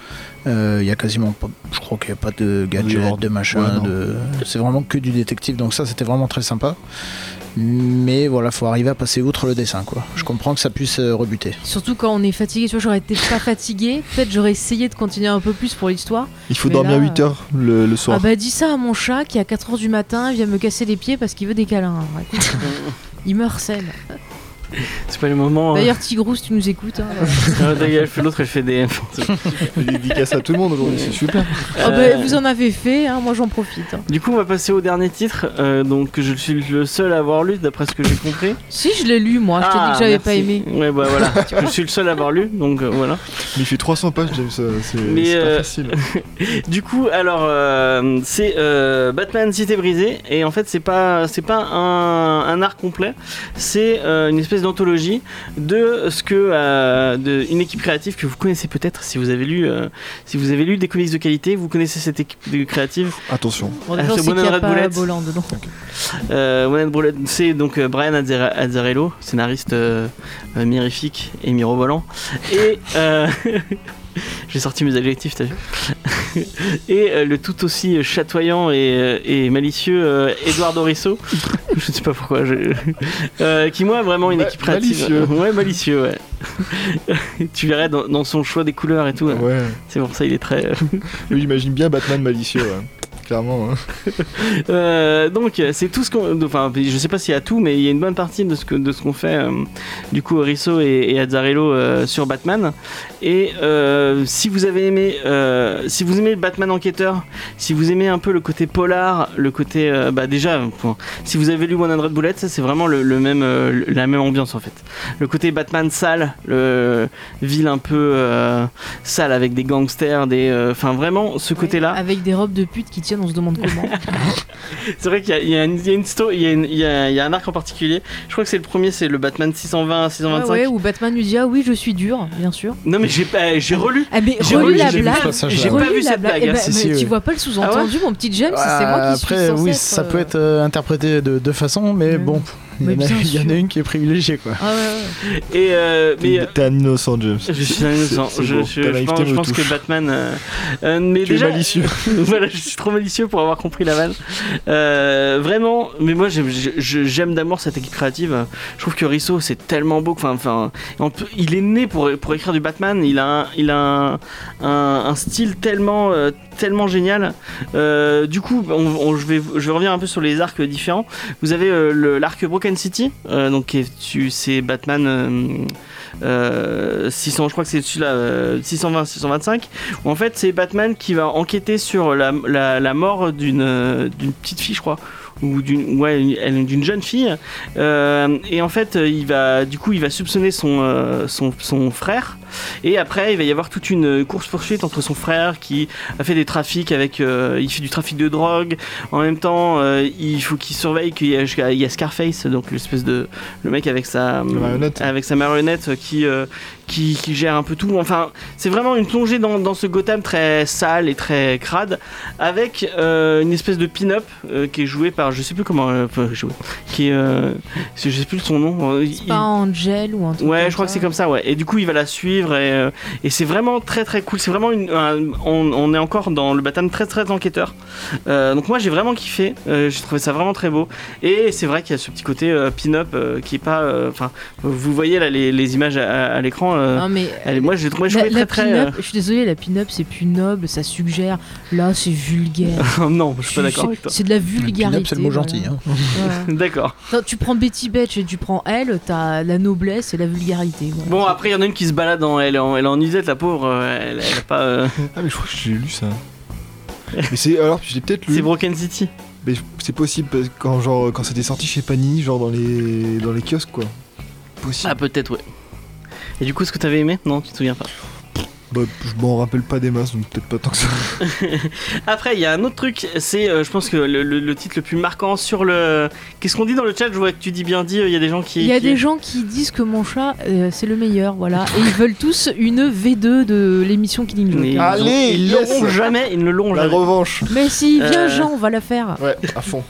[SPEAKER 5] Euh, Il y a quasiment, pas- je crois qu'il n'y a pas de
[SPEAKER 3] Il y
[SPEAKER 5] gadget,
[SPEAKER 3] aura-
[SPEAKER 5] de machin,
[SPEAKER 3] Ouais, non.
[SPEAKER 5] hein, de... c'est vraiment que du détective. Donc ça c'était vraiment très sympa. Mais voilà, faut arriver à passer outre le dessin, quoi. Je comprends que ça puisse euh, rebuter.
[SPEAKER 4] Surtout quand on est fatigué, tu vois, j'aurais été pas fatigué. Peut-être j'aurais essayé de continuer un peu plus pour l'histoire.
[SPEAKER 3] Il faut
[SPEAKER 4] Mais
[SPEAKER 3] dormir
[SPEAKER 4] là,
[SPEAKER 3] 8 heures le, le soir.
[SPEAKER 4] Ah bah dis ça à mon chat qui à hein.
[SPEAKER 2] (laughs)
[SPEAKER 4] 4h du matin vient me casser les pieds parce qu'il veut des câlins. Écoute, Il me harcèle.
[SPEAKER 2] C'est pas le moment. hein.
[SPEAKER 4] D'ailleurs, Tigrou, si tu
[SPEAKER 2] (laughs)
[SPEAKER 4] nous écoutes. hein, (laughs)
[SPEAKER 2] Ah, d'ailleurs, elle fait l'autre, elle fait des.
[SPEAKER 3] (laughs) Dédicace à tout le monde aujourd'hui, c'est super.
[SPEAKER 4] Ah bah,
[SPEAKER 2] Euh,
[SPEAKER 4] vous en avez fait, hein, moi j'en profite. hein.
[SPEAKER 2] Du coup, on va passer au dernier titre. euh, donc, je suis le seul à avoir lu, d'après ce que j'ai compris.
[SPEAKER 4] Si, je l'ai lu, moi, Ah, je t'ai dit que j'avais pas
[SPEAKER 2] Ah, merci.
[SPEAKER 4] aimé.
[SPEAKER 2] Ouais, bah
[SPEAKER 4] (laughs)
[SPEAKER 2] voilà. je suis le seul à avoir lu, donc euh, voilà.
[SPEAKER 3] Mais il fait 300 pages, James, euh, c'est
[SPEAKER 2] Mais,
[SPEAKER 3] c'est
[SPEAKER 2] euh,
[SPEAKER 3] pas facile.
[SPEAKER 2] Du coup, alors, euh, c'est euh, Batman Cité Brisée, et en fait, c'est pas, c'est pas un, un art complet, c'est euh, une espèce d'anthologie de ce que, euh, de une équipe créative que vous connaissez peut-être si vous avez lu, euh, si vous avez lu des comics de qualité, vous connaissez cette équipe de créative.
[SPEAKER 3] Attention,
[SPEAKER 4] Bon,
[SPEAKER 2] Ah,
[SPEAKER 4] déjà, on
[SPEAKER 2] c'est
[SPEAKER 4] sait qu'il n'y a
[SPEAKER 2] Bonheur Red
[SPEAKER 4] pas
[SPEAKER 2] Bullet.
[SPEAKER 4] Boland dedans.
[SPEAKER 2] Euh, One and Bullet, c'est donc euh, Brian Azzara- Azzarello, scénariste euh, euh, mirifique et mirobolant. Et euh, (laughs) j'ai sorti mes adjectifs, t'as vu (laughs) Et euh, le tout aussi chatoyant et, euh, et malicieux euh, Eduardo Risso, (laughs) je ne sais pas pourquoi, je- (laughs) euh, qui moi a vraiment une
[SPEAKER 3] Ma-
[SPEAKER 2] équipe créative.
[SPEAKER 3] malicieux.
[SPEAKER 2] Ouais, malicieux, ouais. (laughs) tu verrais dans, dans son choix des couleurs et tout. hein.
[SPEAKER 3] Ah ouais.
[SPEAKER 2] C'est pour ça il est très. euh,
[SPEAKER 3] Lui, imagine bien Batman malicieux, ouais. Clairement, hein.
[SPEAKER 2] Euh, donc c'est tout ce qu'on enfin je sais pas s'il y a tout mais il y a une bonne partie de ce que de ce qu'on fait euh, du coup Risso et, et Azzarello euh, sur Batman et euh, si vous avez aimé euh, si vous aimez le Batman enquêteur si vous aimez un peu le côté polar le côté euh, bah déjà enfin, si vous avez lu One Hundred Bullets ça, c'est vraiment le, le même euh, la même ambiance en fait le côté Batman sale le ville un peu euh, sale avec des gangsters des euh, enfin vraiment ce côté là
[SPEAKER 4] Avec des robes de pute qui tiennent, on se
[SPEAKER 2] (laughs)
[SPEAKER 4] demande comment.
[SPEAKER 2] c'est vrai qu'il y a- il y, a une- il y a une sto- il y a une- il y a- il y a un arc en particulier. Je crois que c'est le premier, c'est le Batman 620, 625.
[SPEAKER 4] Ah ouais, ou Batman lui dit Ah oui, je suis dur, bien sûr.
[SPEAKER 2] Non mais j'ai pas, j'ai relu.
[SPEAKER 4] Ah, mais
[SPEAKER 2] J'ai
[SPEAKER 4] relis
[SPEAKER 2] relu,
[SPEAKER 4] la
[SPEAKER 2] j'ai vu
[SPEAKER 5] ce
[SPEAKER 4] blague.
[SPEAKER 5] passage-là.
[SPEAKER 2] J'ai
[SPEAKER 5] Ouais.
[SPEAKER 2] pas
[SPEAKER 4] Relis
[SPEAKER 2] vu
[SPEAKER 4] la
[SPEAKER 2] cette
[SPEAKER 4] blague.
[SPEAKER 2] blague. Ah
[SPEAKER 4] Eh ben,
[SPEAKER 2] hein.
[SPEAKER 5] si, si,
[SPEAKER 4] mais
[SPEAKER 5] oui.
[SPEAKER 4] tu vois pas le sous-entendu, mon petit James, c'est moi qui suis
[SPEAKER 5] Après,
[SPEAKER 4] sans
[SPEAKER 5] oui,
[SPEAKER 4] cesse,
[SPEAKER 5] ça
[SPEAKER 4] euh.
[SPEAKER 5] peut être euh, interprété de deux façons, mais
[SPEAKER 4] Ouais.
[SPEAKER 5] bon, il y,
[SPEAKER 4] Mais
[SPEAKER 5] en a-
[SPEAKER 4] bien
[SPEAKER 5] il y en a
[SPEAKER 4] sûr.
[SPEAKER 5] une qui est privilégiée, quoi.
[SPEAKER 4] Ah ouais, ouais.
[SPEAKER 2] Et euh, mais euh,
[SPEAKER 3] T'es t'es un innocent, James.
[SPEAKER 2] je suis un innocent.
[SPEAKER 3] C'est- c'est
[SPEAKER 2] Je,
[SPEAKER 3] beau.
[SPEAKER 2] je-
[SPEAKER 3] Ta
[SPEAKER 2] je
[SPEAKER 3] naïveté
[SPEAKER 2] pense, je
[SPEAKER 3] me
[SPEAKER 2] pense
[SPEAKER 3] touche.
[SPEAKER 2] que Batman. euh, euh, mais
[SPEAKER 3] Tu es
[SPEAKER 2] déjà,
[SPEAKER 3] malicieux.
[SPEAKER 2] (laughs) voilà, je suis trop malicieux pour avoir compris la vanne. Euh, vraiment, mais moi j'aime- je- je- j'aime d'amour cette équipe créative. Je trouve que Risso c'est tellement beau. que- Enfin, enfin, on peut- il est né pour, pour écrire du Batman. Il a, un, il a un, un- un style tellement, euh, tellement génial. Euh, du coup, on, on- je vais, je vais revenir un peu sur les arcs différents. Vous avez euh, le- l'arc Broken City, euh, donc qui est- tu- c'est Batman. euh, euh, 600, je crois que c'est celui-là, euh, 620-625 où en fait c'est Batman qui va enquêter sur la, la- la mort d'une euh, d'une petite fille, je crois, ou d'une ouais, une- elle- d'une jeune fille. Euh, et en fait, euh, il va du coup, il va soupçonner son, euh, son son frère. Et après, il va y avoir toute une course poursuite entre son frère qui a fait des trafics avec, euh, il fait du trafic de drogue. En même temps, euh, il faut qu'il surveille qu'il y a, il y a Scarface, donc l'espèce de le mec avec sa
[SPEAKER 3] marionnette.
[SPEAKER 2] avec sa marionnette qui euh, qui, qui gère un peu tout. Enfin, c'est vraiment une plongée dans, dans ce Gotham très sale et très crade, avec euh, une espèce de pin-up euh, qui est joué par, je sais plus comment, euh, enfin, joué, qui est, euh, je sais plus son nom. euh,
[SPEAKER 4] C'est
[SPEAKER 2] il-
[SPEAKER 4] pas Angel ou un truc.
[SPEAKER 2] Ouais, je crois que
[SPEAKER 4] ça.
[SPEAKER 2] c'est comme ça, ouais. Et du coup, il va la suivre et, euh, et c'est vraiment très très cool. C'est vraiment une. un- on, on est encore dans le Batman très très enquêteur. Euh, donc, moi j'ai vraiment kiffé. Euh, j'ai trouvé ça vraiment très beau. Et c'est vrai qu'il y a ce petit côté euh, pin-up euh, qui est pas. euh, Enfin, vous voyez là les, les images à, à- à l'écran. euh,
[SPEAKER 4] Non, mais.
[SPEAKER 2] elle est- moi j'ai trouvé
[SPEAKER 4] Ah. La,
[SPEAKER 2] très
[SPEAKER 4] la
[SPEAKER 2] très. euh,
[SPEAKER 4] pin-up, je suis désolée, la pin-up c'est plus noble, ça suggère. Là, c'est vulgaire.
[SPEAKER 2] euh, (laughs) non, je suis pas
[SPEAKER 4] C'est-
[SPEAKER 2] d'accord
[SPEAKER 4] c'est-
[SPEAKER 2] avec toi.
[SPEAKER 4] C'est de la
[SPEAKER 5] Le
[SPEAKER 4] vulgarité.
[SPEAKER 5] pin-up, c'est le mot
[SPEAKER 4] voilà.
[SPEAKER 5] gentil. hein.
[SPEAKER 4] Voilà.
[SPEAKER 2] D'accord.
[SPEAKER 4] Non, tu prends Betty Betch et tu prends elle, t'as la noblesse et la vulgarité. voilà.
[SPEAKER 2] Bon, après, il y en a une qui se balade, en, elle, est en, elle est en nuisette, la pauvre. euh, Elle, elle a pas. euh,
[SPEAKER 3] Ah, mais je crois que j'ai
[SPEAKER 2] (laughs)
[SPEAKER 3] lu ça. Mais c'est alors je l'ai peut-être lu.
[SPEAKER 2] C'est Broken City.
[SPEAKER 3] Mais c'est possible parce que quand genre quand c'était sorti chez Panini genre dans les dans les kiosques quoi. Possible.
[SPEAKER 2] Ah, peut-être, ouais. Et du coup, est-ce que t'avais aimé Non, tu te souviens pas.
[SPEAKER 3] Bah, je m'en rappelle pas des masses donc peut-être pas tant que ça.
[SPEAKER 2] Après, il y a un autre truc, c'est, euh, je pense que le, le- le titre le plus marquant sur le. Qu'est-ce qu'on dit dans le chat Je vois que tu dis bien dit, euh, il y a des gens qui.
[SPEAKER 4] Il y a
[SPEAKER 2] qui-
[SPEAKER 4] des gens qui disent que mon chat euh, c'est le meilleur, voilà, et ils veulent tous une V2 de l'émission Killing
[SPEAKER 2] Mais
[SPEAKER 4] Joke.
[SPEAKER 2] ils
[SPEAKER 4] hein.
[SPEAKER 3] Allez,
[SPEAKER 2] ont- ils
[SPEAKER 3] yes.
[SPEAKER 2] l'auront jamais, ils ne l'auront
[SPEAKER 3] La
[SPEAKER 2] jamais.
[SPEAKER 3] revanche.
[SPEAKER 4] Mais si, viens
[SPEAKER 2] Euh,
[SPEAKER 4] Jean, on va la faire.
[SPEAKER 3] Ouais, (laughs) à fond.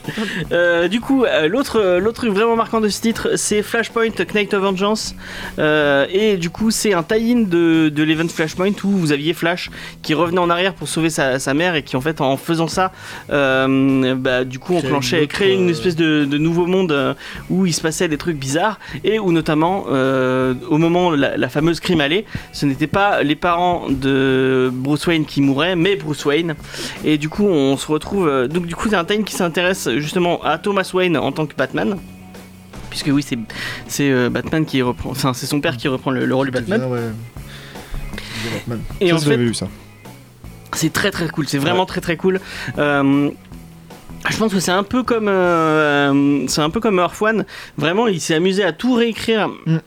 [SPEAKER 2] Euh, du coup, euh, l'autre, euh, l'autre truc vraiment marquant de ce titre, c'est Flashpoint Knight of Vengeance. Euh, et du coup, c'est un tie-in de, de l'event Flashpoint où vous aviez Flash qui revenait en arrière pour sauver sa, sa mère et qui, en fait, en faisant ça, euh, bah, du coup,
[SPEAKER 3] Créer
[SPEAKER 2] enclenchait,
[SPEAKER 3] une autre,
[SPEAKER 2] créait une
[SPEAKER 3] euh,
[SPEAKER 2] espèce de, de nouveau monde euh, où il se passait des trucs bizarres et où, notamment, euh, au moment la, la fameuse crime allée, ce n'était pas les parents de Bruce Wayne qui mouraient, mais Bruce Wayne. Et du coup, on se retrouve. euh, donc, du coup, c'est un time qui s'intéresse justement à Thomas Wayne en tant que Batman. puisque oui, c'est c'est euh, Batman qui reprend, enfin c'est son père qui reprend le, le rôle de Batman.
[SPEAKER 3] ouais. De Batman.
[SPEAKER 2] Et
[SPEAKER 3] ça,
[SPEAKER 2] en
[SPEAKER 3] je
[SPEAKER 2] fait,
[SPEAKER 3] l'avais vu ça.
[SPEAKER 2] C'est très très cool, c'est vraiment très très cool. Euh, je pense que c'est un peu comme euh, c'est un peu comme Earth One. Vraiment, il s'est amusé à tout réécrire.
[SPEAKER 3] Mm.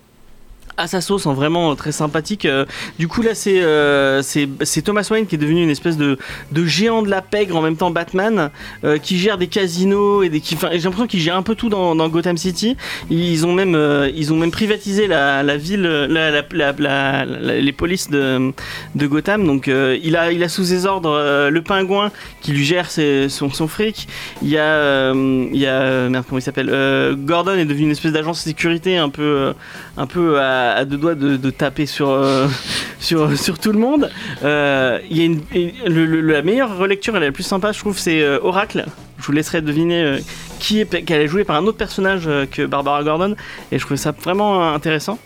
[SPEAKER 2] À sa sauce, en vraiment euh, très sympathique. Euh, Du coup, là, c'est euh, c'est c'est Thomas Wayne qui est devenu une espèce de, de géant de la pègre en même temps Batman, euh, qui gère des casinos et des. qui- Enfin, j'ai l'impression qu'il gère un peu tout dans, dans Gotham City. Ils ont même euh, ils ont même privatisé la, la ville, la, la- la- la- la- les polices de de Gotham. Donc euh, il, a, il a sous ses ordres euh, le pingouin qui lui gère ses- son, son fric. Il y a, euh, il y a euh, merde, comment il s'appelle Euh, Gordon est devenu une espèce d'agence de sécurité un peu, euh, un peu à, à deux doigts de, de taper sur, euh, sur, (laughs) sur tout le monde. Euh, il y a une, et le- le- la meilleure relecture et la plus sympa, je trouve, c'est euh, Oracle. Je vous laisserai deviner euh, qui est qu'elle est jouée par un autre personnage euh, que Barbara Gordon et je trouvais ça vraiment euh, intéressant.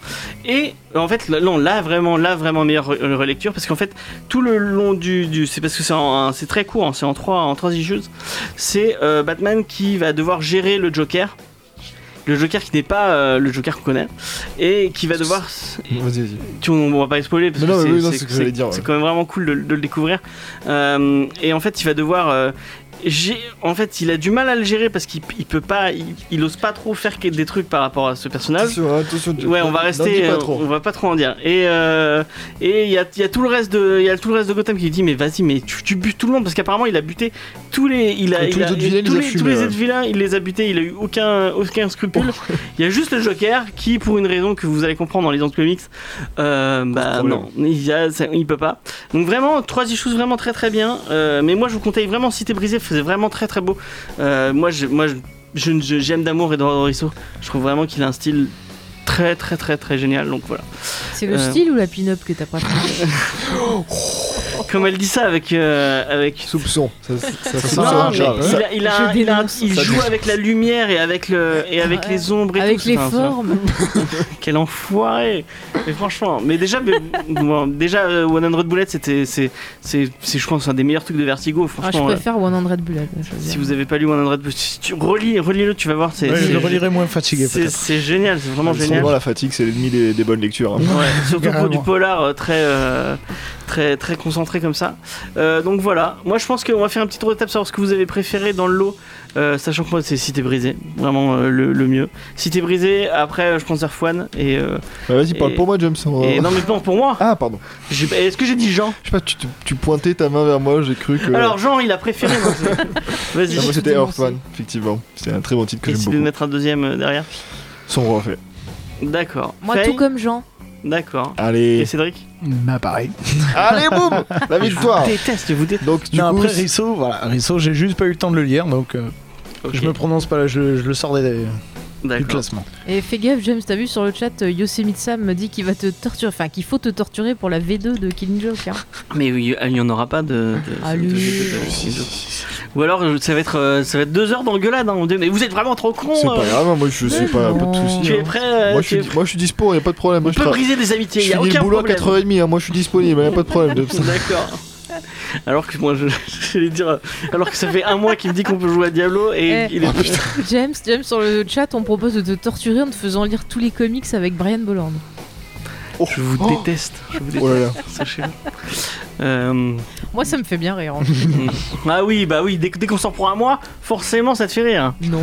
[SPEAKER 2] Et euh, en fait, là, non, là vraiment, là vraiment meilleure re- euh, relecture parce qu'en fait tout le long du, du- c'est parce que c'est en- c'est très court, hein, c'est en trois en trois issues. C'est euh, Batman qui va devoir gérer le Joker. Le Joker qui n'est pas euh, le Joker qu'on connaît et qui va devoir.
[SPEAKER 3] Vas-y, vas-y.
[SPEAKER 2] Tu, on, on va pas les spoiler parce
[SPEAKER 3] Mais
[SPEAKER 2] que
[SPEAKER 3] non, mais
[SPEAKER 2] c'est-
[SPEAKER 3] oui, non,
[SPEAKER 2] c'est
[SPEAKER 3] c'est ce que j'allais dire, ouais.
[SPEAKER 2] c'est quand même vraiment cool de, de le découvrir. Euh, et en fait, il va devoir. euh, gé- en fait, il a du mal à le gérer parce qu'il il peut pas, il, il ose pas trop faire que- des trucs par rapport à ce personnage.
[SPEAKER 3] Attention, hein, attention. tu-
[SPEAKER 2] Ouais, on va
[SPEAKER 3] n'en dis
[SPEAKER 2] rester,
[SPEAKER 3] pas
[SPEAKER 2] euh,
[SPEAKER 3] trop.
[SPEAKER 2] on va pas trop en dire. Et euh, et il y a, il y a tout le reste de, il y a tout le reste de Gotham qui lui dit mais vas-y mais tu, tu butes tout le monde parce qu'apparemment il a buté tous les, il a,
[SPEAKER 3] Et tous
[SPEAKER 2] il
[SPEAKER 3] les
[SPEAKER 2] a-
[SPEAKER 3] autres vilains, il
[SPEAKER 2] tous
[SPEAKER 3] les euh. a
[SPEAKER 2] les- tous
[SPEAKER 3] fumés,
[SPEAKER 2] les
[SPEAKER 3] ouais.
[SPEAKER 2] autres vilains, il les a butés, il a eu aucun aucun scrupule. Il y a juste le Joker qui pour une raison que vous allez comprendre dans les autres comics, euh, bah
[SPEAKER 3] problème.
[SPEAKER 2] non, il y a, ça- il peut pas. Donc vraiment trois issues vraiment très très bien. Euh, mais moi je vous conseille vraiment Cité brisée, faisait vraiment très très beau. Euh, moi je, moi je je ne- je- j'aime d'amour Edouard Dorisso. Je trouve vraiment qu'il a un style très très très très génial. Donc voilà.
[SPEAKER 4] C'est le
[SPEAKER 2] Euh.
[SPEAKER 4] style ou la pin-up que t'as pratiqué
[SPEAKER 2] Comme elle dit ça avec euh, avec.
[SPEAKER 3] Soupçon. Ça, ça, ça,
[SPEAKER 5] sent
[SPEAKER 3] ça,
[SPEAKER 2] Non,
[SPEAKER 5] ça
[SPEAKER 2] hein, mais
[SPEAKER 5] marche
[SPEAKER 2] il
[SPEAKER 5] pas.
[SPEAKER 2] a- il a-
[SPEAKER 4] Je
[SPEAKER 2] il a-
[SPEAKER 4] dénonce.
[SPEAKER 2] il
[SPEAKER 3] Ça
[SPEAKER 2] joue
[SPEAKER 3] dénonce.
[SPEAKER 2] avec la lumière et avec le et avec
[SPEAKER 4] Ouais.
[SPEAKER 2] les ombres et
[SPEAKER 4] Avec
[SPEAKER 2] tout.
[SPEAKER 4] les
[SPEAKER 2] Enfin, ça-
[SPEAKER 4] formes Ah,
[SPEAKER 2] Quel enfoiré Mais franchement, mais déjà, mais, (laughs) bon, déjà euh, 100 Bullets, c'était c'est c'est c'est je pense un des meilleurs trucs de Vertigo.
[SPEAKER 4] Ah, Je
[SPEAKER 2] Franchement, euh,
[SPEAKER 4] préfère One Hundred Bullet. je veux
[SPEAKER 2] si
[SPEAKER 4] dire.
[SPEAKER 2] vous avez pas lu 100 Bullets, si tu relis relis-le, tu vas voir, c'est
[SPEAKER 5] hein. Ouais, je
[SPEAKER 2] c'est-
[SPEAKER 5] le relirai moins fatigué
[SPEAKER 2] c'est
[SPEAKER 5] peut-être.
[SPEAKER 2] c'est génial, c'est vraiment génial.
[SPEAKER 3] Souvent, la fatigue, c'est l'ennemi des, des bonnes lectures. hein.
[SPEAKER 2] Ouais, surtout pour
[SPEAKER 5] Carrément.
[SPEAKER 2] du polar euh, très, euh, très, très concentré comme ça. Euh, donc voilà, moi je pense qu'on va faire un petit tour de table, savoir ce que vous avez préféré dans le lot, euh, sachant que moi c'est Cité Brisée, vraiment euh, le, le mieux. Cité Brisée, après euh, je pense Earth One, et, euh,
[SPEAKER 3] Bah, Vas-y, parle
[SPEAKER 2] Et-
[SPEAKER 3] pour moi, James. on va-
[SPEAKER 5] Oh.
[SPEAKER 2] et non mais non, pour moi,
[SPEAKER 3] Ah, pardon.
[SPEAKER 2] j'ai- est-ce que j'ai dit Jean
[SPEAKER 3] Je sais pas, tu, tu- tu pointais ta main vers moi, j'ai cru que.
[SPEAKER 2] Alors Jean il a préféré, donc, (laughs) euh, vas-y.
[SPEAKER 3] Non, moi, c'était
[SPEAKER 4] Dis-moi,
[SPEAKER 3] Earth One, effectivement. C'est un très bon titre que j'aime
[SPEAKER 2] Essayez de
[SPEAKER 3] beaucoup.
[SPEAKER 2] mettre un deuxième euh, derrière.
[SPEAKER 3] Son refait.
[SPEAKER 2] D'accord.
[SPEAKER 4] Moi,
[SPEAKER 2] Faye
[SPEAKER 4] tout comme Jean.
[SPEAKER 2] D'accord. Et (laughs)
[SPEAKER 3] Allez,
[SPEAKER 2] Cédric
[SPEAKER 5] Bah pareil.
[SPEAKER 3] allez, boum La victoire
[SPEAKER 2] (laughs) Je vous déteste, je vous déteste.
[SPEAKER 3] Donc, du
[SPEAKER 5] non,
[SPEAKER 3] coup,
[SPEAKER 5] après
[SPEAKER 3] c'est-
[SPEAKER 5] Risso, voilà, Risso, j'ai juste pas eu le temps de le lire, donc euh, je me prononce pas là, je, je le sors des- des- du
[SPEAKER 2] D'accord.
[SPEAKER 5] classement.
[SPEAKER 4] Et fais gaffe, James, t'as vu sur le chat, euh, Yosemite Sam me dit qu'il va te torturer, enfin qu'il faut te torturer pour la V2 de Killing Joke. hein.
[SPEAKER 2] Mais oui, il n'y en aura pas de. de-
[SPEAKER 4] Ah,
[SPEAKER 2] de-
[SPEAKER 4] lui.
[SPEAKER 2] de- de- de- Ou alors euh, ça va être euh, ça va être deux heures d'engueulade. Hein. on dit, Mais vous êtes vraiment trop con.
[SPEAKER 3] c'est pas
[SPEAKER 2] euh.
[SPEAKER 3] grave, hein, moi, je sais pas, pas de soucis.
[SPEAKER 2] Tu es
[SPEAKER 3] hein.
[SPEAKER 2] prêt euh,
[SPEAKER 3] Moi, je
[SPEAKER 2] tu es
[SPEAKER 3] suis, moi, je suis dispo, y a pas de problème. Moi,
[SPEAKER 2] On
[SPEAKER 3] je
[SPEAKER 2] peut
[SPEAKER 3] tra-
[SPEAKER 2] briser des
[SPEAKER 3] Je
[SPEAKER 2] amitiés. Il y a
[SPEAKER 3] finis
[SPEAKER 2] aucun
[SPEAKER 3] le boulot à
[SPEAKER 2] problème.
[SPEAKER 3] 4h30, hein, moi je suis disponible, y a pas de
[SPEAKER 2] (laughs)
[SPEAKER 3] problème. James.
[SPEAKER 2] D'accord. Alors que moi, je, (laughs) je vais dire, euh, alors que ça fait un mois qu'il me dit qu'on peut jouer à Diablo et
[SPEAKER 4] Eh.
[SPEAKER 2] il
[SPEAKER 3] (laughs)
[SPEAKER 2] est.
[SPEAKER 4] James, James, sur le chat, on propose de te torturer en te faisant lire tous les comics avec Brian Bolland.
[SPEAKER 2] Je vous
[SPEAKER 3] Oh.
[SPEAKER 2] déteste. Je vous déteste.
[SPEAKER 3] Oh là là.
[SPEAKER 2] Sachez-le. Euh,
[SPEAKER 4] Moi, ça me fait bien rire. hein.
[SPEAKER 2] ah oui, bah oui. Dès, que- dès qu'on s'en prend à moi, forcément, ça te fait rire.
[SPEAKER 4] (laughs) non.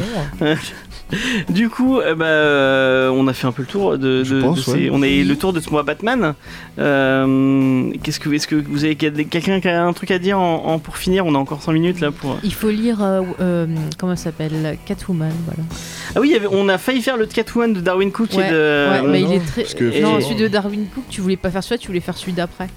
[SPEAKER 2] Du coup, euh, bah, euh, on a fait un peu le tour de.
[SPEAKER 3] Je
[SPEAKER 2] de-
[SPEAKER 3] pense,
[SPEAKER 2] de
[SPEAKER 3] ouais.
[SPEAKER 2] ces- On est le tour de ce mois Batman. Euh, Qu'est-ce que, est-ce que vous avez quel- quelqu'un qui a un truc à dire en, en- pour finir On a encore 100 minutes là pour.
[SPEAKER 4] Il faut lire, euh, euh, comment ça s'appelle Catwoman, voilà.
[SPEAKER 2] Ah oui, il y avait- on a failli faire le Catwoman de Darwin Cook et
[SPEAKER 4] Ouais,
[SPEAKER 2] de. euh,
[SPEAKER 4] ouais, mais
[SPEAKER 3] non,
[SPEAKER 4] il est très.
[SPEAKER 3] parce que-
[SPEAKER 4] Non,
[SPEAKER 2] Et-
[SPEAKER 4] celui de Darwin Cook, tu voulais pas faire celui-là, tu voulais faire celui d'après.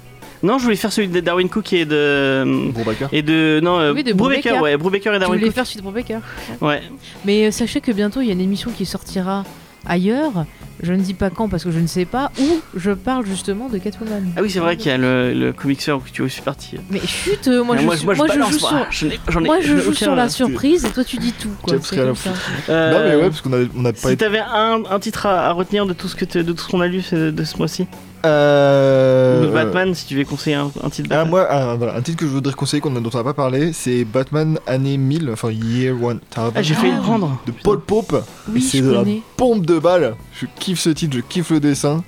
[SPEAKER 2] Non, je voulais faire celui de Darwin Cook et de.
[SPEAKER 3] Bon, bah, Baker.
[SPEAKER 2] Et de. Non, euh,
[SPEAKER 4] Oui, de
[SPEAKER 2] Brubaker,
[SPEAKER 4] Brubaker.
[SPEAKER 2] ouais, Brubaker et
[SPEAKER 4] Tu
[SPEAKER 2] Darwin
[SPEAKER 4] voulais
[SPEAKER 2] Cook.
[SPEAKER 4] faire celui de Brubaker.
[SPEAKER 2] Ouais.
[SPEAKER 4] Mais euh, sachez que bientôt il y a une émission qui sortira ailleurs. Je ne dis pas quand parce que je ne sais pas où je parle justement de Catwoman.
[SPEAKER 2] Ah oui, c'est vrai qu'il y a le, le comic sur que tu aussi parti.
[SPEAKER 4] Mais chut, euh, moi,
[SPEAKER 2] Ah,
[SPEAKER 4] je,
[SPEAKER 2] moi,
[SPEAKER 4] suis-
[SPEAKER 2] moi,
[SPEAKER 4] moi,
[SPEAKER 2] je
[SPEAKER 4] je
[SPEAKER 2] balance,
[SPEAKER 4] joue
[SPEAKER 2] moi.
[SPEAKER 4] sur,
[SPEAKER 2] Je n'ai- j'en ai-
[SPEAKER 4] moi, je
[SPEAKER 2] j'en ai
[SPEAKER 4] joue
[SPEAKER 2] aucun,
[SPEAKER 4] sur la
[SPEAKER 2] euh,
[SPEAKER 4] surprise et toi tu dis tout. Quoi.
[SPEAKER 3] James
[SPEAKER 4] C'est
[SPEAKER 3] rien
[SPEAKER 4] comme
[SPEAKER 3] à
[SPEAKER 4] ça.
[SPEAKER 3] Non, mais
[SPEAKER 2] euh,
[SPEAKER 3] ouais, parce qu'on a, on a pas
[SPEAKER 2] Si
[SPEAKER 3] été.
[SPEAKER 2] t'avais un, un titre à, à retenir de tout ce que t'es- de tout ce qu'on a lu ce- de ce mois-ci,
[SPEAKER 3] Euh,
[SPEAKER 2] Le Batman, si tu veux conseiller un, un titre
[SPEAKER 3] Ah,
[SPEAKER 2] Batman.
[SPEAKER 3] moi, ah, voilà, un titre que je voudrais conseiller qu'on dont on n'a pas parlé, c'est Batman année 1000, enfin Year 1000.
[SPEAKER 2] Ah, j'ai failli le prendre.
[SPEAKER 3] de Paul Pope.
[SPEAKER 4] Oui,
[SPEAKER 3] Et c'est
[SPEAKER 4] je
[SPEAKER 3] de la
[SPEAKER 4] connais.
[SPEAKER 3] pompe de balle. Je kiffe ce titre, je kiffe le dessin.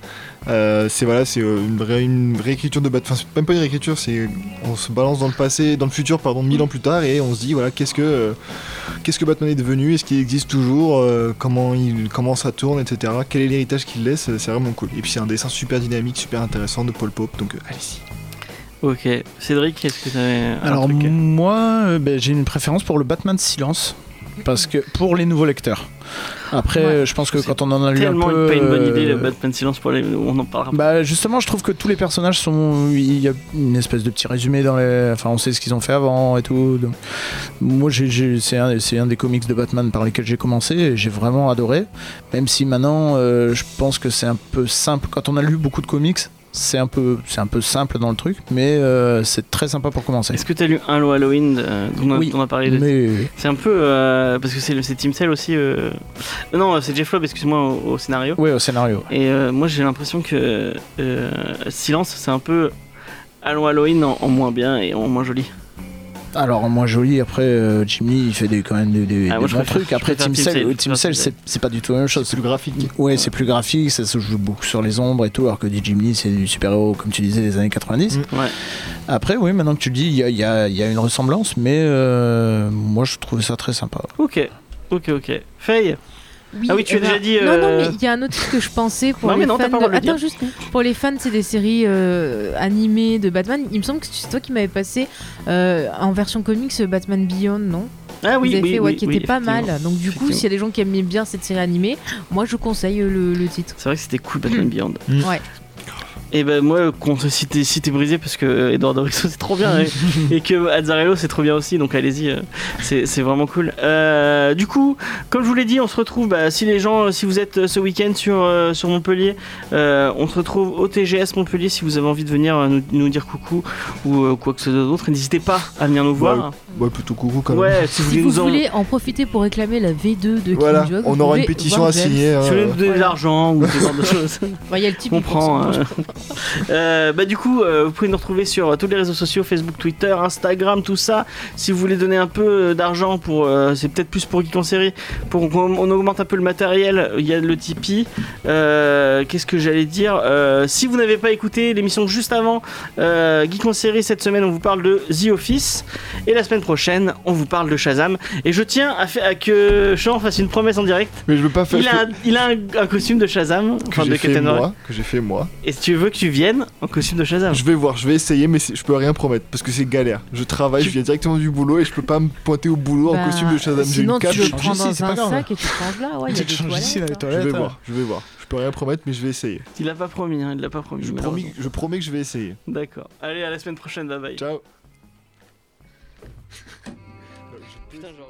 [SPEAKER 3] Euh, c'est voilà, c'est euh, une vraie, une réécriture de Batman. Enfin, c'est même pas une réécriture, c'est on se balance dans le passé, dans le futur, pardon, mille ans plus tard, et on se dit voilà, qu'est-ce que, euh, qu'est-ce que Batman est devenu, est-ce qu'il existe toujours, Euh, comment il, comment ça tourne, etc. Quel est l'héritage qu'il laisse, c'est vraiment cool. Et puis c'est un dessin super dynamique, super intéressant de Paul Pope, donc euh,
[SPEAKER 2] Ah,
[SPEAKER 3] allez-y.
[SPEAKER 2] Ok. Cédric, est-ce que t'avais un
[SPEAKER 5] Alors
[SPEAKER 2] truc
[SPEAKER 5] moi, euh, ben, j'ai une préférence pour le Batman de silence. Parce que pour les nouveaux lecteurs. Après,
[SPEAKER 4] Ouais.
[SPEAKER 5] je pense que quand on en a lu un
[SPEAKER 2] Tellement
[SPEAKER 5] peu,
[SPEAKER 2] pas une bonne idée,
[SPEAKER 5] euh,
[SPEAKER 2] le Batman Silence, pour les... on en parlera
[SPEAKER 5] Bah justement, je trouve que tous les personnages sont. Il y a une espèce de petit résumé dans les. Enfin, on sait ce qu'ils ont fait avant et tout. donc- Moi, j'ai- j'ai- c'est un, c'est un des comics de Batman par lesquels j'ai commencé et j'ai vraiment adoré. Même si maintenant, euh, je pense que c'est un peu simple. Quand on a lu beaucoup de comics, c'est un peu, c'est un peu simple dans le truc, mais euh, c'est très sympa pour commencer.
[SPEAKER 2] Est-ce que t'as lu Hello Halloween euh, dont on a,
[SPEAKER 5] Oui,
[SPEAKER 2] dont on a parlé de...
[SPEAKER 5] Mais
[SPEAKER 2] C'est un peu euh, parce que c'est le- c'est Tim Sale aussi. euh, Non, c'est Jeff Loeb, excuse-moi, au, au scénario.
[SPEAKER 5] ouais, au scénario.
[SPEAKER 2] Et euh, moi j'ai l'impression que euh, Silence c'est un peu Hello Halloween en, en moins bien et en moins joli.
[SPEAKER 5] Alors moi joli après euh, Jimmy il fait des quand même des, des-
[SPEAKER 2] Ah,
[SPEAKER 5] des
[SPEAKER 2] moi, je
[SPEAKER 5] bons
[SPEAKER 2] préfère-
[SPEAKER 5] trucs
[SPEAKER 2] je
[SPEAKER 5] après
[SPEAKER 2] préfère
[SPEAKER 5] Tim
[SPEAKER 2] Tim
[SPEAKER 5] Sale
[SPEAKER 2] Sale,
[SPEAKER 5] euh,
[SPEAKER 2] je
[SPEAKER 5] Tim
[SPEAKER 2] préfère
[SPEAKER 5] Sale
[SPEAKER 2] Tim
[SPEAKER 5] c'est c'est pas du tout la même chose
[SPEAKER 3] C'est plus graphique.
[SPEAKER 5] Ouais, c'est plus graphique, ça se joue beaucoup sur les ombres et tout, alors que dit Jimmy, c'est du super-héros, comme tu disais, des années 90.
[SPEAKER 3] Mm.
[SPEAKER 2] Ouais.
[SPEAKER 5] Après, oui, maintenant que tu le dis, il y a, il y a- il y a une ressemblance, mais euh, moi, je trouvais ça très sympa.
[SPEAKER 4] Oh,
[SPEAKER 2] Ok, ok, ok. Faye, Ah oui, tu
[SPEAKER 4] eh
[SPEAKER 2] as déjà dit,
[SPEAKER 4] Non, non,
[SPEAKER 2] euh,
[SPEAKER 4] mais il y a un autre truc que je pensais pour
[SPEAKER 2] Non, mais
[SPEAKER 4] les
[SPEAKER 2] non, t'as pas
[SPEAKER 4] fans.
[SPEAKER 2] le
[SPEAKER 4] de-
[SPEAKER 2] droit de le
[SPEAKER 4] Attends,
[SPEAKER 2] dire.
[SPEAKER 4] juste pour les fans, c'est des séries euh, animées de Batman. Il me semble que c'est toi qui m'avais passé euh, en version comics euh, Batman Beyond, non
[SPEAKER 2] ah oui,
[SPEAKER 4] Vous avez
[SPEAKER 2] oui, oui,
[SPEAKER 4] fait, ouais, qui
[SPEAKER 2] oui,
[SPEAKER 4] était pas
[SPEAKER 2] effectivement.
[SPEAKER 4] mal. Donc du coup,
[SPEAKER 2] Effectivement.
[SPEAKER 4] s'il y a des gens qui aimaient bien cette série animée, moi je conseille euh, le, le titre.
[SPEAKER 2] C'est vrai que c'était cool Batman Beyond.
[SPEAKER 3] Mm.
[SPEAKER 4] Ouais.
[SPEAKER 2] Et ben moi, qu'on se cité, cité brisé parce que euh, Edouard Dorixo (laughs) c'est trop bien et, et que Azzarello c'est trop bien aussi, donc allez-y, euh, c'est c'est vraiment cool. Euh, du coup, comme je vous l'ai dit, on se retrouve bah, si les gens, euh, si vous êtes euh, ce week-end sur euh, sur Montpellier, euh, on se retrouve au TGS Montpellier si vous avez envie de venir euh, nous, nous dire coucou ou euh, quoi que ce soit d'autre. N'hésitez pas à venir nous voir.
[SPEAKER 3] Ouais, plutôt coucou
[SPEAKER 2] Ouais,
[SPEAKER 3] quand même.
[SPEAKER 2] si vous
[SPEAKER 4] Si
[SPEAKER 2] voulez
[SPEAKER 4] vous
[SPEAKER 2] nous en-
[SPEAKER 4] voulez en profiter pour réclamer la V2 de
[SPEAKER 3] Voilà,
[SPEAKER 4] King Joke,
[SPEAKER 3] on
[SPEAKER 4] vous
[SPEAKER 3] aura une
[SPEAKER 4] pouvez
[SPEAKER 3] pétition
[SPEAKER 4] voir
[SPEAKER 3] à
[SPEAKER 4] James.
[SPEAKER 3] signer.
[SPEAKER 2] Si vous voulez
[SPEAKER 3] euh,
[SPEAKER 2] nous donner de l'argent ou ce genre de choses.
[SPEAKER 4] Ouais, Il y a le type
[SPEAKER 2] On
[SPEAKER 4] qui
[SPEAKER 2] prend.
[SPEAKER 4] pense-
[SPEAKER 2] euh, (laughs) euh, bah du coup, euh, vous pouvez nous retrouver sur euh, tous les réseaux sociaux, Facebook, Twitter, Instagram, tout ça. Si vous voulez donner un peu euh, d'argent pour, euh, c'est peut-être plus pour Geek en série, pour qu'on on augmente un peu le matériel. Il y a le Tipeee. Euh, Qu'est-ce que j'allais dire Euh, Si vous n'avez pas écouté l'émission juste avant euh, Geek en série cette semaine, on vous parle de The Office et la semaine prochaine, on vous parle de Shazam. Et je tiens à, fa- à que Sean fasse une promesse en direct.
[SPEAKER 3] Mais je veux pas faire.
[SPEAKER 2] Il a, un, il a un- un costume de Shazam,
[SPEAKER 3] que
[SPEAKER 2] enfin de
[SPEAKER 3] j'ai fait
[SPEAKER 2] Captain Marvel.
[SPEAKER 3] moi, que j'ai fait moi.
[SPEAKER 2] Et si tu veux que tu viennes en costume de Shazam.
[SPEAKER 3] Je vais voir, je vais essayer, mais c'est- je peux rien promettre parce que c'est galère. Je travaille,
[SPEAKER 2] Tu-
[SPEAKER 3] je viens directement du boulot et je peux pas me pointer au boulot
[SPEAKER 4] Bah,
[SPEAKER 3] en costume de Shazam. J'ai
[SPEAKER 4] Sinon,
[SPEAKER 3] une cape.
[SPEAKER 4] tu le
[SPEAKER 3] Je
[SPEAKER 5] changer
[SPEAKER 4] prends
[SPEAKER 5] ici,
[SPEAKER 4] dans
[SPEAKER 5] c'est pas
[SPEAKER 4] un
[SPEAKER 5] grave.
[SPEAKER 4] sac et tu te ranges là. Ouais, il y a des toilettes, hein.
[SPEAKER 3] vais voir, je vais voir. Je peux rien promettre, mais je vais essayer.
[SPEAKER 2] Il l'a pas promis, hein, il l'a pas promis.
[SPEAKER 4] Bah,
[SPEAKER 3] Je,
[SPEAKER 2] malheureusement.
[SPEAKER 3] promis- je promets que je vais essayer.
[SPEAKER 2] D'accord. Allez, à la semaine prochaine, bye bye.
[SPEAKER 3] Ciao.
[SPEAKER 2] Putain, j'aurais-